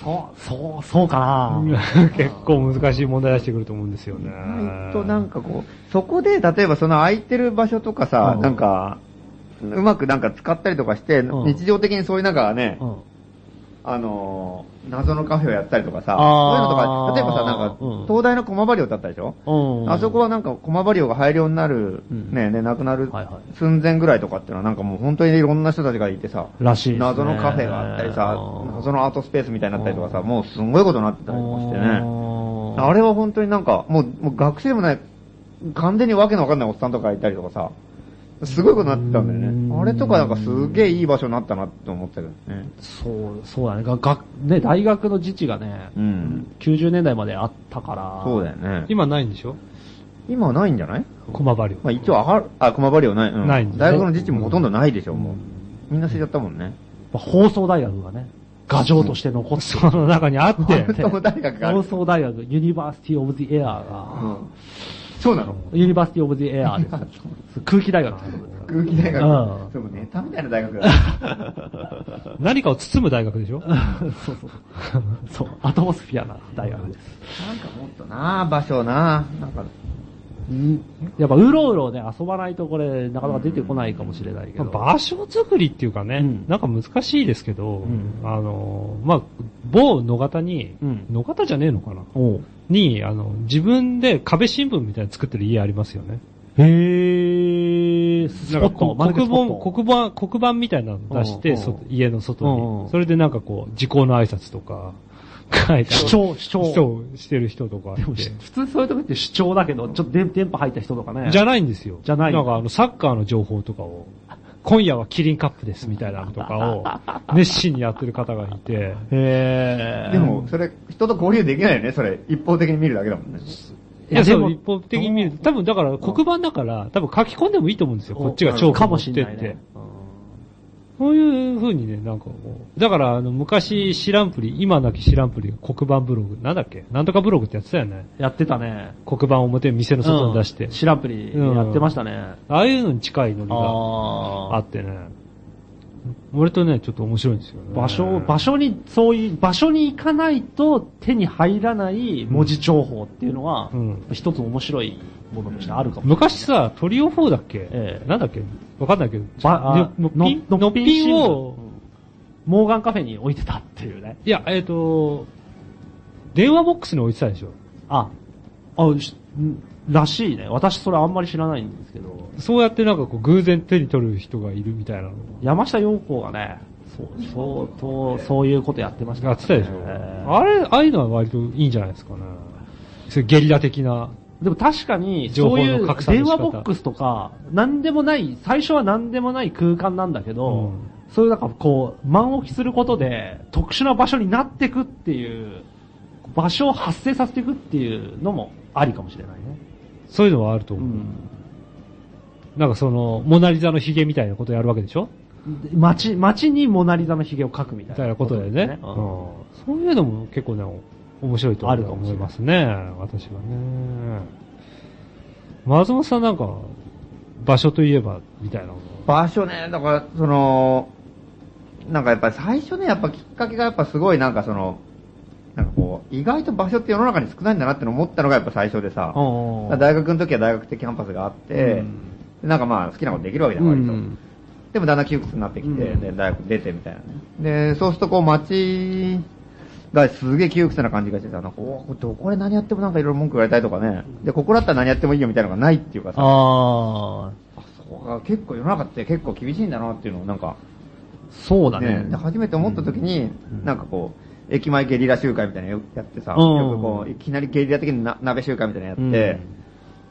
[SPEAKER 4] そう、そう、そうかな
[SPEAKER 2] 結構難しい問題出してくると思うんですよね。
[SPEAKER 3] 意外となんかこう、そこで、例えばその空いてる場所とかさ、なんか、うまくなんか使ったりとかして、
[SPEAKER 4] うん
[SPEAKER 3] 日常的にそういうなんかね、
[SPEAKER 4] うん。
[SPEAKER 3] あのー、謎のカフェをやったりとかさ、そういうのと
[SPEAKER 4] あ
[SPEAKER 3] か、
[SPEAKER 4] ー
[SPEAKER 3] 例えばさ、なんか
[SPEAKER 4] うん、
[SPEAKER 3] 東大の駒場寮だったでしょ
[SPEAKER 4] うん
[SPEAKER 3] あそこはなんか駒場寮が廃寮になる、
[SPEAKER 4] うん
[SPEAKER 3] ね、ね、なくなる
[SPEAKER 4] はいはい
[SPEAKER 3] 寸前ぐらいとかっていうのはなんかもう本当にいろんな人たちがいてさ、
[SPEAKER 4] らしいですね
[SPEAKER 3] 謎のカフェがあったりさ
[SPEAKER 4] う、ん
[SPEAKER 3] 謎のアートスペースみたいになったりとかさ、もうすんごいことになってたりとかしてね。
[SPEAKER 4] あ
[SPEAKER 3] あれは本当になんか、もう、もう学生でもない、完全にわけのわかんないおっさんとかいたりとかさ、すごいことになってたんだ
[SPEAKER 4] う
[SPEAKER 3] よね。
[SPEAKER 4] ん
[SPEAKER 3] あれとかなんかすげえいい場所になったなって思ったけどね。
[SPEAKER 4] そう、そうだね。が、が、ね、大学の自治がね、
[SPEAKER 3] うん。
[SPEAKER 4] 90年代まであったから、
[SPEAKER 3] そうだよね。
[SPEAKER 2] 今ないんでしょ
[SPEAKER 3] 今はないんじゃない
[SPEAKER 2] 駒場流。
[SPEAKER 3] まあ一応あは、あ、熊張りはない。うん、
[SPEAKER 2] ないんだね
[SPEAKER 3] 大学の自治もほとんどないでしょ、もう。みんな捨てちゃったもんね。
[SPEAKER 4] まあ放送大学がね、牙城として 残ってその中にあっ
[SPEAKER 3] 放送大学がある
[SPEAKER 4] 放送大学、ユニバーシティオブ・ザ・エア
[SPEAKER 3] う
[SPEAKER 4] が、
[SPEAKER 3] ん。そうなの
[SPEAKER 4] ユニバーシティオブ・ザ・エアです。空気大学です
[SPEAKER 3] 空気大
[SPEAKER 4] う
[SPEAKER 3] 学。
[SPEAKER 4] ん
[SPEAKER 3] でもネタみたいな大学だ。
[SPEAKER 2] 何かを包む大学でしょ
[SPEAKER 4] そうそう。そう、アトモスフィアな大学です。
[SPEAKER 3] なんかもっとなあ場所なあなんか、
[SPEAKER 4] やっぱうろうろね、遊ばないとこれ、なかなか出てこないかもしれないけど。
[SPEAKER 2] 場所作りっていうかね、
[SPEAKER 4] うん
[SPEAKER 2] なんか難しいですけど、
[SPEAKER 4] ん
[SPEAKER 2] あの、まあ、某野方に、
[SPEAKER 4] うん
[SPEAKER 2] 野方じゃねえのかな
[SPEAKER 4] おう
[SPEAKER 2] に、あの、自分で壁新聞みたいなの作ってる家ありますよね。
[SPEAKER 4] へー、ス
[SPEAKER 2] なん
[SPEAKER 4] ポ
[SPEAKER 2] か
[SPEAKER 4] ット、
[SPEAKER 2] こ
[SPEAKER 4] まるで
[SPEAKER 2] 黒
[SPEAKER 4] スポッ
[SPEAKER 2] 板、
[SPEAKER 4] ト
[SPEAKER 2] 黒板、黒板みたいなの出し
[SPEAKER 4] うん
[SPEAKER 2] て、
[SPEAKER 4] うん
[SPEAKER 2] そ家の外
[SPEAKER 4] うんうん
[SPEAKER 2] に。それでなんかこう、時効の挨拶 とか、書いてある。
[SPEAKER 4] 主張主張
[SPEAKER 2] してる人とかい
[SPEAKER 4] でも
[SPEAKER 2] て。
[SPEAKER 4] 普通そういうとこって主張だけど、ちょっと電電波入った人とかね。
[SPEAKER 2] じゃないんですよ。
[SPEAKER 4] じゃない
[SPEAKER 2] なんかあの、サッカーの情報とかを、今夜はキリンカップですみたいなのとか を、熱心にやってる方がいて、
[SPEAKER 4] へー。
[SPEAKER 3] でも、それ、人と交流できないよね、それ。一方的に見るだけだもんね。
[SPEAKER 2] いや、
[SPEAKER 4] で
[SPEAKER 2] そ
[SPEAKER 4] も
[SPEAKER 2] う、一方的に見る。多分だから、黒板だから、多分書き込んでもいいと思うんですよ。こっちが超
[SPEAKER 4] かもし
[SPEAKER 2] って
[SPEAKER 4] れ
[SPEAKER 2] っ
[SPEAKER 4] ない
[SPEAKER 2] て
[SPEAKER 4] ね。。
[SPEAKER 2] そういう風にね、なんかこう。だから、あの、昔、知らんぷり、今なき知らんぷりが黒板ブログ、なんだっけなんとかブログってやってたよね。
[SPEAKER 4] やってたね。
[SPEAKER 2] 黒板表、店の外に出して。
[SPEAKER 4] シランプリやってましたね。
[SPEAKER 2] ああいうのに近いノリがあ
[SPEAKER 4] あー
[SPEAKER 2] ってね。俺とね、ちょっと面白いんですよね。
[SPEAKER 4] 場所、場所に、そういう、場所に行かないと手に入らない文字情報っていうのは、
[SPEAKER 2] うん
[SPEAKER 4] やっぱ一つ面白いものとしてあるかも。
[SPEAKER 2] 昔さ、トリオ4だっけ、
[SPEAKER 4] ええ
[SPEAKER 2] なんだっけわかんないけど。
[SPEAKER 4] ばあ
[SPEAKER 2] ののっぴん
[SPEAKER 4] の
[SPEAKER 2] のっぴん
[SPEAKER 4] のっぴん
[SPEAKER 2] を
[SPEAKER 4] を、モーガンカフェに置いてたっていうね。
[SPEAKER 2] いや、えっ、と、電話ボックスに置いてたでしょ。
[SPEAKER 4] あ、あ、しんらしいね。私それあんまり知らないんですけど、
[SPEAKER 2] そうやってなんかこう、偶然手に取る人がいるみたいなの
[SPEAKER 4] 山下陽子がね、そう、相当、そういうことやってました、
[SPEAKER 2] やってたでしょ。
[SPEAKER 4] えー
[SPEAKER 2] あれ、ああいうのは割といいんじゃないですかね。そういうゲリラ的な。
[SPEAKER 4] でも確かに、
[SPEAKER 2] 情
[SPEAKER 4] そ
[SPEAKER 2] 報
[SPEAKER 4] うい
[SPEAKER 2] の
[SPEAKER 4] う
[SPEAKER 2] 拡散の
[SPEAKER 4] 電
[SPEAKER 2] 仕方
[SPEAKER 4] 話ボックスとか、なんでもない、最初はなんでもない空間なんだけど、
[SPEAKER 2] うん
[SPEAKER 4] そういうなんかこう、満置きすることで、特殊な場所になってくっていう、場所を発生させていくっていうのもありかもしれないね。
[SPEAKER 2] そういうのはあると思
[SPEAKER 4] う
[SPEAKER 2] う。
[SPEAKER 4] ん。
[SPEAKER 2] なんかその、モナリザのヒゲみたいなことやるわけでしょ
[SPEAKER 4] で街、街にモナリザの髭を描くみた
[SPEAKER 2] み
[SPEAKER 4] い
[SPEAKER 2] たい
[SPEAKER 4] な
[SPEAKER 2] なことだよね。
[SPEAKER 4] う
[SPEAKER 2] うんんそういうのも結構ね、面白いと
[SPEAKER 4] あるかもし
[SPEAKER 2] 思
[SPEAKER 4] れ
[SPEAKER 2] い
[SPEAKER 4] ない
[SPEAKER 2] ますね。私はね。松本さんなんか、場所といえば、みたいなの。
[SPEAKER 3] 場所ね、だから、その、なんかやっぱり最初ね、やっぱきっかけがやっぱすごいなんかその、なんかこう、意外と場所って世の中に少ないんだなっての思ったのがやっぱ最初でさ、
[SPEAKER 4] おー
[SPEAKER 3] 大学の時は大学的キャンパスがあって、でなんかまあ好きなことできるわけじゃん、割と。
[SPEAKER 4] うん
[SPEAKER 3] でもだんだん窮屈になってきて、で、大学出てみたいなね。で、そうするとこう街がすげえ窮屈な感じがしてさ、なんか、おーどこで何やってもなんかいろいろ文句言われたりとかね、で、ここだったら何やってもいいよみたいなのがないっていうかさ、
[SPEAKER 4] ああ、
[SPEAKER 3] あそうか結構世の中って結構厳しいんだなっていうのをなんか、
[SPEAKER 4] そうだね。
[SPEAKER 3] ねで初めて思った時に、なんかこう、駅前ゲリラ集会みたいなのよやってさ、
[SPEAKER 4] うん
[SPEAKER 3] よくこう、いきなりゲリラ的な鍋集会みたいなのやって、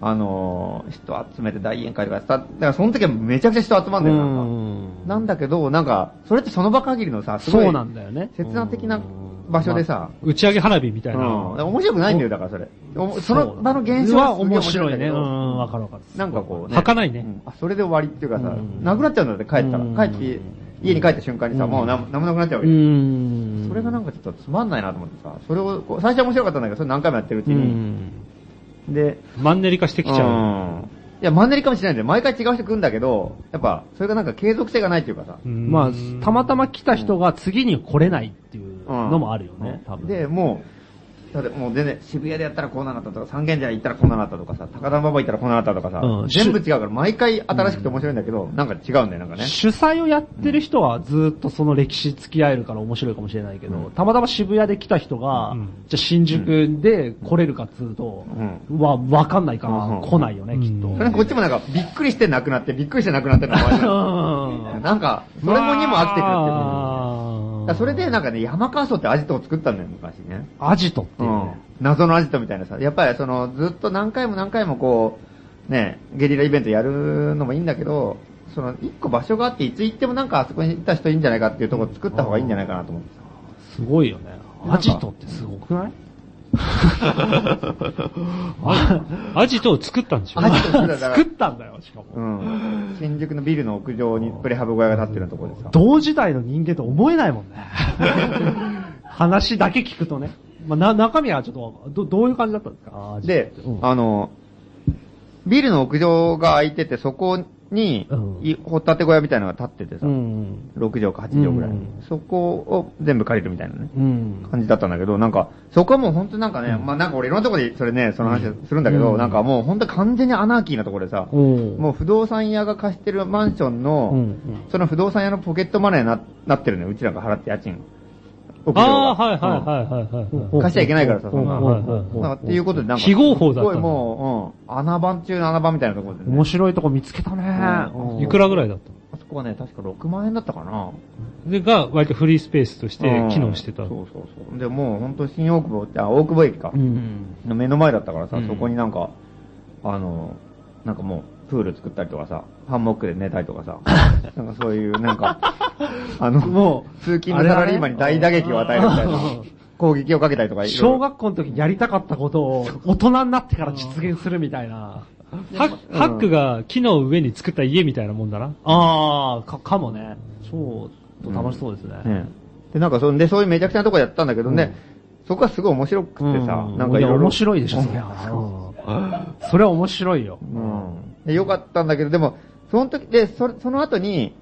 [SPEAKER 3] あのー、人集めて大宴会とかした、だからその時はめちゃくちゃ人集まんだよ、なんか。
[SPEAKER 4] うん
[SPEAKER 3] なんだけど、なんか、それってその場限りのさ、すごい
[SPEAKER 4] そうなんだよね。
[SPEAKER 3] 切断的な場所でさ、
[SPEAKER 2] 打ち上げ花火みたいな。
[SPEAKER 3] うん面白くないんだよ、だからそれ。おもその場の現象
[SPEAKER 4] は
[SPEAKER 3] はすげえ
[SPEAKER 4] 面
[SPEAKER 3] 面白
[SPEAKER 4] 白
[SPEAKER 3] い
[SPEAKER 4] い
[SPEAKER 3] ん
[SPEAKER 4] ね。
[SPEAKER 3] だけ
[SPEAKER 4] う
[SPEAKER 3] ど
[SPEAKER 4] ん、わかるわかる。
[SPEAKER 3] なんかこうね。
[SPEAKER 2] 儚いね
[SPEAKER 3] うんあ、それで終わりっていうかさ
[SPEAKER 4] うん、
[SPEAKER 3] なくなっちゃうんだって帰った
[SPEAKER 4] うん
[SPEAKER 3] ら。帰って、家に帰った瞬間にさ、もうなんなんもなくなっちゃうわ
[SPEAKER 4] う
[SPEAKER 3] けよ
[SPEAKER 4] ん。
[SPEAKER 3] それがなんかちょっとつまんないなと思ってさ、それをこう、最初は面白かったんだけど、それ何回もやってるうち
[SPEAKER 4] う
[SPEAKER 3] に。
[SPEAKER 4] ん。
[SPEAKER 3] で、
[SPEAKER 2] マンネリ化してきちゃう。
[SPEAKER 3] んいや、マンネリかもしれないんだよ。毎回違う人来るんだけど、やっぱ、それがなんか継続性がないっていうかさ。
[SPEAKER 2] うん
[SPEAKER 4] まあ、たまたま来た人が次に来れないっていうのもあるよね、多分。
[SPEAKER 3] で、もう、だってもう全然渋谷でやったらこうなかったとか、三軒茶屋行ったらこうなかったとかさ、高田馬場行ったらこうなかったとかさ、
[SPEAKER 4] うん
[SPEAKER 3] 全部違うから毎回新しくて面白いんだけど、なんか違うんだよ、なんかね。
[SPEAKER 4] 主催をやってる人はずっとその歴史付き合えるから面白いかもしれないけど、たまたま渋谷で来た人が、
[SPEAKER 2] うん
[SPEAKER 4] じゃあ新宿で来れるかっつうと、は、わかんないから、
[SPEAKER 3] うん
[SPEAKER 4] 来ないよね、きっと。
[SPEAKER 2] うん
[SPEAKER 3] それにこっちもなんか、びっくりしてなくなって、びっくりしてなくなってるのが面白いなんか、それもにも飽きてくるっていうか。だからそれでなんかね、山川荘ってアジトを作ったんだよ、昔ね。
[SPEAKER 4] アジトっていうね。
[SPEAKER 3] 謎のアジトみたいなさ、やっぱりその、ずっと何回も何回もこう、ね、ゲリライベントやるのもいいんだけど、その、一個場所があって、いつ行ってもなんかあそこに行った人いいんじゃないかっていうところ作った方がいいんじゃないかなと思って
[SPEAKER 4] すごいよね。
[SPEAKER 3] なんか
[SPEAKER 4] アジトってすごく ない
[SPEAKER 2] アジトを作ったんでしょ
[SPEAKER 3] さ。アジト作ったん だか
[SPEAKER 4] 作
[SPEAKER 3] ら
[SPEAKER 4] っ、たんだよ、しかも。
[SPEAKER 3] うん。新宿のビルの屋上にプレハブ小屋が建ってるところでさ。
[SPEAKER 4] 同時代の人間と思えない もんね。話だけ聞くとね。まあ、な、中身はちょっとわ、ど、どういう感じだったんですかアジト
[SPEAKER 3] で
[SPEAKER 4] ってうん、
[SPEAKER 3] あの、ビルの屋上が空いてて、そこに
[SPEAKER 4] うん、
[SPEAKER 3] い掘ったて小屋みたいなのが建っててさ、
[SPEAKER 4] うん。
[SPEAKER 3] 6畳か8畳ぐらい、
[SPEAKER 4] うん
[SPEAKER 3] そこを全部借りるみたいなね。
[SPEAKER 4] うん。
[SPEAKER 3] 感じだったんだけど、なんか、そこはもう本当なんかね、まあなんか俺いろんなとこでそれね、その話するんだけど、なんかもう本当完全にアナーキーなところでさ、
[SPEAKER 4] うん
[SPEAKER 3] もう不動産屋が貸してるマンションの、
[SPEAKER 4] うんうん
[SPEAKER 3] その不動産屋のポケットマネーな、なってるのよ、うちらが払って家賃。
[SPEAKER 2] ああ、
[SPEAKER 3] い。
[SPEAKER 2] はいはいはいはいはいはい。
[SPEAKER 3] 貸しちゃいけないからさ、そんな。
[SPEAKER 2] はいはいはい
[SPEAKER 3] なんかっていうことでなんか、
[SPEAKER 2] 非合法だったんだ
[SPEAKER 3] すごいもう、うん、穴番中の穴番みたいなところでね。
[SPEAKER 4] 面白いとこ見つけたね。
[SPEAKER 3] うん
[SPEAKER 2] いくらぐらいだった
[SPEAKER 3] あそこはね、確か6万円だったかな。
[SPEAKER 2] で、が、割とフリースペースとして機能してた。
[SPEAKER 3] うんそうそうそう。で、もう本当新大久保って、あ、大久保駅か。
[SPEAKER 4] うん。
[SPEAKER 3] の目の前だったからさ、
[SPEAKER 2] うん
[SPEAKER 3] そこになんか、あの、なんかもう、プール作ったりとかさ、ハンモックで寝たりとかさ、なんかそういう、なんか、あの、もう、通勤のサラリーマンに大打撃を与えるみたいな、攻撃をかけたりとか、いろいろ
[SPEAKER 4] 小学校の時にやりたかったことを大人になってから実現するみたいな。
[SPEAKER 2] ハッハックが木の上に作った家みたいなもんだな。
[SPEAKER 4] ああ、か、かもね。そう、楽しそうですね。
[SPEAKER 3] ねで、なんかそんで、そういうめちゃくちゃなとこやったんだけどね、そこはすごい面白くてさ、
[SPEAKER 4] うん
[SPEAKER 3] なんか
[SPEAKER 4] い
[SPEAKER 3] いろ
[SPEAKER 4] や
[SPEAKER 3] いろ。
[SPEAKER 4] 面白いでしょ、そりゃ。うんそれは面白いよ。
[SPEAKER 3] うん。でよかったんだけど、でも、その時、で、そその後に、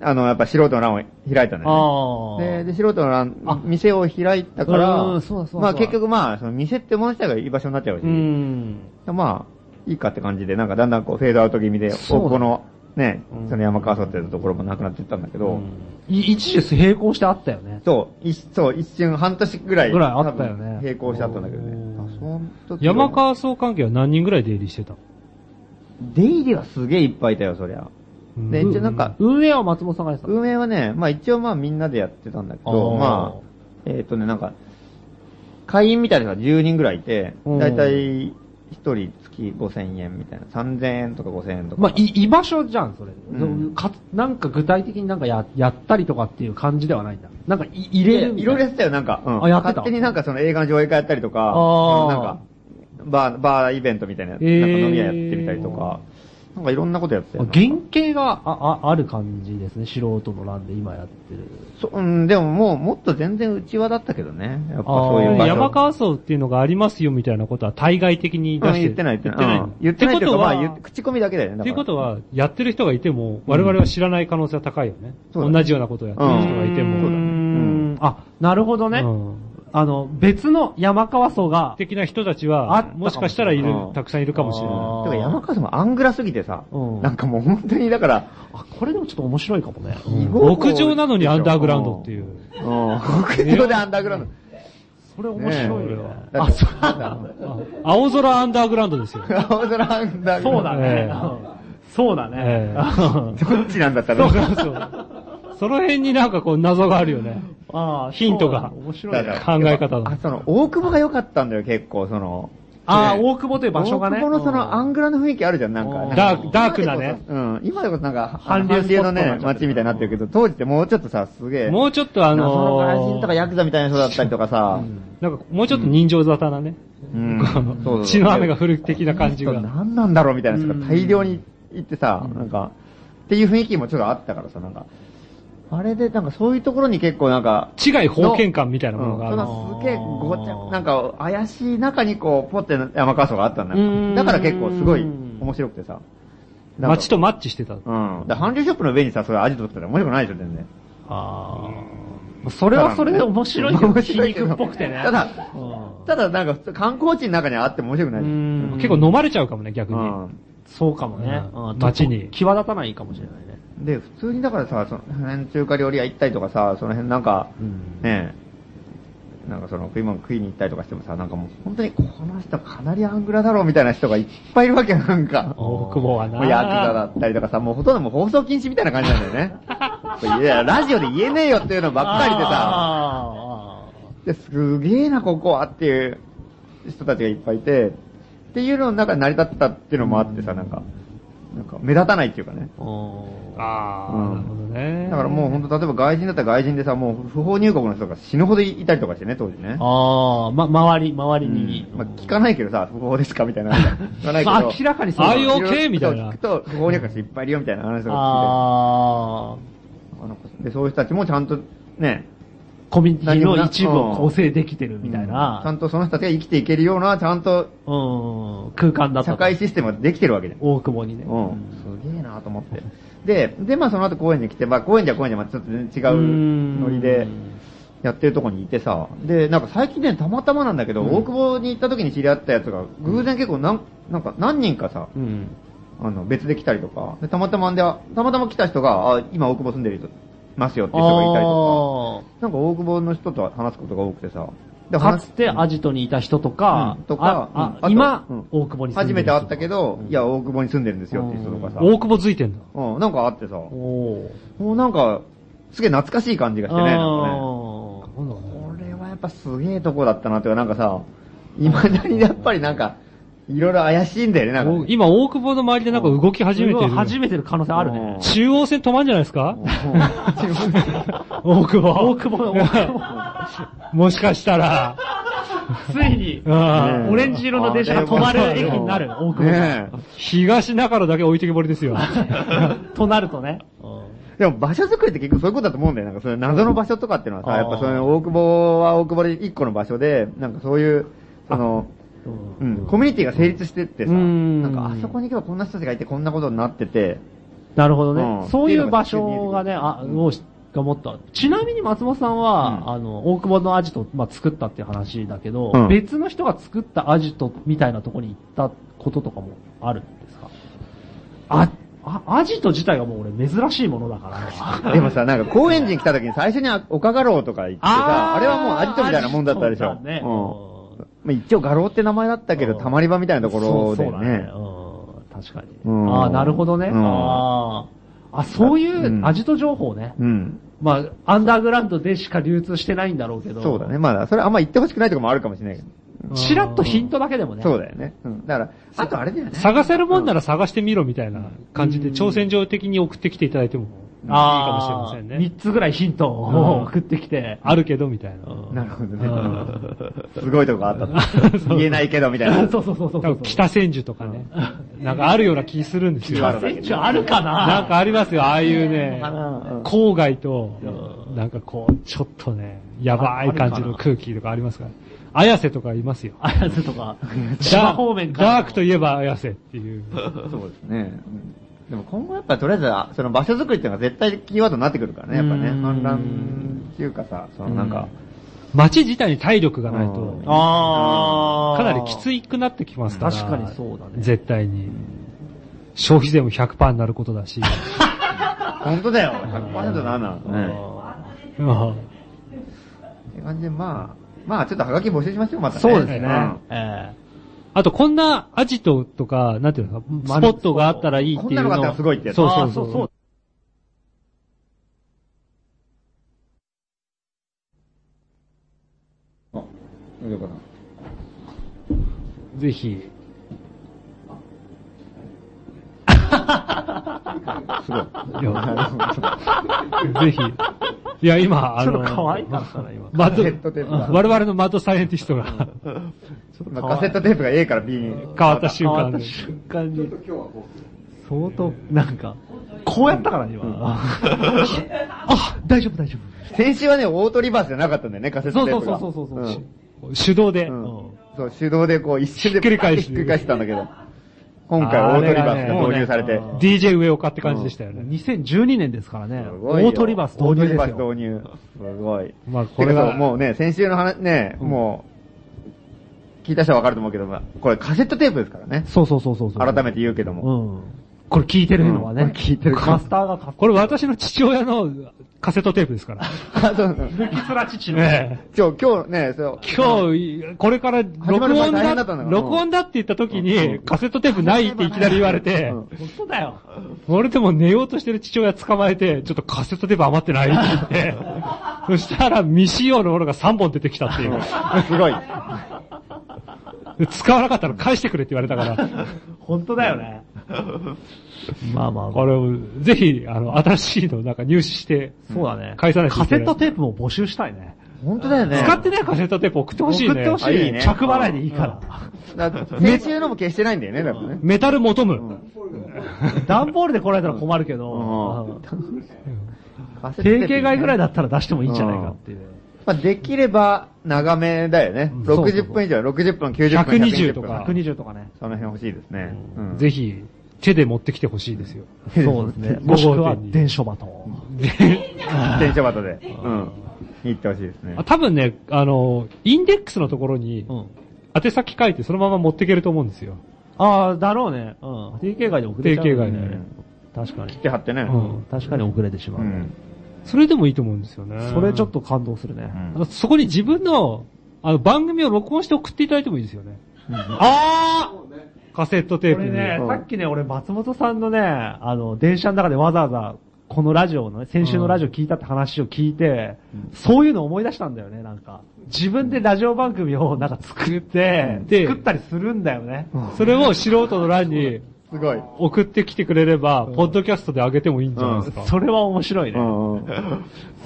[SPEAKER 3] あの、やっぱ素人の欄を開いたんだよね。
[SPEAKER 4] ああ。
[SPEAKER 3] で、で、素人の
[SPEAKER 4] あ
[SPEAKER 3] 欄、店を開いたか
[SPEAKER 4] う
[SPEAKER 3] ら
[SPEAKER 4] ん、そうだそうだそうだ
[SPEAKER 3] まあ結局まあ、その店ってもの自体が居場所になっちゃうし
[SPEAKER 4] う、ん。
[SPEAKER 3] まあ、いいかって感じで、なんかだんだんこうフェードアウト気味で、
[SPEAKER 4] そうだ
[SPEAKER 3] ここの、ね
[SPEAKER 4] うん、
[SPEAKER 3] その山川荘ってところもなくなっていったんだけど、
[SPEAKER 4] い一時並行してあったよね。
[SPEAKER 3] そう、一、そう、一瞬半年ぐらい、
[SPEAKER 4] ぐらいあったよね
[SPEAKER 3] 多分並行してあったんだけどね。
[SPEAKER 4] うん
[SPEAKER 3] あその時は
[SPEAKER 2] 山川総関係は何人ぐらい出入りしてた
[SPEAKER 3] 出入りはすげえいっぱいいたよ、そりゃ。で、一応なんか、
[SPEAKER 4] 運営は松本さんがやってたの
[SPEAKER 3] 運営はね、まあ一応まあみんなでやってたんだけ
[SPEAKER 4] あ
[SPEAKER 3] ど、
[SPEAKER 4] ー
[SPEAKER 3] まあ、えっ、とね、なんか、会員みたいなのが10人ぐらいいて、
[SPEAKER 4] うん
[SPEAKER 3] だいたい1人月5000円みたいな、3000円とか5000円とか。
[SPEAKER 4] まあ、い居場所じゃん、それ。
[SPEAKER 3] ん
[SPEAKER 4] かなんか具体的になんかややったりとかっていう感じではないんだ。なんかい入れる
[SPEAKER 3] で
[SPEAKER 4] み
[SPEAKER 3] い
[SPEAKER 4] た
[SPEAKER 3] ろ
[SPEAKER 4] いな。
[SPEAKER 3] いろやってたよ、なんか。うん
[SPEAKER 4] あやってた
[SPEAKER 3] 勝手になんかその映画の上映会やったりとか、
[SPEAKER 4] あー
[SPEAKER 3] なんか、バー、バーイベントみたいなやつ、
[SPEAKER 4] えー
[SPEAKER 3] なんか飲み屋やってみたりとか、なんかいろんなことやってる
[SPEAKER 4] 原
[SPEAKER 3] な
[SPEAKER 4] 型がああある感じですね、素人の欄で今やってる。
[SPEAKER 3] そうん、でももう、もっと全然内輪だったけどね。やっぱ
[SPEAKER 4] あー
[SPEAKER 3] そういう場所。
[SPEAKER 2] 山川荘っていうのがありますよみたいなことは対外的に出
[SPEAKER 3] うん
[SPEAKER 2] してる。
[SPEAKER 3] 言ってない、言ってない。うん
[SPEAKER 2] 言
[SPEAKER 3] 言
[SPEAKER 2] っ
[SPEAKER 3] っててな
[SPEAKER 2] な
[SPEAKER 3] いいってていう
[SPEAKER 2] っこと
[SPEAKER 3] か、ま
[SPEAKER 2] は
[SPEAKER 3] あ、言口コミだけだよね。だ
[SPEAKER 2] っ
[SPEAKER 3] か
[SPEAKER 2] てい
[SPEAKER 3] ら
[SPEAKER 2] うことは、やってる人がいても、我々は知らない可能性は高いよね。
[SPEAKER 3] そうだね
[SPEAKER 2] 同じようなことをやってる人がいて
[SPEAKER 3] うんそうだ
[SPEAKER 2] も。
[SPEAKER 3] ん
[SPEAKER 4] あ、なるほどね。
[SPEAKER 2] うん
[SPEAKER 4] あの、別の山川荘が、
[SPEAKER 2] 的な人たち
[SPEAKER 4] あ
[SPEAKER 2] は
[SPEAKER 4] った、かも
[SPEAKER 2] もしかしたらいる
[SPEAKER 3] うん、
[SPEAKER 2] たくさんいるかもしれ
[SPEAKER 4] あ
[SPEAKER 2] な
[SPEAKER 4] ー
[SPEAKER 3] だから山川さんもアングラすぎてさ、
[SPEAKER 4] うん
[SPEAKER 3] なんかもう本当にだから、
[SPEAKER 4] あ、これでもちょっと面白いかもね。
[SPEAKER 2] い。
[SPEAKER 3] 非合法
[SPEAKER 2] 屋上なのにアンダーグラウンドっていう。
[SPEAKER 3] うん、屋上でアンダーグラウン
[SPEAKER 4] それ面白いね。
[SPEAKER 2] ね
[SPEAKER 3] ド。あ、そうなんだ。
[SPEAKER 2] あ青空アンダーグラウンドです よ。
[SPEAKER 3] 青空アンダーグラウンド。
[SPEAKER 4] そうだね
[SPEAKER 2] え。
[SPEAKER 4] う
[SPEAKER 2] え
[SPEAKER 4] んそうだね
[SPEAKER 2] え。え
[SPEAKER 4] あ
[SPEAKER 3] どっちなんだった
[SPEAKER 2] そ
[SPEAKER 3] ら
[SPEAKER 2] うそうそう。その辺になんかこう謎があるよね。
[SPEAKER 4] あ
[SPEAKER 2] ヒントが
[SPEAKER 4] そうだ面白
[SPEAKER 3] だ
[SPEAKER 4] いね。
[SPEAKER 3] か
[SPEAKER 2] 考え方
[SPEAKER 3] らあ
[SPEAKER 2] の。、
[SPEAKER 3] その、大久保が良かったんだよ、結構、その。
[SPEAKER 4] ああ、
[SPEAKER 3] ね
[SPEAKER 4] 大久保という場所がね。
[SPEAKER 3] 大久保のそのアングラの雰囲気あるじゃん、なん
[SPEAKER 4] うん
[SPEAKER 3] か。
[SPEAKER 2] ダークダークなね
[SPEAKER 3] うん。今でこそなんか、
[SPEAKER 4] 韓
[SPEAKER 3] 韓
[SPEAKER 4] 流
[SPEAKER 3] 流
[SPEAKER 4] スポット
[SPEAKER 3] の
[SPEAKER 4] になっちゃ
[SPEAKER 3] ね
[SPEAKER 4] っ、てる
[SPEAKER 3] 街みたいになってるけど、当時ってもうちょっとさ、すげえ。
[SPEAKER 2] もうちょっとあ
[SPEAKER 3] あの、
[SPEAKER 2] の
[SPEAKER 3] 外
[SPEAKER 2] ー
[SPEAKER 3] 人とかヤクザみたいな人だったりとかさ、
[SPEAKER 2] なんかもうちょっと人情沙汰なね。
[SPEAKER 3] うん
[SPEAKER 2] こう血の雨が降る的な感じが
[SPEAKER 3] この人何なんだろうみたいな人が大量に行ってさ、なんか、っていう雰囲気もちょっとあったからさ、なんか、あれでなんかそういうところに結構なんか、
[SPEAKER 2] 違い封建感みたいなものがあ
[SPEAKER 3] う
[SPEAKER 2] る。
[SPEAKER 3] んそのすげえごちゃ、なんか怪しい中にこう、ポって山川荘があったんだよ。だから結構すごい面白くてさ。なんか
[SPEAKER 2] 街とマッチしてた。
[SPEAKER 3] うん。だから韓流ショップの上にさ、それアジトだったら面白くないでしょ、全然。
[SPEAKER 4] ああ。それはそれで面白いけど、
[SPEAKER 3] 面
[SPEAKER 4] 皮
[SPEAKER 3] 白いけど
[SPEAKER 4] 肉っぽくてね。
[SPEAKER 3] ただ
[SPEAKER 4] うん
[SPEAKER 3] ただなんか普通観光地の中にあっても面白くないでしょ。
[SPEAKER 4] うん
[SPEAKER 2] 結構飲まれちゃうかもね、逆に。
[SPEAKER 3] う
[SPEAKER 4] そうかもね。
[SPEAKER 2] うん
[SPEAKER 4] うん
[SPEAKER 2] 街に
[SPEAKER 4] 際立たないかもしれないね。
[SPEAKER 3] ん。で、普通にだからさ、その辺中華料理屋行ったりとかさ、その辺なんか、ねえ、なんかその食い物食いに行ったりとかしてもさ、なんかもう本当にこの人かなりアングラだろうみたいな人がいっぱいいるわけよ、なんか。
[SPEAKER 2] 大久保はな。
[SPEAKER 3] もうヤクザだったりとかさ、もうほとんどもう放送禁止みたいな感じなんだ よね。これいや、ラジオで言えねえよっていうのばっかりでさ、
[SPEAKER 4] あ
[SPEAKER 3] ですげえな、ここはっていう人たちがいっぱいいて、っていうのの中で成り立ったっていうのもあってさ、なんか、なんか目立たないっていうかね。
[SPEAKER 4] ーうん
[SPEAKER 2] ああ、
[SPEAKER 3] うん
[SPEAKER 2] なるほどね。
[SPEAKER 3] だからもう本当例えば外人だったら外人でさ、もう不法入国の人が死ぬほどいたりとかしてね、当時ね。
[SPEAKER 4] あー、ま、周り、周りに。
[SPEAKER 3] まあ、聞かないけどさ、不法ですかみた いな。聞かないけど。
[SPEAKER 4] 明らかにそうだ
[SPEAKER 2] Are you okay？みたい
[SPEAKER 3] そう
[SPEAKER 2] な
[SPEAKER 3] 聞く。と、不法入国者いっぱいいるよみたいな話とか
[SPEAKER 4] ああ、
[SPEAKER 3] 聞いて。で、そういう人たちもちゃんとね、
[SPEAKER 4] コミュニティの一部を構成できてるみたい
[SPEAKER 3] ちゃ
[SPEAKER 4] な、
[SPEAKER 3] んとその人たちが生きていけるような、ちゃんと
[SPEAKER 4] うん、空間だった
[SPEAKER 3] 社
[SPEAKER 4] と。
[SPEAKER 3] 会システムができてるわけじゃん。
[SPEAKER 4] 大久保にね。
[SPEAKER 3] うん。すげえなと思って。で、で、まあその後公園に来て、まあ公園じゃ公園じゃまたちょっと全然違うノリでやってるとこにいてさ、で、なんか最近ね、たまたまなんだけど、大久保に行った時に知り合ったやつが、偶然結構なん、なんか何人かさ、あの、別で来たりとか、でたまたまで、たまたま来た人が、あ、今大久保住んでる人、いますよっていう人がいたりと
[SPEAKER 4] あ
[SPEAKER 3] か、なんか大久保の人と話すことが多くてさ、で
[SPEAKER 4] あ、かつて
[SPEAKER 3] 話
[SPEAKER 4] アジトにいた人とか、
[SPEAKER 3] とか、
[SPEAKER 4] あ
[SPEAKER 3] うん
[SPEAKER 4] あ
[SPEAKER 3] と
[SPEAKER 4] 今
[SPEAKER 3] うん、
[SPEAKER 4] 大久保に住ん
[SPEAKER 3] 初
[SPEAKER 4] でる
[SPEAKER 3] め
[SPEAKER 4] 人
[SPEAKER 3] て会ったけど、いや、大久保に住んでるんですよっていう人とかさ、
[SPEAKER 2] 大久保づいてんだ。
[SPEAKER 3] うん、なんかあってさ、
[SPEAKER 4] お
[SPEAKER 3] も
[SPEAKER 4] お
[SPEAKER 3] うなんか、すげえ懐かしい感じがしてね、なんかね。
[SPEAKER 4] あー
[SPEAKER 3] これはやっぱすげえとこだったなっていうか、なんかさ、未だにやっぱりなんか、いろいろ怪しいんだよね、なんかね
[SPEAKER 2] お。今、大久保の周りでなんか動き始めてる。
[SPEAKER 4] 初めてる可能性ある ね。
[SPEAKER 2] 中央線止まんじゃないですか
[SPEAKER 4] 大久保。大久保、大久保。
[SPEAKER 2] もしかしたら。
[SPEAKER 4] ついに、
[SPEAKER 2] うん
[SPEAKER 4] オレンジ色の電車が止まる駅になる、大久保が。
[SPEAKER 3] ねえ
[SPEAKER 2] 東中野だけ置いてきぼり ですよ。
[SPEAKER 4] となるとね。
[SPEAKER 3] でも場所作りって結局そういうことだと思うんだよ。なんかその謎の場所とかっていうのはさ、やっぱその大久保は大久保で一個の場所で、なんかそういう、その、うん、コミュニティが成立してってさ、
[SPEAKER 4] うん
[SPEAKER 3] なんかあそこに行けばこんな人たちがいてこんなことになってて、
[SPEAKER 4] なるほど
[SPEAKER 3] う
[SPEAKER 4] ね。
[SPEAKER 3] ん
[SPEAKER 4] そういう場所がね、
[SPEAKER 3] うん
[SPEAKER 4] あ、をしがもっとある。ちなみに松本さんは、
[SPEAKER 3] うん
[SPEAKER 4] あの、大久保のアジト、まあ、作ったっていう話だけど、
[SPEAKER 3] うん
[SPEAKER 4] 別の人が作ったアジトみたいなところに行ったこととかもあるんですかあ、あアジト自体がもう俺珍しいものだから。
[SPEAKER 3] でもさ、なんか高円寺に来た時に最初に岡画廊とか行ってさ、
[SPEAKER 4] ー
[SPEAKER 3] あれはもうアジトみたいなもんだったでし
[SPEAKER 4] ア
[SPEAKER 3] ょ。
[SPEAKER 4] ジトだね
[SPEAKER 3] うん
[SPEAKER 4] うん
[SPEAKER 3] まあ、一応画廊って名前だったけど、
[SPEAKER 4] うん
[SPEAKER 3] たまり場みたいなところで
[SPEAKER 4] そうそうだ
[SPEAKER 3] ね。
[SPEAKER 4] うん確かに。
[SPEAKER 3] うん
[SPEAKER 4] ああ、なるほどね。
[SPEAKER 3] うん
[SPEAKER 4] あーあ、そういうアジト情報ね。
[SPEAKER 3] うん。
[SPEAKER 4] まあ、アンダーグラウンドでしか流通してないんだろうけど。
[SPEAKER 3] そうだね。。まあ、それあんま言ってほしくないとこもあるかもしれないけど。
[SPEAKER 4] ちらっとヒントだけでもね。
[SPEAKER 3] そうだよね。うん。だから、あとあれだよね。
[SPEAKER 2] 探せるもんなら探してみろみたいな感じで、挑戦状的に送ってきていただいても。いいかもしれませんね。
[SPEAKER 4] 3つぐらいヒントを送ってきて。
[SPEAKER 2] あるけど、みたいな。
[SPEAKER 3] なるほどね。すごいとこあったと。言えないけど、みたいな。
[SPEAKER 4] そうそうそうそう
[SPEAKER 2] 多
[SPEAKER 4] そう
[SPEAKER 2] 分。北千住とかね。なんかあるような気するんですよ。
[SPEAKER 3] ワードだけ
[SPEAKER 4] 選手あるかな
[SPEAKER 2] なんかありますよ、ああいうね
[SPEAKER 3] うん、
[SPEAKER 2] 郊外と、なんかこう、ちょっとね、やばい感じの空気とかありますから。綾瀬とかいますよ。
[SPEAKER 4] 綾瀬と か、千葉方面から。
[SPEAKER 2] ダークといえば綾瀬っていう。
[SPEAKER 3] そうですね。うんでも今後やっぱとりあえずあ、その場所作りっていうのが絶対キーワードになってくるからね、やっぱね。
[SPEAKER 4] うん
[SPEAKER 3] 反乱っていうかさ、そのなんか。
[SPEAKER 2] 街自体に体力がない
[SPEAKER 3] うん
[SPEAKER 2] と、
[SPEAKER 4] あー
[SPEAKER 2] かなりきついくなってきますから。
[SPEAKER 4] 確かにそうだね
[SPEAKER 2] 絶対に。消費税も100%になることだし。
[SPEAKER 3] 本当だよ !100% なんなのね。
[SPEAKER 2] うん
[SPEAKER 3] って感じで、まあ、まあちょっとハガキ募集しましょう、またね。
[SPEAKER 4] そうですね
[SPEAKER 3] ん。
[SPEAKER 4] え
[SPEAKER 2] あと、こんなアジトとか、なんていうのかな、スポットがあったらいいっていうの
[SPEAKER 3] こんなのがあったらすごいってやつ
[SPEAKER 2] そう
[SPEAKER 4] あ
[SPEAKER 2] そう
[SPEAKER 4] ー
[SPEAKER 2] そう。
[SPEAKER 4] そうそう
[SPEAKER 3] どうかな
[SPEAKER 2] ぜひ。
[SPEAKER 3] すごい。
[SPEAKER 2] いやぜひ。いや、今、あ
[SPEAKER 4] ち
[SPEAKER 2] の、
[SPEAKER 4] ょっと可愛かったな、今。
[SPEAKER 2] マ
[SPEAKER 3] カ
[SPEAKER 2] ッ
[SPEAKER 3] セットテープ
[SPEAKER 2] ド、
[SPEAKER 3] が
[SPEAKER 2] 我々のマッドサイエンティストが
[SPEAKER 3] まあカセットテープが A から B に。
[SPEAKER 2] 変わった瞬
[SPEAKER 4] 変わ
[SPEAKER 2] 間
[SPEAKER 4] った
[SPEAKER 2] で。
[SPEAKER 4] 瞬間に。相当、なんか、こうやったからね、今。あ、大丈夫、大丈
[SPEAKER 3] 先週はね、オートリバースじゃなかったんだよね、カセットテープが。
[SPEAKER 4] そうそうそうそうそう
[SPEAKER 2] 手動で。
[SPEAKER 3] うん
[SPEAKER 4] うん
[SPEAKER 3] そう、手動でこう一瞬で
[SPEAKER 2] ひっくり返し
[SPEAKER 3] ひっくり返してたんだけど。今回オートリバースが導入されて。
[SPEAKER 4] あ
[SPEAKER 2] DJ 上岡って感じでしたよ
[SPEAKER 4] 夫。
[SPEAKER 2] ね。
[SPEAKER 4] 2012年ですからね、
[SPEAKER 3] す
[SPEAKER 4] オ
[SPEAKER 3] ごいよ
[SPEAKER 4] ートリバース導入ですよ。
[SPEAKER 3] オートリバース導入。すごい。
[SPEAKER 2] まあ
[SPEAKER 3] こ
[SPEAKER 2] こ
[SPEAKER 3] れ
[SPEAKER 2] れ
[SPEAKER 3] は
[SPEAKER 2] は
[SPEAKER 3] もうね、先週の話、ね、もう、聞いた人はわかると思うけど、まあこれカセットテープですからね。
[SPEAKER 4] そうそうそうそうそう。
[SPEAKER 3] 改めて言うけども。
[SPEAKER 4] うん。これ聞いてるのはね。
[SPEAKER 3] うんこれ聞いてる
[SPEAKER 4] マスターが買っ
[SPEAKER 2] これ私の父親のカセットテープですから。
[SPEAKER 3] あそうそう
[SPEAKER 4] た。キスラ父
[SPEAKER 2] ええ
[SPEAKER 3] 今日、今日ね、そう。
[SPEAKER 2] 今日、これから
[SPEAKER 3] 始まる
[SPEAKER 2] 録
[SPEAKER 3] 前
[SPEAKER 2] 音
[SPEAKER 3] 大変だ
[SPEAKER 2] だ
[SPEAKER 3] ったんだから
[SPEAKER 2] 録音だって言った時
[SPEAKER 3] う
[SPEAKER 2] に、
[SPEAKER 3] ん
[SPEAKER 2] カセットテープないっていきなり言われて、
[SPEAKER 3] うん
[SPEAKER 4] 本当だよ。
[SPEAKER 2] 俺でも寝ようとしてる父親捕まえて、ちょっとカセットテープ余ってないって言って、そしたら未使用のものが3本出てきたっていう。
[SPEAKER 3] すごい。
[SPEAKER 2] で使わなかったら返してくれって言われたから、
[SPEAKER 4] 本当だよね。まあまあ、
[SPEAKER 2] これをぜひ、あの、新しいのなんか入手して、
[SPEAKER 4] そうだね。
[SPEAKER 2] 返さないと
[SPEAKER 4] カ
[SPEAKER 2] い
[SPEAKER 4] セ
[SPEAKER 2] けな
[SPEAKER 4] ッ
[SPEAKER 2] い
[SPEAKER 4] トテープも募集したいね。
[SPEAKER 3] 本当だよね。
[SPEAKER 2] 使ってないカセットテープ送ってほしいね。
[SPEAKER 4] 送ってほし
[SPEAKER 3] あ
[SPEAKER 4] い
[SPEAKER 3] い
[SPEAKER 4] ね
[SPEAKER 3] いね
[SPEAKER 4] 着払いでいいから。
[SPEAKER 3] だから先週のも消してないんだよね、だからね。
[SPEAKER 2] メタル求む。
[SPEAKER 4] 段ボールで来られたら困るけ
[SPEAKER 3] う
[SPEAKER 4] ど、
[SPEAKER 3] カセットテープ
[SPEAKER 4] 定型外ぐらいだったら出してもいいんじゃないかっていう。
[SPEAKER 3] まあ、できれば長めだよね。
[SPEAKER 4] そうそうそう
[SPEAKER 3] 60分以上、60分、90分、
[SPEAKER 2] 120
[SPEAKER 3] 120分
[SPEAKER 2] とか
[SPEAKER 4] 120とかね。
[SPEAKER 3] その辺欲しいですね。うん
[SPEAKER 2] ぜひ、手で持ってきてほしいですよ。
[SPEAKER 4] そうです ね。もしくは、電書バトン。
[SPEAKER 3] 電車バトで。うん。行ってほしいですね
[SPEAKER 2] あ。多分ね、あの、インデックスのところに
[SPEAKER 4] う、ん。
[SPEAKER 2] 宛先書いてそのまま持っていけると思うんですよ。
[SPEAKER 4] ああ、だろうね。うん。定型外で遅れちゃう、ね。
[SPEAKER 2] 定型外
[SPEAKER 3] う
[SPEAKER 2] ね
[SPEAKER 3] ん
[SPEAKER 4] 確かに
[SPEAKER 3] 切っ。て貼ってね。
[SPEAKER 4] うん。確かに遅れてしま
[SPEAKER 3] う
[SPEAKER 4] う。
[SPEAKER 3] ん。
[SPEAKER 2] それでもいいと思うんですよね。
[SPEAKER 4] それちょっと感動するね。
[SPEAKER 3] うん
[SPEAKER 2] あの。そこに自分の、あの、番組を録音して送っていただいてもいいですよね。あーカセットテー
[SPEAKER 4] こ
[SPEAKER 2] プ
[SPEAKER 4] れ
[SPEAKER 2] に。
[SPEAKER 4] ね
[SPEAKER 3] う、ん
[SPEAKER 4] さっきね、俺松本さんのね、あの、電車の中でわざわざ、このラジオのね、先週のラジオ聞いたって話を聞いて、そういうの思い出したんだよね、なんか。自分でラジオ番組をなんか作って、
[SPEAKER 2] で
[SPEAKER 4] 作ったりするんだよね。
[SPEAKER 2] それを素人の欄に
[SPEAKER 3] すごい。
[SPEAKER 2] 送ってきてくれれば、ポッドキャストで上げてもいいんじゃないですか。
[SPEAKER 4] それは面白いうね。
[SPEAKER 3] んうん。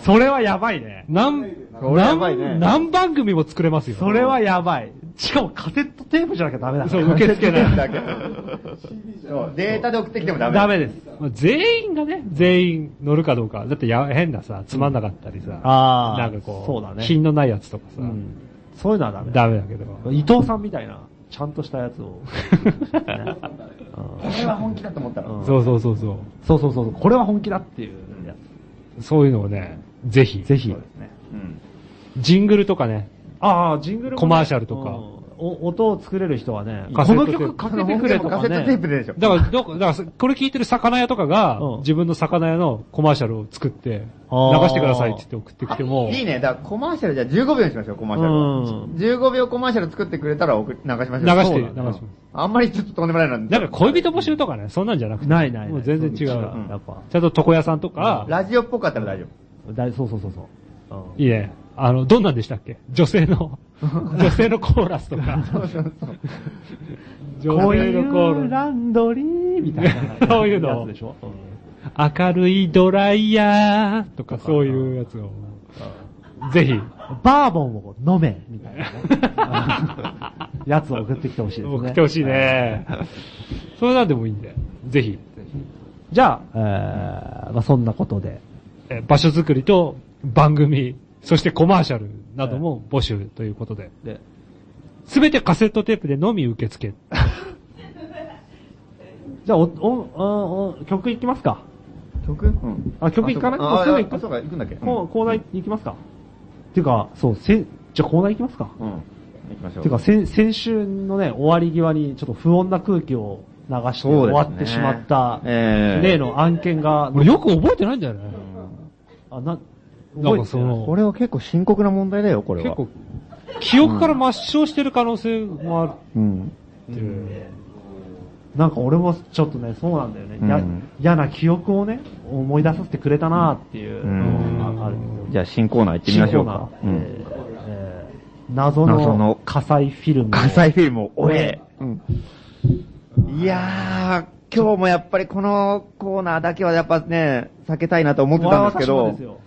[SPEAKER 4] それはやばいね。
[SPEAKER 2] 何、
[SPEAKER 3] これやばいね
[SPEAKER 2] 何、何番組も作れますよ。
[SPEAKER 4] それはやばい。しかもカセットテープじゃなきゃダメだ。
[SPEAKER 2] そう、受け付けない。
[SPEAKER 3] だけ。そう、データで送ってきてもダ メ。
[SPEAKER 4] ダメです。
[SPEAKER 2] まあ全員がね、全員乗るかどうか。だってや、変なさ、つまんなかったりさ。
[SPEAKER 4] あー
[SPEAKER 2] なんかこう、
[SPEAKER 4] そうだね
[SPEAKER 2] 品のないやつとかさ。
[SPEAKER 4] うんそういうのはダメだ。
[SPEAKER 2] ダメだけど。
[SPEAKER 4] 伊藤さんみたいな、ちゃんとしたやつを。ね
[SPEAKER 3] これは本気だと思ったら。
[SPEAKER 4] うん
[SPEAKER 2] そうそうそうそ
[SPEAKER 4] そうそうそうそう、これは本気だっていうや
[SPEAKER 2] う。そういうのをね、ぜひ。ぜひ
[SPEAKER 3] そうですね。うん。
[SPEAKER 2] ジングルとかね。
[SPEAKER 4] つ。ああ、ジングルもね
[SPEAKER 2] コマーシャルとか
[SPEAKER 4] うんお音を作れる人はね、
[SPEAKER 2] カ
[SPEAKER 4] こ
[SPEAKER 2] セッ
[SPEAKER 4] の
[SPEAKER 2] トテープ
[SPEAKER 4] 曲かけてくれとか
[SPEAKER 3] カセットテー
[SPEAKER 4] ね。
[SPEAKER 3] プででしょ。
[SPEAKER 2] だから、どだから、これ聞いてる魚屋とかが、
[SPEAKER 4] うん
[SPEAKER 2] 自分の魚屋のコマーシャルを作って、流
[SPEAKER 4] あー
[SPEAKER 2] してくださいって言って送ってきても、
[SPEAKER 3] いい
[SPEAKER 2] 流
[SPEAKER 3] ね。だからコマーシャルじゃあ15秒にしましょう、コマーシャルは。15秒コマーシャル作ってくれたら送り流しましょう。
[SPEAKER 2] して、流
[SPEAKER 3] そう
[SPEAKER 2] し
[SPEAKER 3] だ
[SPEAKER 2] ます。
[SPEAKER 3] あんまりちょっととんでもないな。
[SPEAKER 2] なんか恋人募集とかね、そんなんじゃなくて。
[SPEAKER 4] ないないない
[SPEAKER 2] もう全然違う。
[SPEAKER 4] んやっぱ。
[SPEAKER 2] ちゃんと床屋さんとか、
[SPEAKER 3] ラジオっぽかったら大丈夫。
[SPEAKER 4] だいそうそうそうそう。うん
[SPEAKER 2] いいね。あの、どんなんでしたっけ女性 の、女性のコーラスとか。女
[SPEAKER 4] こう
[SPEAKER 2] 性
[SPEAKER 4] い
[SPEAKER 2] のコー
[SPEAKER 4] う
[SPEAKER 2] ラ
[SPEAKER 4] ランドリーみたいなやつでしょ。うん
[SPEAKER 2] ス。明るいドライヤーとかそういうやつを。ぜひ。
[SPEAKER 4] バーボンを飲めみたいなね。 やつを送ってきてほしいですね。
[SPEAKER 2] 送ってほしいね。それなんでもいいんで、ぜひ。
[SPEAKER 4] じゃあ、えーまあ、そんなことで。
[SPEAKER 2] えー場所作りと番組、そしてコマーシャルなども募集ということで。
[SPEAKER 4] で
[SPEAKER 2] すべてカセットテープでのみ受付。
[SPEAKER 4] じゃあ、お、お、お、お曲いきますか。
[SPEAKER 3] 曲うん。
[SPEAKER 4] あ、曲いかない
[SPEAKER 3] あ
[SPEAKER 4] もうす
[SPEAKER 3] そう
[SPEAKER 4] ぐ
[SPEAKER 3] あ
[SPEAKER 4] 行く
[SPEAKER 3] あそうか、行くんだっけ
[SPEAKER 4] コーコーナー行きますか。てか、そう、せん、じゃあコーナー行きますか。
[SPEAKER 3] うん。行きましょう。
[SPEAKER 4] てか、先、先週のね、終わり際にちょっと不穏な空気を流して
[SPEAKER 3] そう
[SPEAKER 4] 終
[SPEAKER 3] ですね
[SPEAKER 4] わってしまった、
[SPEAKER 3] ええ
[SPEAKER 4] 例の案件が、
[SPEAKER 2] 俺よく覚えてないんだよね。
[SPEAKER 4] あ、な、
[SPEAKER 2] なんかそ
[SPEAKER 3] こ
[SPEAKER 2] の、
[SPEAKER 3] れは結構深刻な問題だよ、これは。
[SPEAKER 2] 結構、記憶から抹消してる可能性もある。
[SPEAKER 3] うん。
[SPEAKER 4] なんか俺もちょっとね、そうなんだよね。
[SPEAKER 3] うん
[SPEAKER 4] や嫌な記憶をね、思い出させてくれたなっていう
[SPEAKER 3] う
[SPEAKER 4] の
[SPEAKER 3] ん
[SPEAKER 4] があるんですよ。
[SPEAKER 3] じゃあ、新コーナー行ってみましょうか。
[SPEAKER 4] 新コーナー
[SPEAKER 3] うん
[SPEAKER 4] えー謎
[SPEAKER 3] 謎
[SPEAKER 4] の
[SPEAKER 3] の
[SPEAKER 4] 火災フィルム。
[SPEAKER 3] 火災フィルムを終え。いやー、今日もやっぱりこのコーナーだけはやっぱね、避けたいなと思ってたんですけ
[SPEAKER 4] 私も
[SPEAKER 3] ど
[SPEAKER 4] です、よ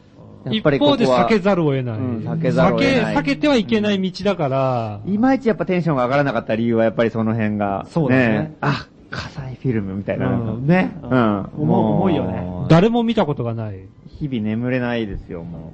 [SPEAKER 3] や
[SPEAKER 2] 一
[SPEAKER 3] っぱりこ
[SPEAKER 2] 方で
[SPEAKER 3] こは
[SPEAKER 2] 避けざるを得ない。
[SPEAKER 3] うん避けざるを得ない
[SPEAKER 2] 避け、避けてはいけない道だから、
[SPEAKER 3] いまいちやっぱテンションが上がらなかった理由はやっぱりその辺が。
[SPEAKER 4] そうだね
[SPEAKER 3] あ、火災フィルムみたいな。なんか
[SPEAKER 4] うんね。
[SPEAKER 3] うん。
[SPEAKER 4] 思う、
[SPEAKER 3] も
[SPEAKER 4] 重いよね。
[SPEAKER 2] 誰も見たことがない。
[SPEAKER 3] 日々眠れないですよ、も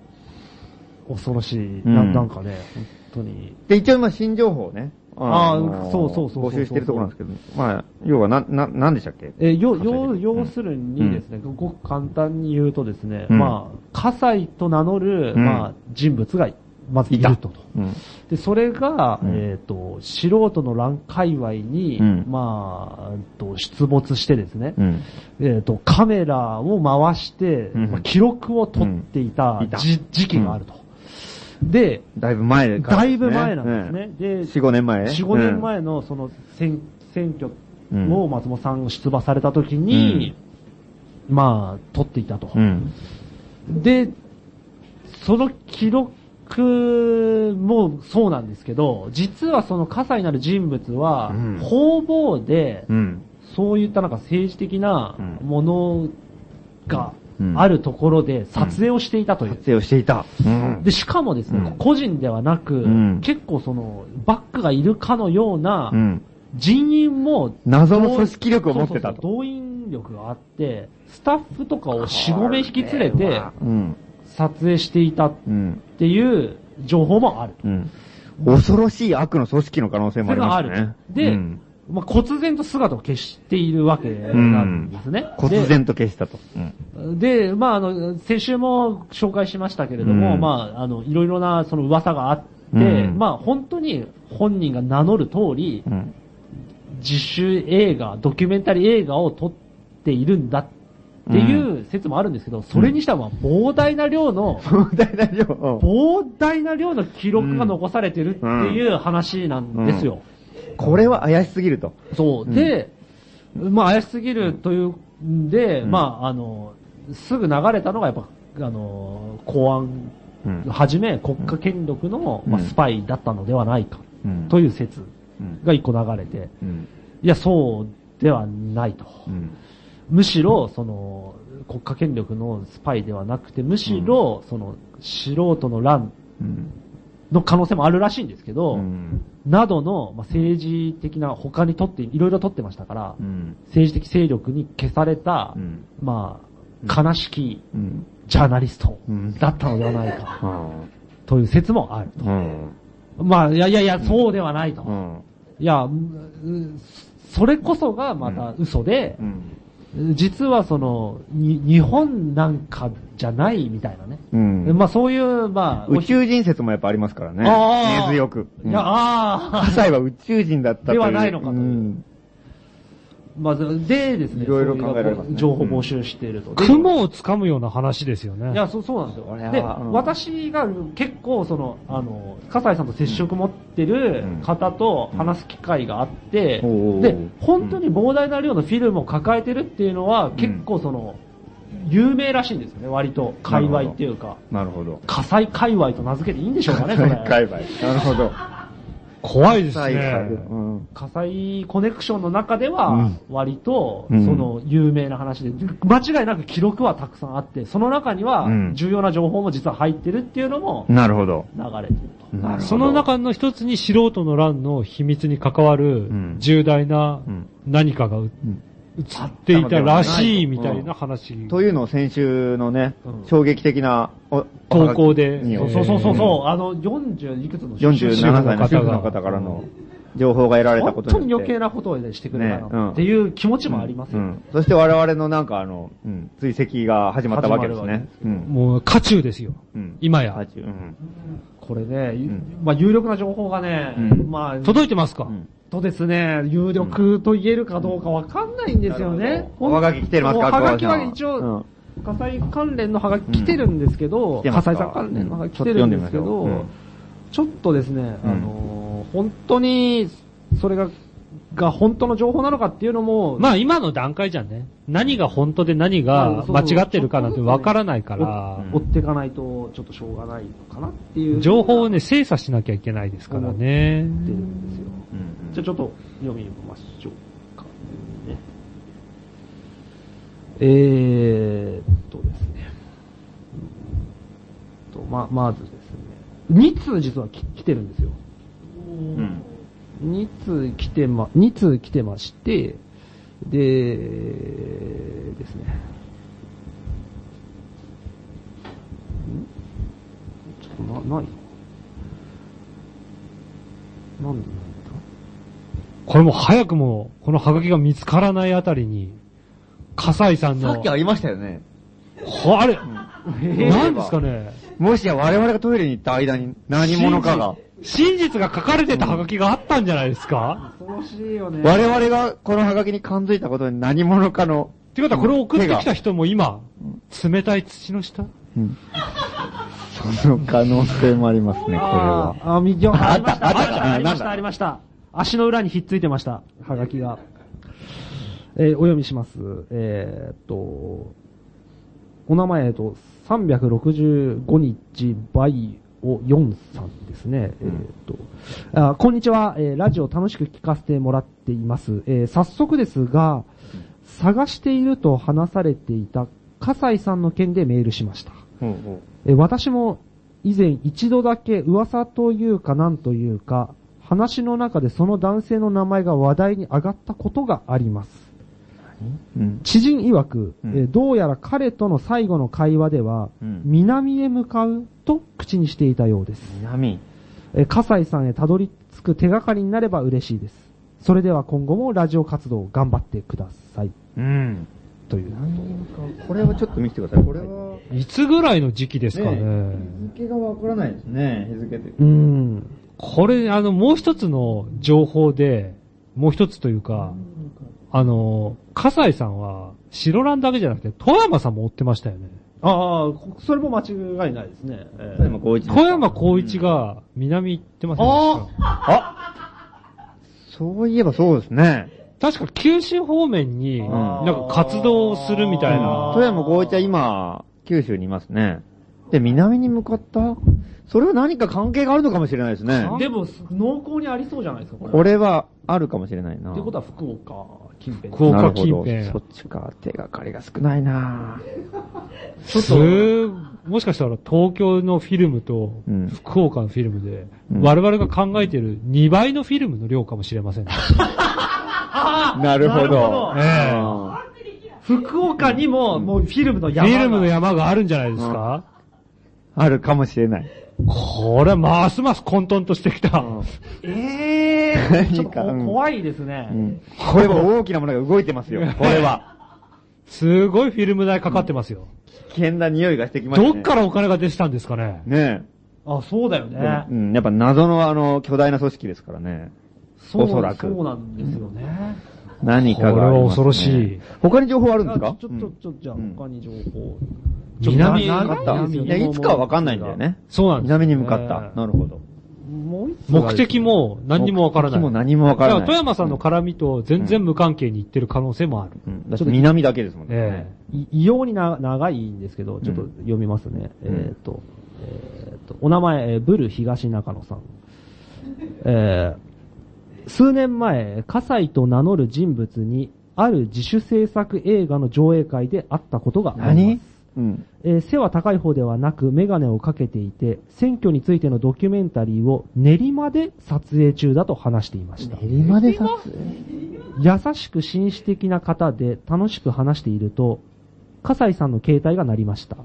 [SPEAKER 3] う。
[SPEAKER 4] 恐ろしい。
[SPEAKER 3] う
[SPEAKER 4] なんなんかね、本当に。
[SPEAKER 3] で、一応今新情報をね。
[SPEAKER 4] あー
[SPEAKER 3] の
[SPEAKER 4] そうそうそうそうそう
[SPEAKER 3] 募集してるところなんですけど、まあ、要はな、な、なんでしたっけ
[SPEAKER 4] えー、よ、
[SPEAKER 3] 火災フィル
[SPEAKER 4] よ、
[SPEAKER 3] ム
[SPEAKER 4] 要するにですね、ごく簡単に言うとですね、
[SPEAKER 3] うん
[SPEAKER 4] まあ、火災と名乗る、
[SPEAKER 3] うん
[SPEAKER 4] まあ、人物が、まずいると。
[SPEAKER 3] うん。
[SPEAKER 4] で、それが、
[SPEAKER 3] うん
[SPEAKER 4] えっ、と、素人の乱界隈に、
[SPEAKER 3] うん
[SPEAKER 4] まあ、えーと、出没してですね、
[SPEAKER 3] うん。
[SPEAKER 4] えっ、と、カメラを回して、
[SPEAKER 3] うん
[SPEAKER 4] まあ、記録を取っていた,、
[SPEAKER 3] うんいた
[SPEAKER 4] じ時期があると。で、
[SPEAKER 3] だいぶ前から
[SPEAKER 4] だ
[SPEAKER 3] です
[SPEAKER 4] い
[SPEAKER 3] ね
[SPEAKER 4] ぶ前なんですね。で、
[SPEAKER 3] 四五年前
[SPEAKER 4] 4、5年前のその選選挙
[SPEAKER 3] うん
[SPEAKER 4] を松本さんが出馬された時に、まあ、取っていたと。
[SPEAKER 3] うん。
[SPEAKER 4] で、その記録もそうなんですけど、実はその葛西なる人物は、
[SPEAKER 3] うん
[SPEAKER 4] 方々で
[SPEAKER 3] う、ん。
[SPEAKER 4] そういったなんか政治的な
[SPEAKER 3] うん
[SPEAKER 4] ものがあるところで撮影をしていたという。
[SPEAKER 3] 撮影をしていた。うん
[SPEAKER 4] で、しかもですね、
[SPEAKER 3] うん
[SPEAKER 4] 個人ではなく、
[SPEAKER 3] うん
[SPEAKER 4] 結構その、バックがいるかのような
[SPEAKER 3] うん。
[SPEAKER 4] 人員も、
[SPEAKER 3] 謎の組織力を持ってた
[SPEAKER 4] そうそう
[SPEAKER 3] と。
[SPEAKER 4] そう動員力があって、スタッフとかを4、5名引き連れて
[SPEAKER 3] うん。
[SPEAKER 4] 撮影していたっ
[SPEAKER 3] うん。
[SPEAKER 4] ていう情報もあると。
[SPEAKER 3] うん。恐ろしい悪の組織の可能性もあります
[SPEAKER 4] それが
[SPEAKER 3] ね
[SPEAKER 4] あ。るで
[SPEAKER 3] うん
[SPEAKER 4] まあ、忽然と姿を消しているわけなんですね。
[SPEAKER 3] 忽然と消したと。うん
[SPEAKER 4] で。で、まあ、あの、先週も紹介しましたけれども、
[SPEAKER 3] うん
[SPEAKER 4] まあ、あの、いろいろなその噂があって、
[SPEAKER 3] うん
[SPEAKER 4] まあ、本当に本人が名乗る通り、
[SPEAKER 3] うん。
[SPEAKER 4] 自主映画、ドキュメンタリー映画を撮っているんだっていう説もあるんですけど、それにしてはまあ膨大な量 の、
[SPEAKER 3] 大丈夫。うん
[SPEAKER 4] 膨大な量の記録が残されてるっていう話なんですよ。
[SPEAKER 3] これは怪しすぎると。
[SPEAKER 4] そう。で、まあ怪しすぎるというんで、
[SPEAKER 3] ん
[SPEAKER 4] まああの、すぐ流れたのがやっぱ、あの、公安
[SPEAKER 3] うん
[SPEAKER 4] はじめ国家権力の、
[SPEAKER 3] うん
[SPEAKER 4] まあ、スパイだったのではないか
[SPEAKER 3] うん
[SPEAKER 4] という説
[SPEAKER 3] うん
[SPEAKER 4] が一個流れて、
[SPEAKER 3] うん。
[SPEAKER 4] いや、そうではないと。
[SPEAKER 3] うん。
[SPEAKER 4] むしろ、その、国家権力のスパイではなくて、むしろ、その、素人の乱
[SPEAKER 3] うん
[SPEAKER 4] の可能性もあるらしいんですけど、
[SPEAKER 3] うん。
[SPEAKER 4] などの、まあ、政治的な、他に取って、いろいろ取ってましたから、
[SPEAKER 3] うん。
[SPEAKER 4] 政治的勢力に消された、
[SPEAKER 3] うん
[SPEAKER 4] まあ、悲しき
[SPEAKER 3] うん。
[SPEAKER 4] ジャーナリスト
[SPEAKER 3] うん
[SPEAKER 4] だったのではないか、
[SPEAKER 3] うん
[SPEAKER 4] という説もある。
[SPEAKER 3] うん。
[SPEAKER 4] まあ、いやいやいや、そうではないと。
[SPEAKER 3] うん。
[SPEAKER 4] いや、うんそれこそがまた嘘で
[SPEAKER 3] う、ん。
[SPEAKER 4] 実はその、に日本なんかじゃないみたいなね。
[SPEAKER 3] うん。
[SPEAKER 4] まあそういう、まあ、
[SPEAKER 3] 宇宙人説もやっぱありますからね。
[SPEAKER 4] あー
[SPEAKER 3] 根強く。
[SPEAKER 4] いや、あ
[SPEAKER 3] 火災は宇宙人だったとい
[SPEAKER 4] で
[SPEAKER 3] う
[SPEAKER 4] はないのかと
[SPEAKER 3] うん。
[SPEAKER 4] あ、 まあ、でですね、
[SPEAKER 3] いろいろ考えられますね
[SPEAKER 4] そういう情報募集していると。で
[SPEAKER 2] 雲をつかむような話ですよ
[SPEAKER 4] い
[SPEAKER 2] ね。
[SPEAKER 4] や、そう、そうなんですよ。で、
[SPEAKER 3] はうん
[SPEAKER 4] 私が結構、その、あの、笠井さんと接触持ってる
[SPEAKER 3] うん
[SPEAKER 4] 方と話す機会があって、
[SPEAKER 3] うん
[SPEAKER 4] で
[SPEAKER 3] おー、
[SPEAKER 4] 本当に膨大な量のフィルムを抱えてるっていうのは、結構その、有名らしいんですよね、割と。界隈っていうか、
[SPEAKER 3] なるほど。
[SPEAKER 4] 火災界隈と名付けていいんでしょうかね、それ。
[SPEAKER 3] 界隈。なるほど。
[SPEAKER 2] 怖いです
[SPEAKER 3] 最
[SPEAKER 2] ね。
[SPEAKER 3] 後うん
[SPEAKER 4] 火災コネクションの中では、割と、そ
[SPEAKER 3] うん
[SPEAKER 4] の、有名な話で、間違いなく記録はたくさんあって、その中には
[SPEAKER 3] う、ん
[SPEAKER 4] 重要な情報も実は入ってるっていうのも、
[SPEAKER 3] なるほど。
[SPEAKER 4] 流れてる
[SPEAKER 3] なるほど
[SPEAKER 2] その、中の一つに素人の乱の秘密に関わる
[SPEAKER 3] ん
[SPEAKER 2] 重大な
[SPEAKER 3] うん
[SPEAKER 2] 何かがう映っていたらしいみたいな話。
[SPEAKER 3] というのを先週のね、衝撃的なお
[SPEAKER 2] 投稿で
[SPEAKER 3] に
[SPEAKER 4] と。
[SPEAKER 3] よ
[SPEAKER 4] そうそうそうそう、あの、40いくつの
[SPEAKER 3] 47
[SPEAKER 2] の
[SPEAKER 3] 歳の主婦の方からの情報が得られた
[SPEAKER 4] 本
[SPEAKER 3] こと
[SPEAKER 4] 当
[SPEAKER 3] に
[SPEAKER 4] に
[SPEAKER 3] よっ
[SPEAKER 4] 余
[SPEAKER 3] て。
[SPEAKER 4] 計なことをしてくれた
[SPEAKER 3] ねうん
[SPEAKER 4] な、っていう気持ちもありますよ。
[SPEAKER 3] うんそして我々のなんかあの、うん追跡が始まったわけですね。うん
[SPEAKER 2] もう、渦中ですよ。
[SPEAKER 3] うん
[SPEAKER 2] 今や。
[SPEAKER 3] 八うん
[SPEAKER 4] これね、
[SPEAKER 3] ん
[SPEAKER 4] まあ、有力な情報がね、
[SPEAKER 3] うん
[SPEAKER 4] まあ、
[SPEAKER 2] 届いてますか
[SPEAKER 3] ん
[SPEAKER 4] とですね、有力と言えるかどうかわかんないんですよね。
[SPEAKER 3] おはがき来てますか
[SPEAKER 4] はがきは
[SPEAKER 3] 小川さん
[SPEAKER 4] 一応、火災関連のはがき来てるんですけど、
[SPEAKER 3] 来てま
[SPEAKER 4] 火
[SPEAKER 3] す
[SPEAKER 4] 災
[SPEAKER 3] か
[SPEAKER 4] さん関連のはがき来てるんですけど、
[SPEAKER 3] うんちょっと読んでみましょううん
[SPEAKER 4] ちょっとですね、あのー本当に、それが、が本当の情報なのかっていうのも、
[SPEAKER 2] まあ今の段階じゃね、何が本当で何が間違ってるかなんてわからないから、
[SPEAKER 4] 追っていかないと、ちょっとしょうがないのかなっていう。
[SPEAKER 2] 情報をね、精査しなきゃいけないですからね。
[SPEAKER 4] 出るんですよ。
[SPEAKER 3] うん
[SPEAKER 4] じゃあちょっと読みましょうか、ね。えーっとですね。うんとま、まずですね。2通実はき来てるんですよ。
[SPEAKER 3] うん
[SPEAKER 4] 2通来てま、2通来てまして、で、ですね。んちょっとな、ないなんでないんだ
[SPEAKER 2] これも早くも、このハガキが見つからないあたりに、笠井さん
[SPEAKER 3] さ
[SPEAKER 2] の
[SPEAKER 3] っき、ありましたよね。
[SPEAKER 2] こあれ、何ですかね、
[SPEAKER 3] もしや我々がトイレに行った間に何者かが、
[SPEAKER 2] 真実が書かれてたハガキがあったんじゃないですか
[SPEAKER 4] 恐ろしいよね。
[SPEAKER 3] 我々がこのハガキに感づいたことに何者かの、
[SPEAKER 2] ってことはこれを送ってき
[SPEAKER 3] 手
[SPEAKER 2] た
[SPEAKER 3] が
[SPEAKER 2] 人も今、冷たい土の下
[SPEAKER 3] その可能性もありますね、これは。
[SPEAKER 4] あ、右
[SPEAKER 3] あ
[SPEAKER 4] あ
[SPEAKER 3] あっ
[SPEAKER 4] りましたた、あ
[SPEAKER 3] あっ
[SPEAKER 4] り
[SPEAKER 3] た
[SPEAKER 4] ました、ありました。足の裏にひっついてました、はがきが。えーお読みします。えーっと、お名前、えっと、365日バイオ4さんですね。えーっと、あこんにちは、えーラジオ楽しく聞かせてもらっています。えー早速ですが、探していると話されていた、笠井さんの件でメールしました。
[SPEAKER 3] うん
[SPEAKER 4] えー私も以前一度だけ噂というかなんというか、話の中でその男性の名前が話題に上がったことがあります。
[SPEAKER 3] うん
[SPEAKER 4] 知人曰く、え
[SPEAKER 3] うん
[SPEAKER 4] ーどうやら彼との最後の会話では、
[SPEAKER 3] うん
[SPEAKER 4] 南へ向かうと口にしていたようです。
[SPEAKER 3] 南。
[SPEAKER 4] えー、笠井さんへたどり着く手がかりになれば嬉しいです。それでは今後もラジオ活動を頑張ってください。
[SPEAKER 3] うん。
[SPEAKER 4] という。
[SPEAKER 3] これをちょっと見せてください。これは、
[SPEAKER 2] いつぐらいの時期ですかね。
[SPEAKER 3] 日付がわからないですね、日付で。
[SPEAKER 4] うーん。
[SPEAKER 2] これ、あの、もう一つの情報で、もう一つというか、あの、笠井さんは、白蘭だけじゃなくて、富山さんも追ってましたよね。
[SPEAKER 4] ああ、それも間違いないですね。
[SPEAKER 3] 富山光一。
[SPEAKER 2] 富山光一が、南行ってませんでした。
[SPEAKER 3] そういえばそうですね。
[SPEAKER 2] 確か九州方面
[SPEAKER 3] ん
[SPEAKER 2] に、なんか活動をするみたいな。
[SPEAKER 3] 富山光一は今、九州にいますね。で、南に向かったそれは何か関係があるのかもしれないですね。
[SPEAKER 4] でも、濃厚にありそうじゃないですか、これ。
[SPEAKER 3] これはあるかもしれないな。
[SPEAKER 4] ってことは福岡近辺。
[SPEAKER 2] 福岡
[SPEAKER 3] なる
[SPEAKER 2] 近
[SPEAKER 3] ほ
[SPEAKER 2] 辺
[SPEAKER 3] ど。。そっちか。手がかりが少ないな
[SPEAKER 2] ちょっと、もしかしたら東京のフィルムと
[SPEAKER 3] うん
[SPEAKER 2] 福岡のフィルムで、
[SPEAKER 3] うん
[SPEAKER 2] 我々が考えている2倍のフィルムの量かもしれませんね。
[SPEAKER 3] なるほど。
[SPEAKER 2] ええ
[SPEAKER 4] 福岡にも、もうフィルムの
[SPEAKER 2] フ
[SPEAKER 4] 山が。
[SPEAKER 2] ィルムの山があるんじゃないですか、
[SPEAKER 3] あるかもしれない。
[SPEAKER 2] これ、ますます混沌としてきた。
[SPEAKER 4] ええちょっとこ
[SPEAKER 3] 何か
[SPEAKER 4] 怖いですね。
[SPEAKER 3] うんこれは大きなものが動いて ますよ。これは。
[SPEAKER 2] すごいフィルム代かかってますよ。
[SPEAKER 3] 危険な匂いがしてきましたね。
[SPEAKER 2] どっからお金が出てたんですかね
[SPEAKER 3] ね
[SPEAKER 4] あ、そうだよ
[SPEAKER 3] え。
[SPEAKER 4] ね
[SPEAKER 3] う。ん、やっぱ謎のあの、巨大な組織ですからね。
[SPEAKER 4] そう
[SPEAKER 3] おそらく
[SPEAKER 4] そうなんですよね。
[SPEAKER 3] 何かがあります、ね。
[SPEAKER 2] これは恐ろしい。
[SPEAKER 3] 他に情報あるんで
[SPEAKER 4] あ
[SPEAKER 3] す
[SPEAKER 4] ち
[SPEAKER 3] か
[SPEAKER 4] ょ、ちょ、ちょ、ちょじゃあ
[SPEAKER 3] うん
[SPEAKER 4] 他に情報。
[SPEAKER 2] 南
[SPEAKER 3] に向かった。
[SPEAKER 4] 南
[SPEAKER 3] いや、いつかはわかんないんだよね。
[SPEAKER 2] そうなんですよね
[SPEAKER 3] 南に向かった。なるほど。
[SPEAKER 4] もう一つが
[SPEAKER 2] 目的も何にもわからない。
[SPEAKER 3] 目的も何もわからない
[SPEAKER 2] だ富山さんの絡みと全然無関係に行ってる可能性もある。
[SPEAKER 3] うん。だって南だけですもんね。
[SPEAKER 2] え
[SPEAKER 4] い異様にな長いんですけど、ちょっと
[SPEAKER 3] うん
[SPEAKER 4] 読みますね。
[SPEAKER 3] うん
[SPEAKER 4] えっ、と、えっ、と、お名前、えーブル東中野さん。えー数年前、葛西と名乗る人物に、ある自主制作映画の上映会で会ったことがあります。
[SPEAKER 3] うん。
[SPEAKER 4] えー背は高い方ではなく、メガネをかけていて、選挙についてのドキュメンタリーを練馬で撮影中だと話していました。
[SPEAKER 3] 練馬で撮影
[SPEAKER 4] 優しく紳士的な方で楽しく話していると、笠井さんの携帯が鳴りました。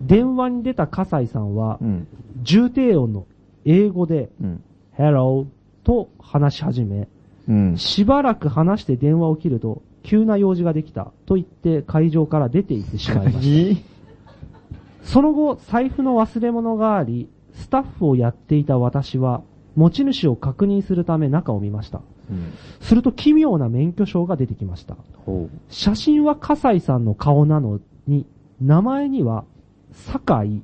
[SPEAKER 4] 電話に出た笠井さんは、
[SPEAKER 3] うん。
[SPEAKER 4] 重低音の英語で、
[SPEAKER 3] うん。
[SPEAKER 4] Hello と話し始め、
[SPEAKER 3] うん。
[SPEAKER 4] しばらく話して電話を切ると、急な用事ができたと言って会場から出て行ってしまいました。その後、財布の忘れ物があり、スタッフをやっていた私は、持ち主を確認するため中を見ました。
[SPEAKER 3] うん
[SPEAKER 4] すると奇妙な免許証が出てきました。
[SPEAKER 3] ほ
[SPEAKER 4] 写真は笠井さんの顔なのに、名前には、酒井、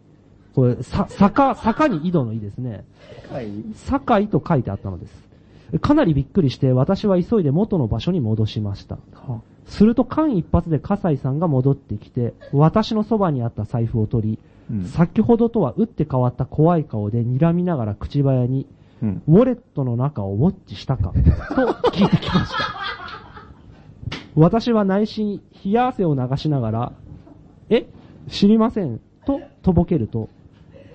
[SPEAKER 4] これ、さ、坂、坂に井戸の井ですね。酒井と書いてあったのです。かなりびっくりして、私は急いで元の場所に戻しました。すると間一髪で笠井さんが戻ってきて、私のそばにあった財布を取り、
[SPEAKER 3] う。うん。
[SPEAKER 4] 先ほどとは打って変わった怖い顔で睨みながら口早に、
[SPEAKER 3] うん。
[SPEAKER 4] ウォレットの中をウォッチしたか、と聞いてきました。私は内心、冷や汗を流しながら、え知りません、と、とぼけると、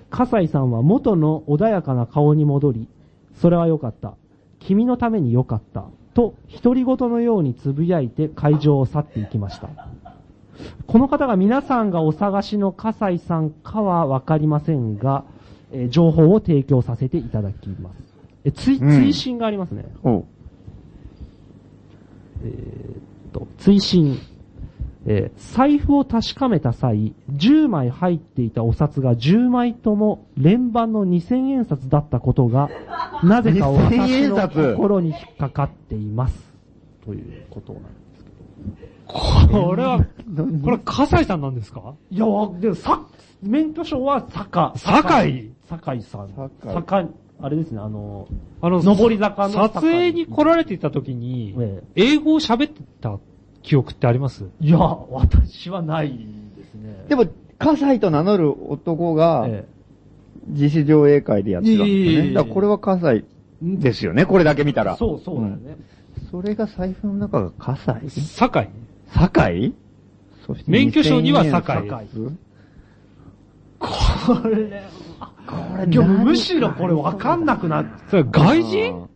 [SPEAKER 4] 笠井さんは元の穏やかな顔に戻り、それは良かった。君のために良かった。と、独り言のようにつぶやいて会場を去っていきました。この方が皆さんがお探しの笠井さんかはわかりませんが、えー情報を提供させていただきます。えつい、
[SPEAKER 3] うん
[SPEAKER 4] 追伸がありますね。
[SPEAKER 3] ほう。
[SPEAKER 4] と、追伸。えー財布を確かめた際、10枚入っていたお札が10枚とも連番の2000円札だったことが、なぜか
[SPEAKER 3] 2000
[SPEAKER 4] 私
[SPEAKER 3] 円
[SPEAKER 4] の
[SPEAKER 3] 札
[SPEAKER 4] 心に引っかかっています。ということなんで
[SPEAKER 2] これは、これ、笠井さんなんですか
[SPEAKER 4] す。いや、でもさ、免許証は坂。
[SPEAKER 2] 酒井
[SPEAKER 4] 坂井さん。
[SPEAKER 3] 酒井
[SPEAKER 4] 坂井、あれですね、あの、
[SPEAKER 2] あの、
[SPEAKER 4] 上り坂の
[SPEAKER 2] 撮影に来られていた時に、
[SPEAKER 4] え
[SPEAKER 2] 英語を喋ってた記憶ってあります
[SPEAKER 4] えいや、私はないですね。
[SPEAKER 3] でも、葛西と名乗る男が、
[SPEAKER 4] え
[SPEAKER 3] 自主上映会でやってたんで
[SPEAKER 2] いえ
[SPEAKER 3] す
[SPEAKER 2] いえい
[SPEAKER 3] ね。
[SPEAKER 2] え
[SPEAKER 3] だからこれは葛西ですよね、これだけ見た
[SPEAKER 4] え
[SPEAKER 3] ら。
[SPEAKER 4] そう、そうだよね。
[SPEAKER 3] うん。それが財布の中が葛西
[SPEAKER 2] 酒井
[SPEAKER 3] 酒井そして
[SPEAKER 2] 免許証には
[SPEAKER 3] 2000
[SPEAKER 2] 酒井
[SPEAKER 3] 円
[SPEAKER 4] これね、
[SPEAKER 3] これ
[SPEAKER 4] いやむしろこれわかんなくなっ
[SPEAKER 2] それ外人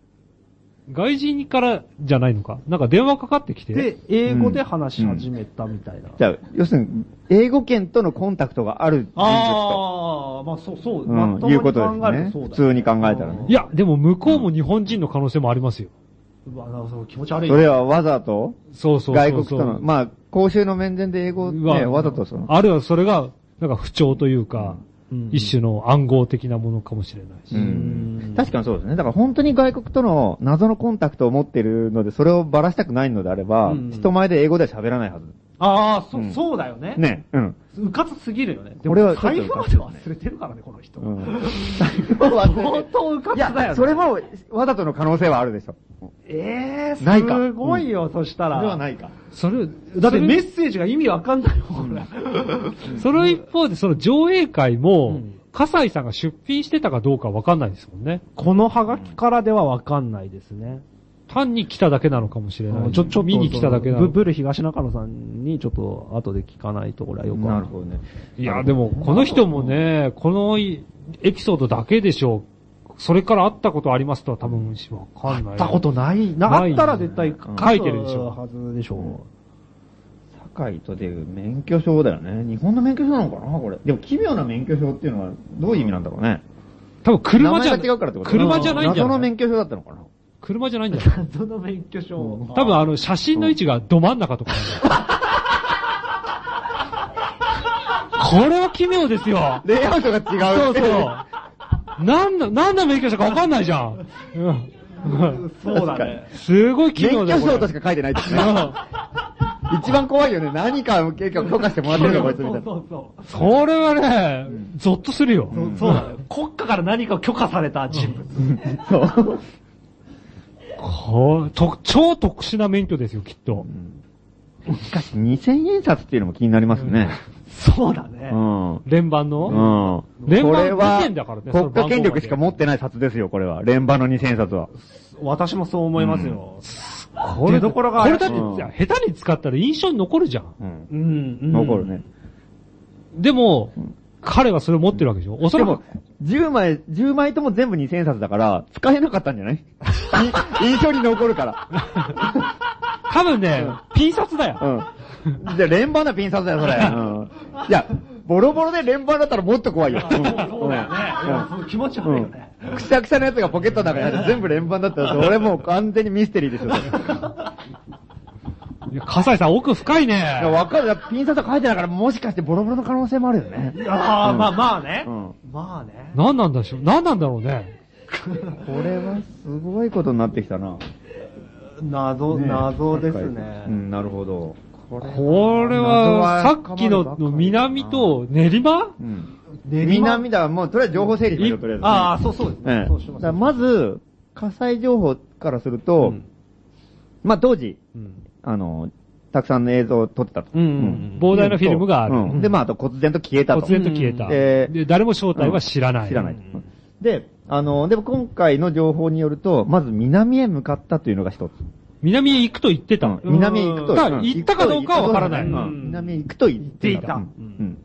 [SPEAKER 2] 外人からじゃないのかなんか電話かかってきて。
[SPEAKER 4] て、英語で話し始めたみたいな。
[SPEAKER 3] じゃあ、要するに、英語圏とのコンタクトがある人物
[SPEAKER 4] ああ、まあそう、そう、
[SPEAKER 3] と、
[SPEAKER 4] まと
[SPEAKER 3] うん、
[SPEAKER 4] も
[SPEAKER 3] い
[SPEAKER 4] に
[SPEAKER 3] うことです
[SPEAKER 4] 考える
[SPEAKER 3] ね。
[SPEAKER 4] とそう
[SPEAKER 3] 普
[SPEAKER 4] だ
[SPEAKER 3] 通に考えたら
[SPEAKER 4] うん
[SPEAKER 3] ね
[SPEAKER 2] い。や、でも向こうも日本人の可能性もありますよ。
[SPEAKER 4] うわなんかその気持ち悪い。
[SPEAKER 3] それはわざと、
[SPEAKER 2] そうそうそうそう。
[SPEAKER 3] 外国との、まあ、公衆の面前で英語を
[SPEAKER 2] うわ
[SPEAKER 3] ね、わざとその、
[SPEAKER 2] あるいはそれが、なんか不調というか、
[SPEAKER 4] うん
[SPEAKER 2] 一種の暗号的なものかもしれないし。
[SPEAKER 3] うん確かにそうですね。だから本当に外国との謎のコンタクトを持ってるので、それをばらしたくないのであれば、
[SPEAKER 4] うん
[SPEAKER 3] 人前で英語では喋らないはず。
[SPEAKER 4] ああ、そ
[SPEAKER 3] うん
[SPEAKER 4] う、そうだよね。
[SPEAKER 3] ね。うん。
[SPEAKER 4] うかつすぎるよね。で
[SPEAKER 3] 俺
[SPEAKER 4] も、
[SPEAKER 3] はちょっ
[SPEAKER 4] 財
[SPEAKER 3] と
[SPEAKER 4] 布まで忘れてるからね、この人。
[SPEAKER 3] うん。
[SPEAKER 4] 相当うかつ
[SPEAKER 3] い
[SPEAKER 4] だよね
[SPEAKER 3] や、。 それも、わざとの可能性はあるでしょ。
[SPEAKER 4] ええー、
[SPEAKER 3] ないか
[SPEAKER 4] すごいよ、そしたら。
[SPEAKER 3] いか。
[SPEAKER 2] そ
[SPEAKER 4] だ
[SPEAKER 2] れ、
[SPEAKER 4] って
[SPEAKER 2] それ
[SPEAKER 4] メッセージが意味わかんないよ、これ。
[SPEAKER 2] その一方で、その上映会も、
[SPEAKER 4] うん
[SPEAKER 2] 笠井さんが出品してたかどうかわかんないですもんね。
[SPEAKER 4] このハガキからではわかんないですね。
[SPEAKER 2] 単に来ただけなのかもしれない。ちょ、ちょ、見に来ただけな
[SPEAKER 4] ブ
[SPEAKER 2] のか。
[SPEAKER 4] ブル東中野さんにちょっと後で聞かないとこれはよくわかん
[SPEAKER 3] な
[SPEAKER 4] ない
[SPEAKER 3] るほどね。
[SPEAKER 2] いや、でも、この人もね、このいエピソードだけでしょう。それから会ったことありますとは多分、わかんな
[SPEAKER 4] 会
[SPEAKER 2] い。
[SPEAKER 4] ったことない。なか
[SPEAKER 2] ない
[SPEAKER 4] ったら絶対
[SPEAKER 2] 書いてるでしょ
[SPEAKER 4] はずでしょ。
[SPEAKER 3] 堺とでいう免許証だよね。日本の免許証なのかなこれ。でも奇妙な免許証っていうのはどういう意味なんだろうね。
[SPEAKER 2] 多分車じゃ、
[SPEAKER 3] 名前が違うからってこと
[SPEAKER 2] 車じゃないんじ
[SPEAKER 3] 謎
[SPEAKER 2] ゃ
[SPEAKER 3] の
[SPEAKER 2] ない
[SPEAKER 3] 免許証だったのかな
[SPEAKER 2] 車じゃないんじゃ ないう
[SPEAKER 4] 謎の免許証。
[SPEAKER 2] 多分あの、写真の位置がど真ん中とか。 これは奇妙ですよ。
[SPEAKER 3] レイアウトが違う。
[SPEAKER 2] そうそう。なんだ、なんだ免許証かわかんないじゃん。うん
[SPEAKER 4] そうだね。
[SPEAKER 2] すごい奇妙
[SPEAKER 3] 免
[SPEAKER 2] だ
[SPEAKER 3] 許
[SPEAKER 2] よ。これ
[SPEAKER 3] 証としか書いてないですね。 一番怖いよね。何かを結局許可してもらってるのか、こいつみたいな。
[SPEAKER 4] そうそう。
[SPEAKER 2] それはね、ゾッとするよ。
[SPEAKER 4] そうだね。国家から何かを許可された人物。
[SPEAKER 3] そう。
[SPEAKER 2] こうと超特殊な免許ですよ、きっと。
[SPEAKER 3] しかし2000円札っていうのも気になりますね。
[SPEAKER 7] そうだね
[SPEAKER 3] う。ん。うん。
[SPEAKER 2] 連番の
[SPEAKER 3] こ
[SPEAKER 2] 連番
[SPEAKER 3] れは
[SPEAKER 2] 2件だからねその
[SPEAKER 3] 国
[SPEAKER 2] 番
[SPEAKER 3] 家
[SPEAKER 2] 号
[SPEAKER 3] 権力しか持ってない札ですよ、これは。連番の2000円札は。
[SPEAKER 7] 私もそう思いますよ。
[SPEAKER 2] こ
[SPEAKER 7] 出所が
[SPEAKER 2] これだって
[SPEAKER 3] うん
[SPEAKER 2] 下手に使ったら印象に残るじゃん。
[SPEAKER 3] うん。
[SPEAKER 7] うん、うん。
[SPEAKER 3] 残るね。
[SPEAKER 2] でも、彼はそれを持ってるわけでしょおそ
[SPEAKER 3] で
[SPEAKER 2] ら
[SPEAKER 3] も
[SPEAKER 2] く、、
[SPEAKER 3] 10枚、10枚とも全部2000円札だから、使えなかったんじゃない い印象に残るから。
[SPEAKER 2] 多分ね、ピン札だよ。
[SPEAKER 3] うん。じゃあ連番なピン札だよ、それ。うん。いや、ボロボロで連番だったらもっと怖いよ。うん
[SPEAKER 7] そうだよね。その気持ち悪いよね。
[SPEAKER 3] うんくしゃくしゃのやつがポケットの中に入って全部連番だったら、 俺もう完全にミステリーですよ。
[SPEAKER 2] いや笠井さん奥深いね
[SPEAKER 3] いや。わかる。ピン札が書いてないから、もしかしてボロボロの可能性もあるよね。
[SPEAKER 7] ああ、まあまあね
[SPEAKER 3] う。ん。
[SPEAKER 7] まあね。
[SPEAKER 2] 何なんだしょう何なんだろうね。
[SPEAKER 3] これはすごいことになってきたな。
[SPEAKER 7] 謎、謎です
[SPEAKER 3] う
[SPEAKER 7] ね。
[SPEAKER 3] ん、なるほど。これ
[SPEAKER 2] これは、さっきのの南、と練馬
[SPEAKER 3] うん。
[SPEAKER 7] 練馬
[SPEAKER 3] 南だ、もうとりあえず情報整理しましょう、とりあえずね。
[SPEAKER 7] ああ、そうそうです
[SPEAKER 3] え
[SPEAKER 7] ね。
[SPEAKER 3] え
[SPEAKER 7] そうしまし
[SPEAKER 3] だから
[SPEAKER 7] ょう。
[SPEAKER 3] まず、火災情報からすると、まあ当時、あの、たくさんの映像を撮ってたと。うん
[SPEAKER 2] 膨大なフィルムがある
[SPEAKER 3] うんで、まああと、忽然と消えたと。
[SPEAKER 2] 突然と消えた。
[SPEAKER 3] で
[SPEAKER 2] で、誰も正体は知らない。
[SPEAKER 3] 知らない。で、あの、でも今回の情報によると、まず南へ向かったというのが一つ。
[SPEAKER 2] 南へ行くと言ってたの。
[SPEAKER 3] 南へ行くと。
[SPEAKER 2] だ
[SPEAKER 3] うん
[SPEAKER 2] 行ったかどうかはわからない
[SPEAKER 3] 行くと
[SPEAKER 2] う
[SPEAKER 3] うんん南へ行くと言っていた。
[SPEAKER 7] う
[SPEAKER 3] うんん。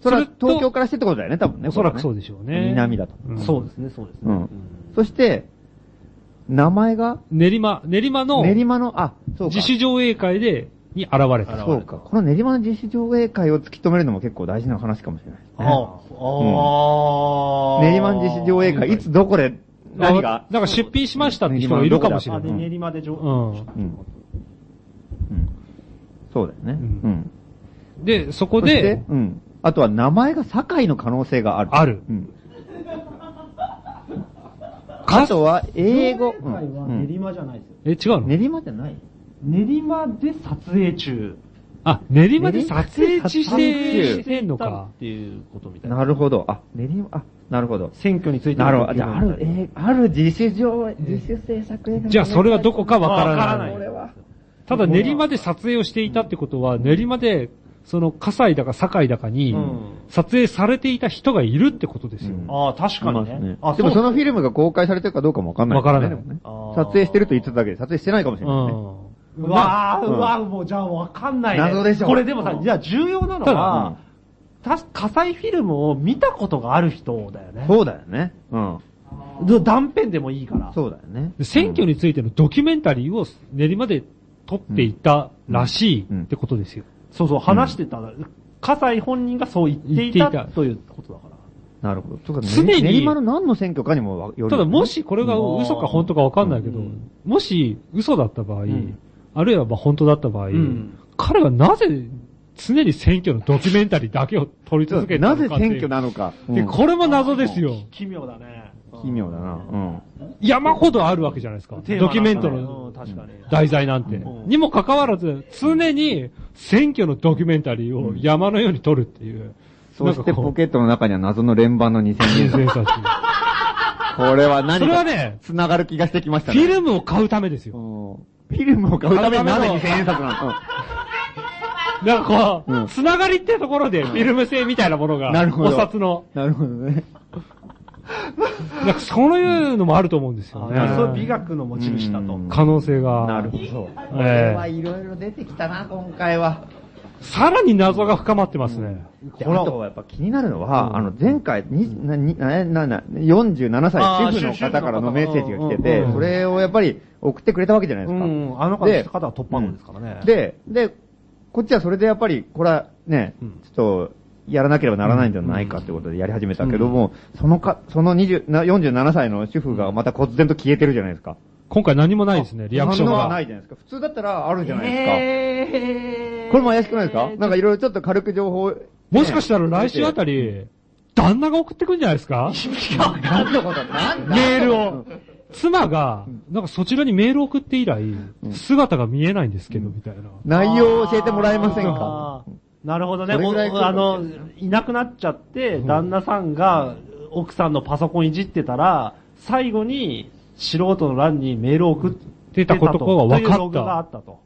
[SPEAKER 3] それは
[SPEAKER 2] それと
[SPEAKER 3] 東京からしてってことだよね、多分ね。
[SPEAKER 2] おそらく
[SPEAKER 3] こ
[SPEAKER 2] そ
[SPEAKER 3] れはね
[SPEAKER 2] うでしょうね。
[SPEAKER 3] 南だと。
[SPEAKER 2] うん。
[SPEAKER 7] そうですね、そうです
[SPEAKER 3] う
[SPEAKER 7] ね。
[SPEAKER 3] ん。そして、名前が、
[SPEAKER 2] 練馬、練馬の
[SPEAKER 3] 練馬の、あ、そうか。
[SPEAKER 2] 自主上映会で、に現れた。
[SPEAKER 3] そうか。この練馬の自主上映会を突き止めるのも結構大事な話かもしれないです
[SPEAKER 7] あ
[SPEAKER 3] ね。
[SPEAKER 7] あ、ああ。
[SPEAKER 3] 練馬の自主上映会、いつどこで、何が
[SPEAKER 2] あ、なんか出品しましたって人がいるかもしれ
[SPEAKER 7] あ
[SPEAKER 2] な
[SPEAKER 7] で
[SPEAKER 2] い。
[SPEAKER 3] うん
[SPEAKER 7] 練馬で上
[SPEAKER 2] う
[SPEAKER 3] うん。うんそうだよね。
[SPEAKER 2] う
[SPEAKER 3] うん。
[SPEAKER 2] ん。で、そこ
[SPEAKER 3] そして
[SPEAKER 2] で、、
[SPEAKER 3] うん。あとは名前が堺の可能性がある。
[SPEAKER 2] ある
[SPEAKER 3] うん。あ
[SPEAKER 2] か
[SPEAKER 3] とは、英語。
[SPEAKER 7] 今回は練馬じゃないですよ。
[SPEAKER 2] え、違うの
[SPEAKER 3] 練馬じゃない
[SPEAKER 7] 練馬で撮影中。
[SPEAKER 2] あ、練馬で撮影中し
[SPEAKER 3] 練馬で撮影
[SPEAKER 2] て、
[SPEAKER 3] 中
[SPEAKER 2] してんの
[SPEAKER 7] 行った
[SPEAKER 2] か
[SPEAKER 7] っ。ていうことみたいな。
[SPEAKER 3] なるほど。あ、練馬、あ、なるほど。
[SPEAKER 7] 選挙についての
[SPEAKER 3] なるほど。じゃあ、あ
[SPEAKER 7] 研究
[SPEAKER 3] る、えーある自主上映、自主制作映画。
[SPEAKER 2] じゃあ、それはどこかわからな
[SPEAKER 7] わ
[SPEAKER 2] い。
[SPEAKER 7] からない
[SPEAKER 2] ただ、練馬で撮影をしていたってことは、練馬で、その、葛西だか堺だかに
[SPEAKER 7] ん、
[SPEAKER 2] 撮影されていた人がいるってことですよ。
[SPEAKER 3] うん
[SPEAKER 7] ああ、確かにね。あ、
[SPEAKER 3] でもそのフィルムが公開されてるかどうかもわかんない、
[SPEAKER 2] わからない
[SPEAKER 3] でもね
[SPEAKER 7] あー
[SPEAKER 3] 撮影してると言ってただけで、撮影してないかもしれ
[SPEAKER 2] う
[SPEAKER 3] ない、ね
[SPEAKER 2] ん。
[SPEAKER 7] うわー、
[SPEAKER 3] うん
[SPEAKER 7] うわー、もうじゃあわかんないね。
[SPEAKER 3] 謎でしょ
[SPEAKER 7] これでもさ、じゃあ重要なのは、た火災フィルムを見たことがある人だよね。
[SPEAKER 3] そうだよね。うん。
[SPEAKER 7] ど断片でもいいから。
[SPEAKER 3] そうだよね。
[SPEAKER 2] で選挙についてのドキュメンタリーを練馬で撮っていたらしいってことですよ。
[SPEAKER 7] そうそう、話してた。火災本人がそう言ってい
[SPEAKER 2] 言
[SPEAKER 7] た
[SPEAKER 2] っていた
[SPEAKER 7] ということだから。
[SPEAKER 3] なるほど。とか、ね、
[SPEAKER 2] 常に
[SPEAKER 3] 練馬の何の選挙かにもわよるよね、
[SPEAKER 2] ただもしこれが
[SPEAKER 7] うん
[SPEAKER 2] 嘘か本当かわかんないけど、
[SPEAKER 7] うん
[SPEAKER 2] もし嘘だった場合、
[SPEAKER 7] ん
[SPEAKER 2] あるいはまあ本当だった場合、
[SPEAKER 7] ん
[SPEAKER 2] 彼はなぜ常に選挙のドキュメンタリーだけを撮り
[SPEAKER 3] そう
[SPEAKER 2] 続けてた
[SPEAKER 3] な
[SPEAKER 2] のか
[SPEAKER 3] ぜ
[SPEAKER 2] っていう
[SPEAKER 3] 選挙なのか。
[SPEAKER 2] で
[SPEAKER 3] うん
[SPEAKER 2] これも謎ですよ。
[SPEAKER 7] 奇妙だね。うん
[SPEAKER 3] 奇妙だな。うん。
[SPEAKER 2] 山ほどあるわけじゃないですか。
[SPEAKER 7] テーマ
[SPEAKER 2] ドキュメント
[SPEAKER 7] なんかねうん
[SPEAKER 2] の
[SPEAKER 7] 確かに。
[SPEAKER 2] 題材なんて。
[SPEAKER 7] うん
[SPEAKER 2] にもかかわらず、常に選挙のドキュメンタリーを山のように撮るっていう。
[SPEAKER 3] そして
[SPEAKER 2] なんかこ
[SPEAKER 3] ポ
[SPEAKER 2] う
[SPEAKER 3] ケットの中には謎の連番の2000円札。
[SPEAKER 2] 千円札
[SPEAKER 3] これは何か
[SPEAKER 2] それはね
[SPEAKER 3] 繋がる気がしてきました
[SPEAKER 2] フ
[SPEAKER 3] ね。
[SPEAKER 2] ィルムを買うためですよ。
[SPEAKER 3] うんフィルムを買うためになぜ2000円札なの
[SPEAKER 2] なんかこ
[SPEAKER 3] う
[SPEAKER 2] う、
[SPEAKER 3] ん
[SPEAKER 2] つながりってところでフィルム製みたいなものが、
[SPEAKER 3] なるほど
[SPEAKER 2] お札の。
[SPEAKER 3] なるほどね。
[SPEAKER 2] なんかそういうのもあると思うんですよ
[SPEAKER 7] あそういう美
[SPEAKER 2] ね。
[SPEAKER 7] 学の持ち主だと。
[SPEAKER 3] うん
[SPEAKER 2] 可能性が。
[SPEAKER 3] なるほど。
[SPEAKER 2] ええ
[SPEAKER 3] いろいろ出てきたな、今回は。
[SPEAKER 2] さらに謎が深まってますね。
[SPEAKER 3] であとはやっぱ気になるのは、あの、前回、に、な、に、な、な、な、47
[SPEAKER 7] あー
[SPEAKER 3] 歳、主婦の
[SPEAKER 7] 主婦の
[SPEAKER 3] 方
[SPEAKER 7] 方
[SPEAKER 3] からのメッセージが来て
[SPEAKER 7] うん
[SPEAKER 3] て
[SPEAKER 7] うんう、ん
[SPEAKER 3] それをやっぱり送ってくれたわけじゃないで
[SPEAKER 7] う
[SPEAKER 3] すか。
[SPEAKER 7] ん、あの方
[SPEAKER 3] で
[SPEAKER 7] 方は突破口ですからね。
[SPEAKER 3] で、で、こっちはそれでやっぱり、これはね、ちょっと、やらなければならないんじゃないかってことでやり始めたけども、そのか、その20な47歳の主婦がまた忽然と消えてるじゃないですか。
[SPEAKER 2] 今回何もないですね、リアクション
[SPEAKER 3] そんなのはな
[SPEAKER 2] が。
[SPEAKER 3] いじゃないですか。普通だったらあるじゃないですか。
[SPEAKER 7] えー
[SPEAKER 3] これも怪しくないですかなんかいろいろちょっと軽く情報、
[SPEAKER 2] もしかしたら来週あたり、旦那が送ってくるんじゃないですか
[SPEAKER 3] なんてことなんだ
[SPEAKER 2] メールを。妻が、なんかそちらにメールを送って以来、姿が見えないんですけど、みたいな。
[SPEAKER 3] 内容を教えてもらえませんか
[SPEAKER 7] あーなるほどね。
[SPEAKER 3] それ
[SPEAKER 7] もう
[SPEAKER 3] ぐらい来る
[SPEAKER 7] あの、いなくなっちゃって、旦那さんが奥さんのパソコンいじってたら、最後に素人の欄にメールを送って
[SPEAKER 2] たことが分かった
[SPEAKER 7] というログがあったと。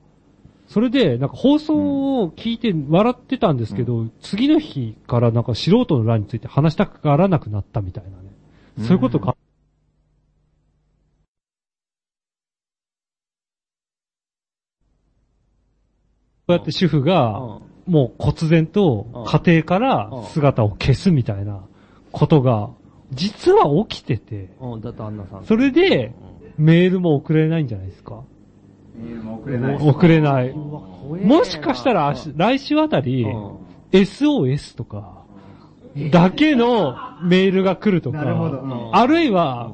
[SPEAKER 2] それで、なんか放送を聞いて笑ってたんですけど、次の日からなんか素人の欄について話したがらなくなったみたいなね。そういうことか。こうやって主婦が、もう忽然と家庭から姿を消すみたいなことが、実は起きてて、
[SPEAKER 4] うん、だってアンナさん。
[SPEAKER 2] それで、メールも送れないんじゃないですか。
[SPEAKER 11] メールも送れないし。
[SPEAKER 2] 送れない。
[SPEAKER 4] うわ怖えな
[SPEAKER 2] もしかしたら、来週あたり、SOS とか、だけのメールが来るとか、
[SPEAKER 11] なるほどうん
[SPEAKER 2] あるいは、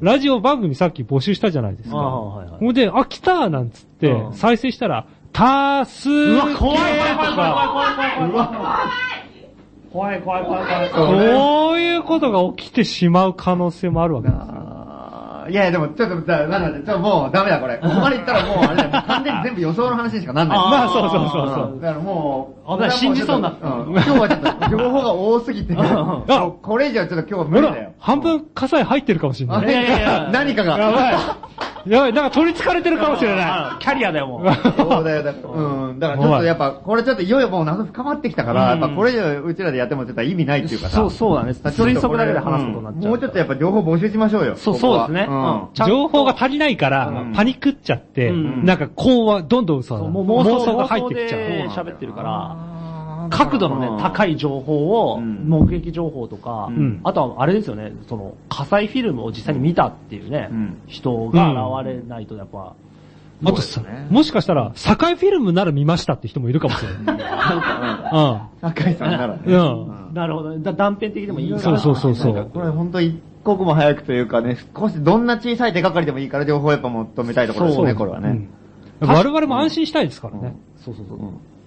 [SPEAKER 2] ラジオ番組さっき募集したじゃないです
[SPEAKER 4] あ
[SPEAKER 2] か。
[SPEAKER 4] あ、 はいはい。
[SPEAKER 2] ほんで、あ、来たなんつって
[SPEAKER 4] う、ん
[SPEAKER 2] 再生したら、たーすーけーとか、
[SPEAKER 12] 怖い怖い怖い怖い。
[SPEAKER 2] そういうことが起きてしまう可能性もあるわけです。
[SPEAKER 3] あーいやいや、でも、ちょっと、だなんだねちょっともうダメだ、これ。ここまでいったらもう、あれだよ、もう完全に全部予想の話にしかなんない。
[SPEAKER 2] まあそうそうそうそうん
[SPEAKER 3] だからもう、
[SPEAKER 12] あだから信じそうになった
[SPEAKER 3] ん今日はちょっと、情報が多すぎて、もうこれ以上ちょっと今日は無理だよ。
[SPEAKER 2] 半分火災入ってるかもしれ
[SPEAKER 3] あ
[SPEAKER 2] ない。
[SPEAKER 3] れが何かが。
[SPEAKER 2] やばい。やばい、なんか取り憑かれてるかもしれない。
[SPEAKER 12] キャリアだよ、もう。
[SPEAKER 3] そうだよ、だから、うん。だからちょっとやっぱ、これちょっといよいよもう謎深まってきたから、やっぱこれ以上うちらでやってもちょっと意味ないっていうかさ。
[SPEAKER 4] そう、そうだね。推測だけで話すことになっちゃう。
[SPEAKER 3] もうちょっとやっぱ情報募集しましょうよ。
[SPEAKER 4] そう
[SPEAKER 3] ここは
[SPEAKER 4] そうですね
[SPEAKER 3] うん
[SPEAKER 4] ちゃんと
[SPEAKER 2] 情報が足りないから、パニクっちゃって、
[SPEAKER 4] ん
[SPEAKER 2] なんかこうはどんどんさ、
[SPEAKER 4] も
[SPEAKER 2] 妄
[SPEAKER 4] う妄想
[SPEAKER 2] 想が入ってきちゃう。
[SPEAKER 4] 妄想で喋ってるから、角度のね、高い情報を、
[SPEAKER 3] ん
[SPEAKER 4] 目撃情報とか、
[SPEAKER 2] ん
[SPEAKER 4] あとはあれですよね、その、火災フィルムを実際に見たっていうね、
[SPEAKER 3] うん
[SPEAKER 4] 人が現れないとやっぱ、
[SPEAKER 2] あとさ、もしかしたら、境フィルムなら見ましたって人もいるかもしれ な
[SPEAKER 3] 赤井さんならね
[SPEAKER 2] い。うん。うん。
[SPEAKER 4] なるほどね。だ断片的でもいいから。
[SPEAKER 2] そうそうそうそ
[SPEAKER 3] なんか
[SPEAKER 2] う。
[SPEAKER 3] これ本当一刻も早くというかね、少しどんな小さい手がかりでもいいから情報をやっぱ求めたいところですね、これは
[SPEAKER 2] う
[SPEAKER 3] ね
[SPEAKER 2] ん。我々も安心したいですからね。
[SPEAKER 4] そうそうそう。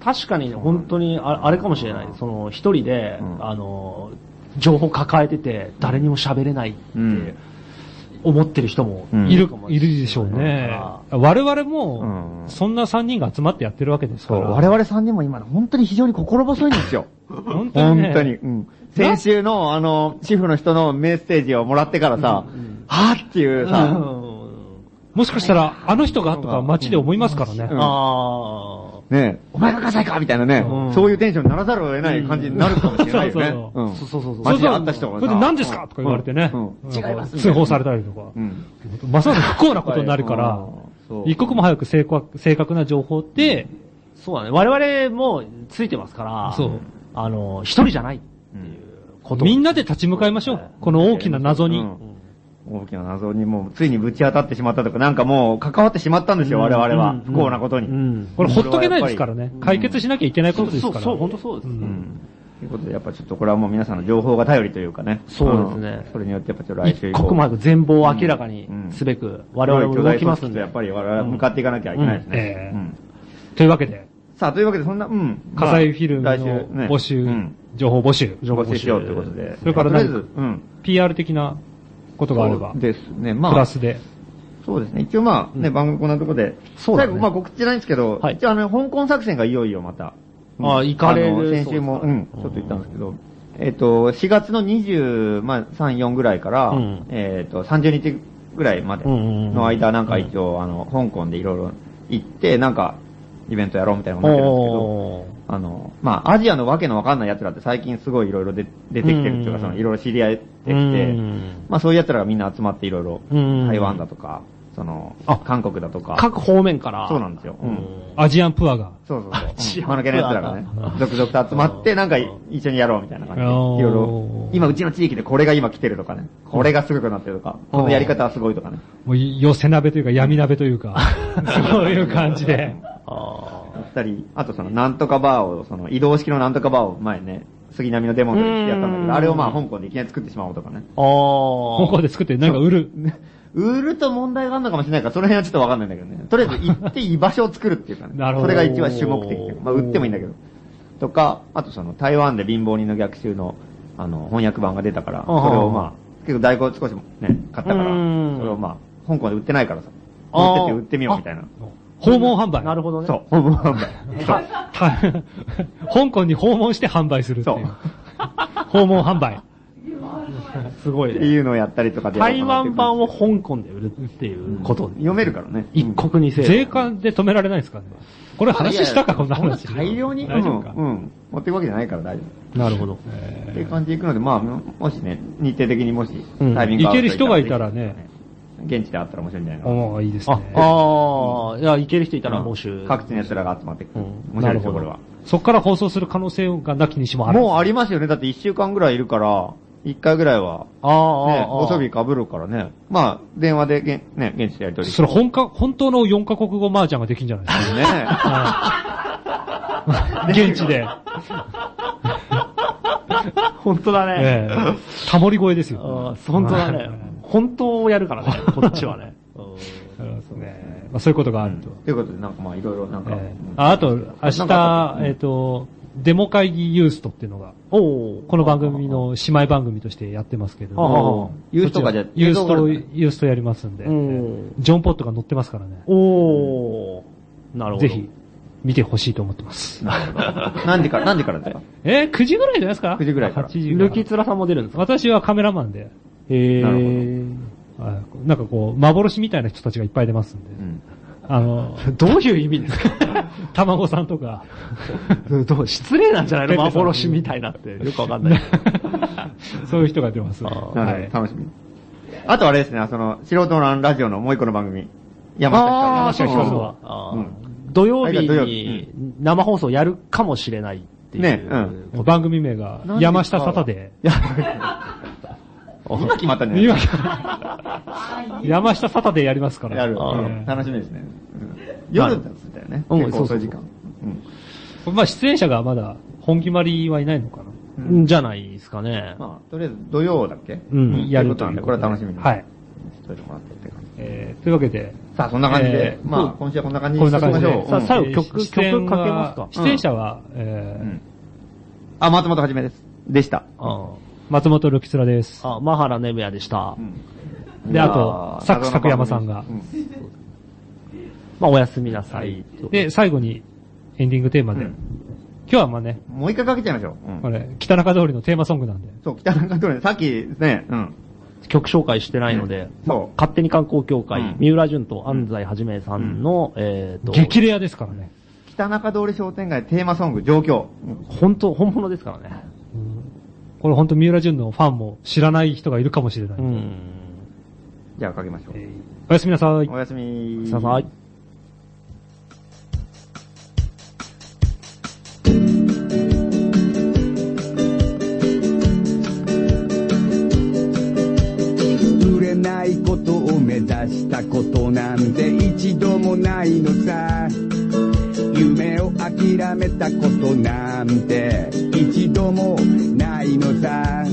[SPEAKER 4] 確かにね本当にあ、あれかもしれない。その、一人で、
[SPEAKER 3] ん
[SPEAKER 4] あの、情報抱えてて、誰にも喋れないって思ってる人も
[SPEAKER 3] うん
[SPEAKER 2] い
[SPEAKER 4] い
[SPEAKER 2] る
[SPEAKER 4] るか、もし
[SPEAKER 2] い
[SPEAKER 4] れない
[SPEAKER 2] るでしょうね
[SPEAKER 4] あ。
[SPEAKER 2] 我々も、
[SPEAKER 3] うん
[SPEAKER 2] そんな3人が集まってやってるわけです
[SPEAKER 3] そ
[SPEAKER 2] か
[SPEAKER 3] う、
[SPEAKER 2] ら。
[SPEAKER 3] 我々3人も今ね、本当に非常に心細いんで すよ。
[SPEAKER 2] 本当
[SPEAKER 3] 本
[SPEAKER 2] に、ね。
[SPEAKER 3] 当に。うん。先週の、あの、主婦の人のメッセージをもらってからさ、はぁっていう
[SPEAKER 4] う
[SPEAKER 3] さ、
[SPEAKER 4] ん。
[SPEAKER 2] もしかしたら、あの人がとか街で思いますからね。
[SPEAKER 3] うん
[SPEAKER 4] ああ。
[SPEAKER 3] ねお前が火災かみたいなね、そういうテンションにならざるを得ない感じになるかもしれないよね。
[SPEAKER 2] うん
[SPEAKER 3] うん
[SPEAKER 4] そうそうそうそう。
[SPEAKER 3] マジで会った人
[SPEAKER 2] こ
[SPEAKER 3] が
[SPEAKER 2] れ
[SPEAKER 3] さ。
[SPEAKER 2] で何ですかとか言われてね。
[SPEAKER 3] うんうん
[SPEAKER 2] 違います。通報されたりとか
[SPEAKER 3] う。ん。
[SPEAKER 2] まさに不幸なことになるから、
[SPEAKER 3] そう
[SPEAKER 2] 一刻も早く正確正確な情報って、
[SPEAKER 4] そうだね。我々もついてますから、
[SPEAKER 2] そう
[SPEAKER 4] あの、一人じゃないっていうこと。
[SPEAKER 2] みんなで立ち向かいましょう。この大きな謎に。
[SPEAKER 3] うん大きな謎にもうついにぶち当たってしまったとか、なんかもう関わってしまったんですよ、我々は。不幸なことに。
[SPEAKER 4] うん。
[SPEAKER 2] これほっとけないですからね。解決しなきゃいけないことですから。
[SPEAKER 4] そう、本当そうです。
[SPEAKER 3] うん。ということで、やっぱちょっとこれはもう皆さんの情報が頼りというかね。
[SPEAKER 4] そうですね
[SPEAKER 3] んそれによってやっぱちょっと来週
[SPEAKER 4] 一
[SPEAKER 3] 以
[SPEAKER 4] 刻も早
[SPEAKER 3] 降。
[SPEAKER 4] く全貌を明らかにすべく、我々も動きますんで。
[SPEAKER 3] やっぱり我々は向かっていかなきゃいけないですね。
[SPEAKER 2] うん
[SPEAKER 3] うん
[SPEAKER 2] というわけで、
[SPEAKER 3] さあ、というわけでそんな、うん。
[SPEAKER 2] 火災フィルム
[SPEAKER 3] 来週ね
[SPEAKER 2] の募集、
[SPEAKER 3] うん
[SPEAKER 2] 情報募集、
[SPEAKER 3] 情報募集しようということで。
[SPEAKER 2] それから
[SPEAKER 3] とりあえ
[SPEAKER 2] なんか
[SPEAKER 3] ず、うん。
[SPEAKER 2] PR 的なことがあれば
[SPEAKER 3] そう、ですね。まあ。
[SPEAKER 2] プラスで。
[SPEAKER 3] そうですね。一応まあ、ね、番組こんなとこで。
[SPEAKER 4] そうだね
[SPEAKER 3] 最後、まあ告知じゃないんですけど、
[SPEAKER 4] はい
[SPEAKER 3] 一応あの、香港作戦がいよいよまた。
[SPEAKER 4] あ行かれる
[SPEAKER 3] あの先週も、
[SPEAKER 4] そううです
[SPEAKER 3] ん、ちょっと言ったんですけど、えっと、4月の23、まあ、3、4ぐらいから、
[SPEAKER 4] うん
[SPEAKER 3] えっと、30日ぐらいまで
[SPEAKER 4] うんうんうんうん
[SPEAKER 3] の間、なんか一応、あの、香港でいろいろ行って、なんか、イベントやろうみたいなことになってるんですけど、
[SPEAKER 4] おー
[SPEAKER 3] あの、まあ、アジアのわけのわかんない奴らって最近すごいいろいろ出出てきてるっ
[SPEAKER 4] う
[SPEAKER 3] ていう
[SPEAKER 4] ん
[SPEAKER 3] か、その、いろいろ知り合ってきて
[SPEAKER 4] うん、
[SPEAKER 3] まあ、そういう奴らがみんな集まっていろいろ、
[SPEAKER 4] うん
[SPEAKER 3] 台湾だとか、その
[SPEAKER 4] あ、
[SPEAKER 3] 韓国だとか、
[SPEAKER 4] 各方面から。
[SPEAKER 3] そうなんですよ。うん。
[SPEAKER 2] アジアンプアが。
[SPEAKER 3] そうそうそう。
[SPEAKER 4] ジア
[SPEAKER 3] 間抜けの奴らがね、続々と集まって、なんか一緒にやろうみたいな感じで、い
[SPEAKER 2] おー
[SPEAKER 3] ろいろ、今うちの地域でこれが今来てるとかね、これがすごくなってるとか、このやり方はすごいとかね。
[SPEAKER 2] もう寄せ鍋というか闇鍋というか、そういう感じで。
[SPEAKER 3] やったり、あとその、なんとかバーを、その、移動式のなんとかバーを前ね、杉並のデモの時にやったんだけど、あれをまあ、香港でいきなり作ってしまおうとかね。
[SPEAKER 2] 香港で作ってなんか売る。
[SPEAKER 3] 売ると問題があるのかもしれないから、その辺はちょっとわかんないんだけどね。とりあえず行って居場所を作るっていう かね。
[SPEAKER 2] なるほど
[SPEAKER 3] それが一番主目的っていうかまあ、売ってもいいんだけど。とか、あとその、台湾で貧乏人の逆襲の、あの、翻訳版が出たから、そ
[SPEAKER 4] あ
[SPEAKER 3] れをまあ、結構代行少しもね、買ったから、
[SPEAKER 4] うん
[SPEAKER 3] それをまあ、香港で売ってないからさ、
[SPEAKER 4] あ
[SPEAKER 3] 売
[SPEAKER 4] ー
[SPEAKER 3] ってて売ってみようみたいな。
[SPEAKER 2] 訪問販売。
[SPEAKER 4] なるほどね。
[SPEAKER 3] そう、 本物販売。
[SPEAKER 2] た 香港に訪問して販売するっていう。
[SPEAKER 3] そう
[SPEAKER 2] 訪問販売。
[SPEAKER 4] すご
[SPEAKER 3] て
[SPEAKER 4] い、ね。
[SPEAKER 3] いうのをやったりとかで。
[SPEAKER 4] 台湾版を香港で売るっていうことに。
[SPEAKER 3] 読めるからね。
[SPEAKER 4] 一国二制度。
[SPEAKER 2] 税関で止められないですかね。これ話したか、こんな話。
[SPEAKER 3] 大量に、う
[SPEAKER 2] 大
[SPEAKER 3] ん、
[SPEAKER 2] 丈夫か。
[SPEAKER 3] うん。持っていくわけじゃないから大丈
[SPEAKER 13] なるほど。
[SPEAKER 3] 夫。っていう感じでいくので、まあ、もしね、日程的にもし、
[SPEAKER 13] うん
[SPEAKER 3] タイミング合わせと
[SPEAKER 2] 行ける人がいたらね。
[SPEAKER 3] 現地で会ったら面白いんじゃないかな。
[SPEAKER 2] おーいいですね。
[SPEAKER 4] ああ、いや、行ける人いたら募集。
[SPEAKER 3] 各地の奴らが集まってくる。面
[SPEAKER 2] な
[SPEAKER 3] 白いで
[SPEAKER 2] る
[SPEAKER 3] す
[SPEAKER 2] ほ
[SPEAKER 3] よ、これ
[SPEAKER 2] ど
[SPEAKER 3] は。。
[SPEAKER 2] そこから放送する可能性がなきにしもあらず。
[SPEAKER 3] もうありますよね。だって一週間ぐらいいるから、一回ぐらいは、
[SPEAKER 4] ああ、
[SPEAKER 3] ね、
[SPEAKER 4] あ
[SPEAKER 3] お
[SPEAKER 4] あ
[SPEAKER 3] 遊び被るからね。まあ、電話でげん、ね、現地でやりとり
[SPEAKER 2] それ本か、本当の4カ国語麻雀ができるんじゃないですか。
[SPEAKER 3] ね。
[SPEAKER 2] 現 地で。
[SPEAKER 4] 本当だね。
[SPEAKER 2] ええタモリ声ですよ。
[SPEAKER 4] ああ本当だね。本当をやるから ね、こっちはね。
[SPEAKER 2] そうですね。まあそういうことがあると。
[SPEAKER 3] ということで、なんかまあ、いろいろなんか、
[SPEAKER 2] ええああと、明
[SPEAKER 3] なんか
[SPEAKER 2] 日、えっと、デモ会議ユーストっていうのが、
[SPEAKER 4] お
[SPEAKER 2] この番組の姉妹番組としてやってますけれど
[SPEAKER 3] あ
[SPEAKER 2] も、
[SPEAKER 3] あユーストがじゃあ、
[SPEAKER 2] ユース
[SPEAKER 3] 映像
[SPEAKER 2] ト、
[SPEAKER 3] があるんだね
[SPEAKER 2] ユーストやりますんで、
[SPEAKER 4] ん
[SPEAKER 2] ジョン・ポットが乗ってますからね、
[SPEAKER 4] おーなるほど。
[SPEAKER 2] ぜひ。見てほしいと思ってます。
[SPEAKER 3] 何時から、何時からですか
[SPEAKER 2] えー、9時ぐらいじゃないですか
[SPEAKER 3] ?9 時ぐらいから。
[SPEAKER 2] 8時ぐら
[SPEAKER 4] 抜
[SPEAKER 2] い
[SPEAKER 4] きつらさんも出るんですか
[SPEAKER 2] 私はカメラマンで、
[SPEAKER 4] へ
[SPEAKER 3] なる
[SPEAKER 2] あなんかこう、幻みたいな人たちがいっぱい出ますんで、
[SPEAKER 3] うん。
[SPEAKER 2] あの、
[SPEAKER 4] どういう意味ですか
[SPEAKER 2] 卵さんとか、
[SPEAKER 4] どう失礼なんじゃないの
[SPEAKER 2] ペペさん
[SPEAKER 4] 幻みたいなって。よくわかん ない。
[SPEAKER 2] そういう人が出ます。
[SPEAKER 3] な
[SPEAKER 2] は
[SPEAKER 3] る
[SPEAKER 2] い
[SPEAKER 3] ほど、楽しみ。あとあれですね、その、素人のラジオのもう一個の番組。山下光
[SPEAKER 4] ああ、そう
[SPEAKER 2] うそう
[SPEAKER 4] そう。あー
[SPEAKER 3] うん
[SPEAKER 4] 土曜
[SPEAKER 3] は
[SPEAKER 4] 日
[SPEAKER 3] い土曜
[SPEAKER 4] に
[SPEAKER 3] 日
[SPEAKER 4] 生放送やるかもしれないっていう。
[SPEAKER 3] ねうん
[SPEAKER 2] 番組名が、山下サタデ
[SPEAKER 3] 今決まったん
[SPEAKER 2] ー。
[SPEAKER 3] じゃない
[SPEAKER 2] 今山下サタデーやりますから。
[SPEAKER 3] やる。
[SPEAKER 2] え
[SPEAKER 3] うん
[SPEAKER 2] え
[SPEAKER 3] 楽しみですね。うん夜だったよね。
[SPEAKER 4] うん
[SPEAKER 3] 結構
[SPEAKER 4] そ
[SPEAKER 3] 遅
[SPEAKER 4] うそうそう
[SPEAKER 3] い時間。うん
[SPEAKER 2] まあ出演者がまだ、本決まりはいないのかな。
[SPEAKER 4] うんじゃないですかね。
[SPEAKER 3] まあ、とりあえず土曜だっけ
[SPEAKER 2] うん
[SPEAKER 3] や
[SPEAKER 2] やる
[SPEAKER 3] ることなんで、これは楽しみに。
[SPEAKER 2] はい。。
[SPEAKER 3] しといてもらってって感じ。
[SPEAKER 2] えーというわけで、
[SPEAKER 3] さあ、そんな感じで
[SPEAKER 2] え、ー
[SPEAKER 3] まあ、今週はこんな感じ
[SPEAKER 2] こ
[SPEAKER 3] にし
[SPEAKER 2] んな
[SPEAKER 3] ておき
[SPEAKER 2] 感
[SPEAKER 3] ま
[SPEAKER 2] じ
[SPEAKER 3] しょ
[SPEAKER 2] で
[SPEAKER 3] う。。
[SPEAKER 4] さあ
[SPEAKER 3] うん
[SPEAKER 4] 最後曲
[SPEAKER 2] 出演
[SPEAKER 4] 曲かけま
[SPEAKER 2] は
[SPEAKER 4] すか
[SPEAKER 2] 出演者は、えー
[SPEAKER 3] うんあ、松本はじめです。でした。
[SPEAKER 4] うん
[SPEAKER 2] 松本ルキスラです。
[SPEAKER 4] あ、マハラネムヤでした。
[SPEAKER 2] で、あと、サクサク山さんが
[SPEAKER 3] う。ん
[SPEAKER 4] まあ、おやすみなさい。
[SPEAKER 2] で、最後に、エンディングテーマで。
[SPEAKER 3] うん
[SPEAKER 2] 今日はまあね、
[SPEAKER 3] もう一回かけちゃいましょう。うん
[SPEAKER 2] これ、北中通りのテーマソングなんで。
[SPEAKER 3] そう、北中通り、さっきですね、うん。
[SPEAKER 4] 曲紹介してないので、
[SPEAKER 3] そ
[SPEAKER 4] 勝手に観光協会、
[SPEAKER 3] うん
[SPEAKER 4] 三浦淳と安西はじめさんの、えっ、と、
[SPEAKER 2] 激レアですからね。
[SPEAKER 3] う。北中通り商店街テーマソング、状況。
[SPEAKER 4] 本当、本物ですからね。
[SPEAKER 2] これ本当三浦淳のファンも知らない人がいるかもしれない。
[SPEAKER 4] うん。
[SPEAKER 3] じゃあかけましょう。
[SPEAKER 2] おやすみなさい。
[SPEAKER 3] おやすみ。
[SPEAKER 4] ささい。
[SPEAKER 6] 売れないことを目指したことなんて一度もないのさ夢を諦めたことなんて一度もないのさ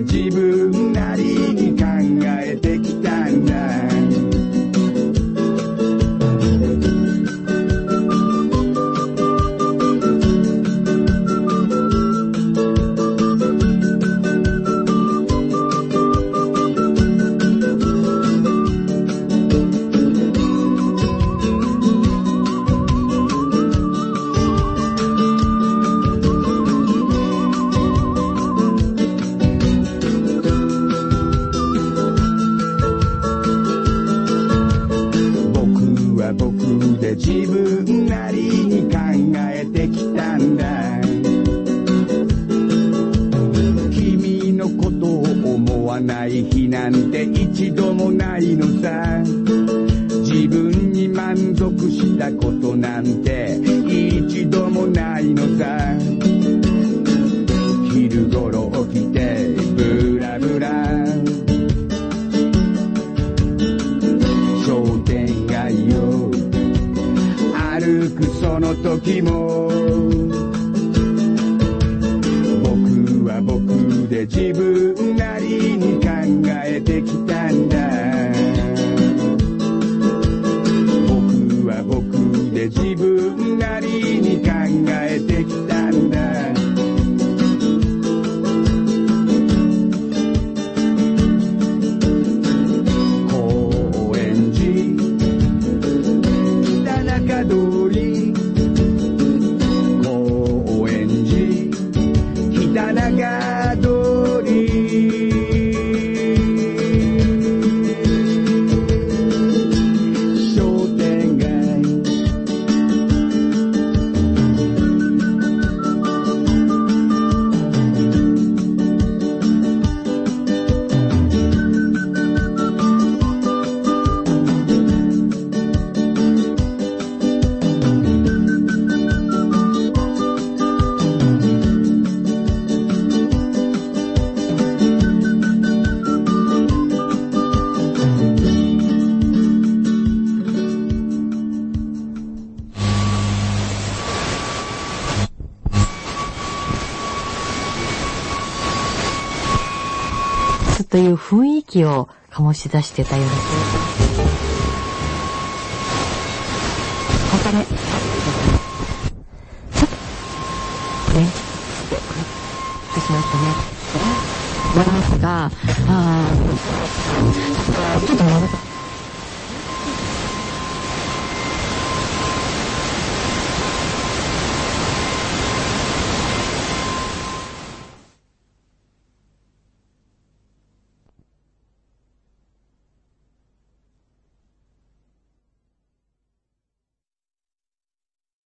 [SPEAKER 6] 自分なりに考えてきたんだ僕は僕で自分なりに考えてきたんだ君のことを思わない日なんて一度もないのさ自分に満足したことなんて一度もないのさ昼頃起きてブラブラ商店街を歩くその時も僕は僕で自分なりに考えてきたんだ僕は僕で自分なりに考えてきたんだ高円寺田中通り高円寺北中通り商店街
[SPEAKER 14] という雰囲気を醸し出してたような気がする。お金。ちょっと、ね。ってしまったね。思いますが、あーちょっと戻った。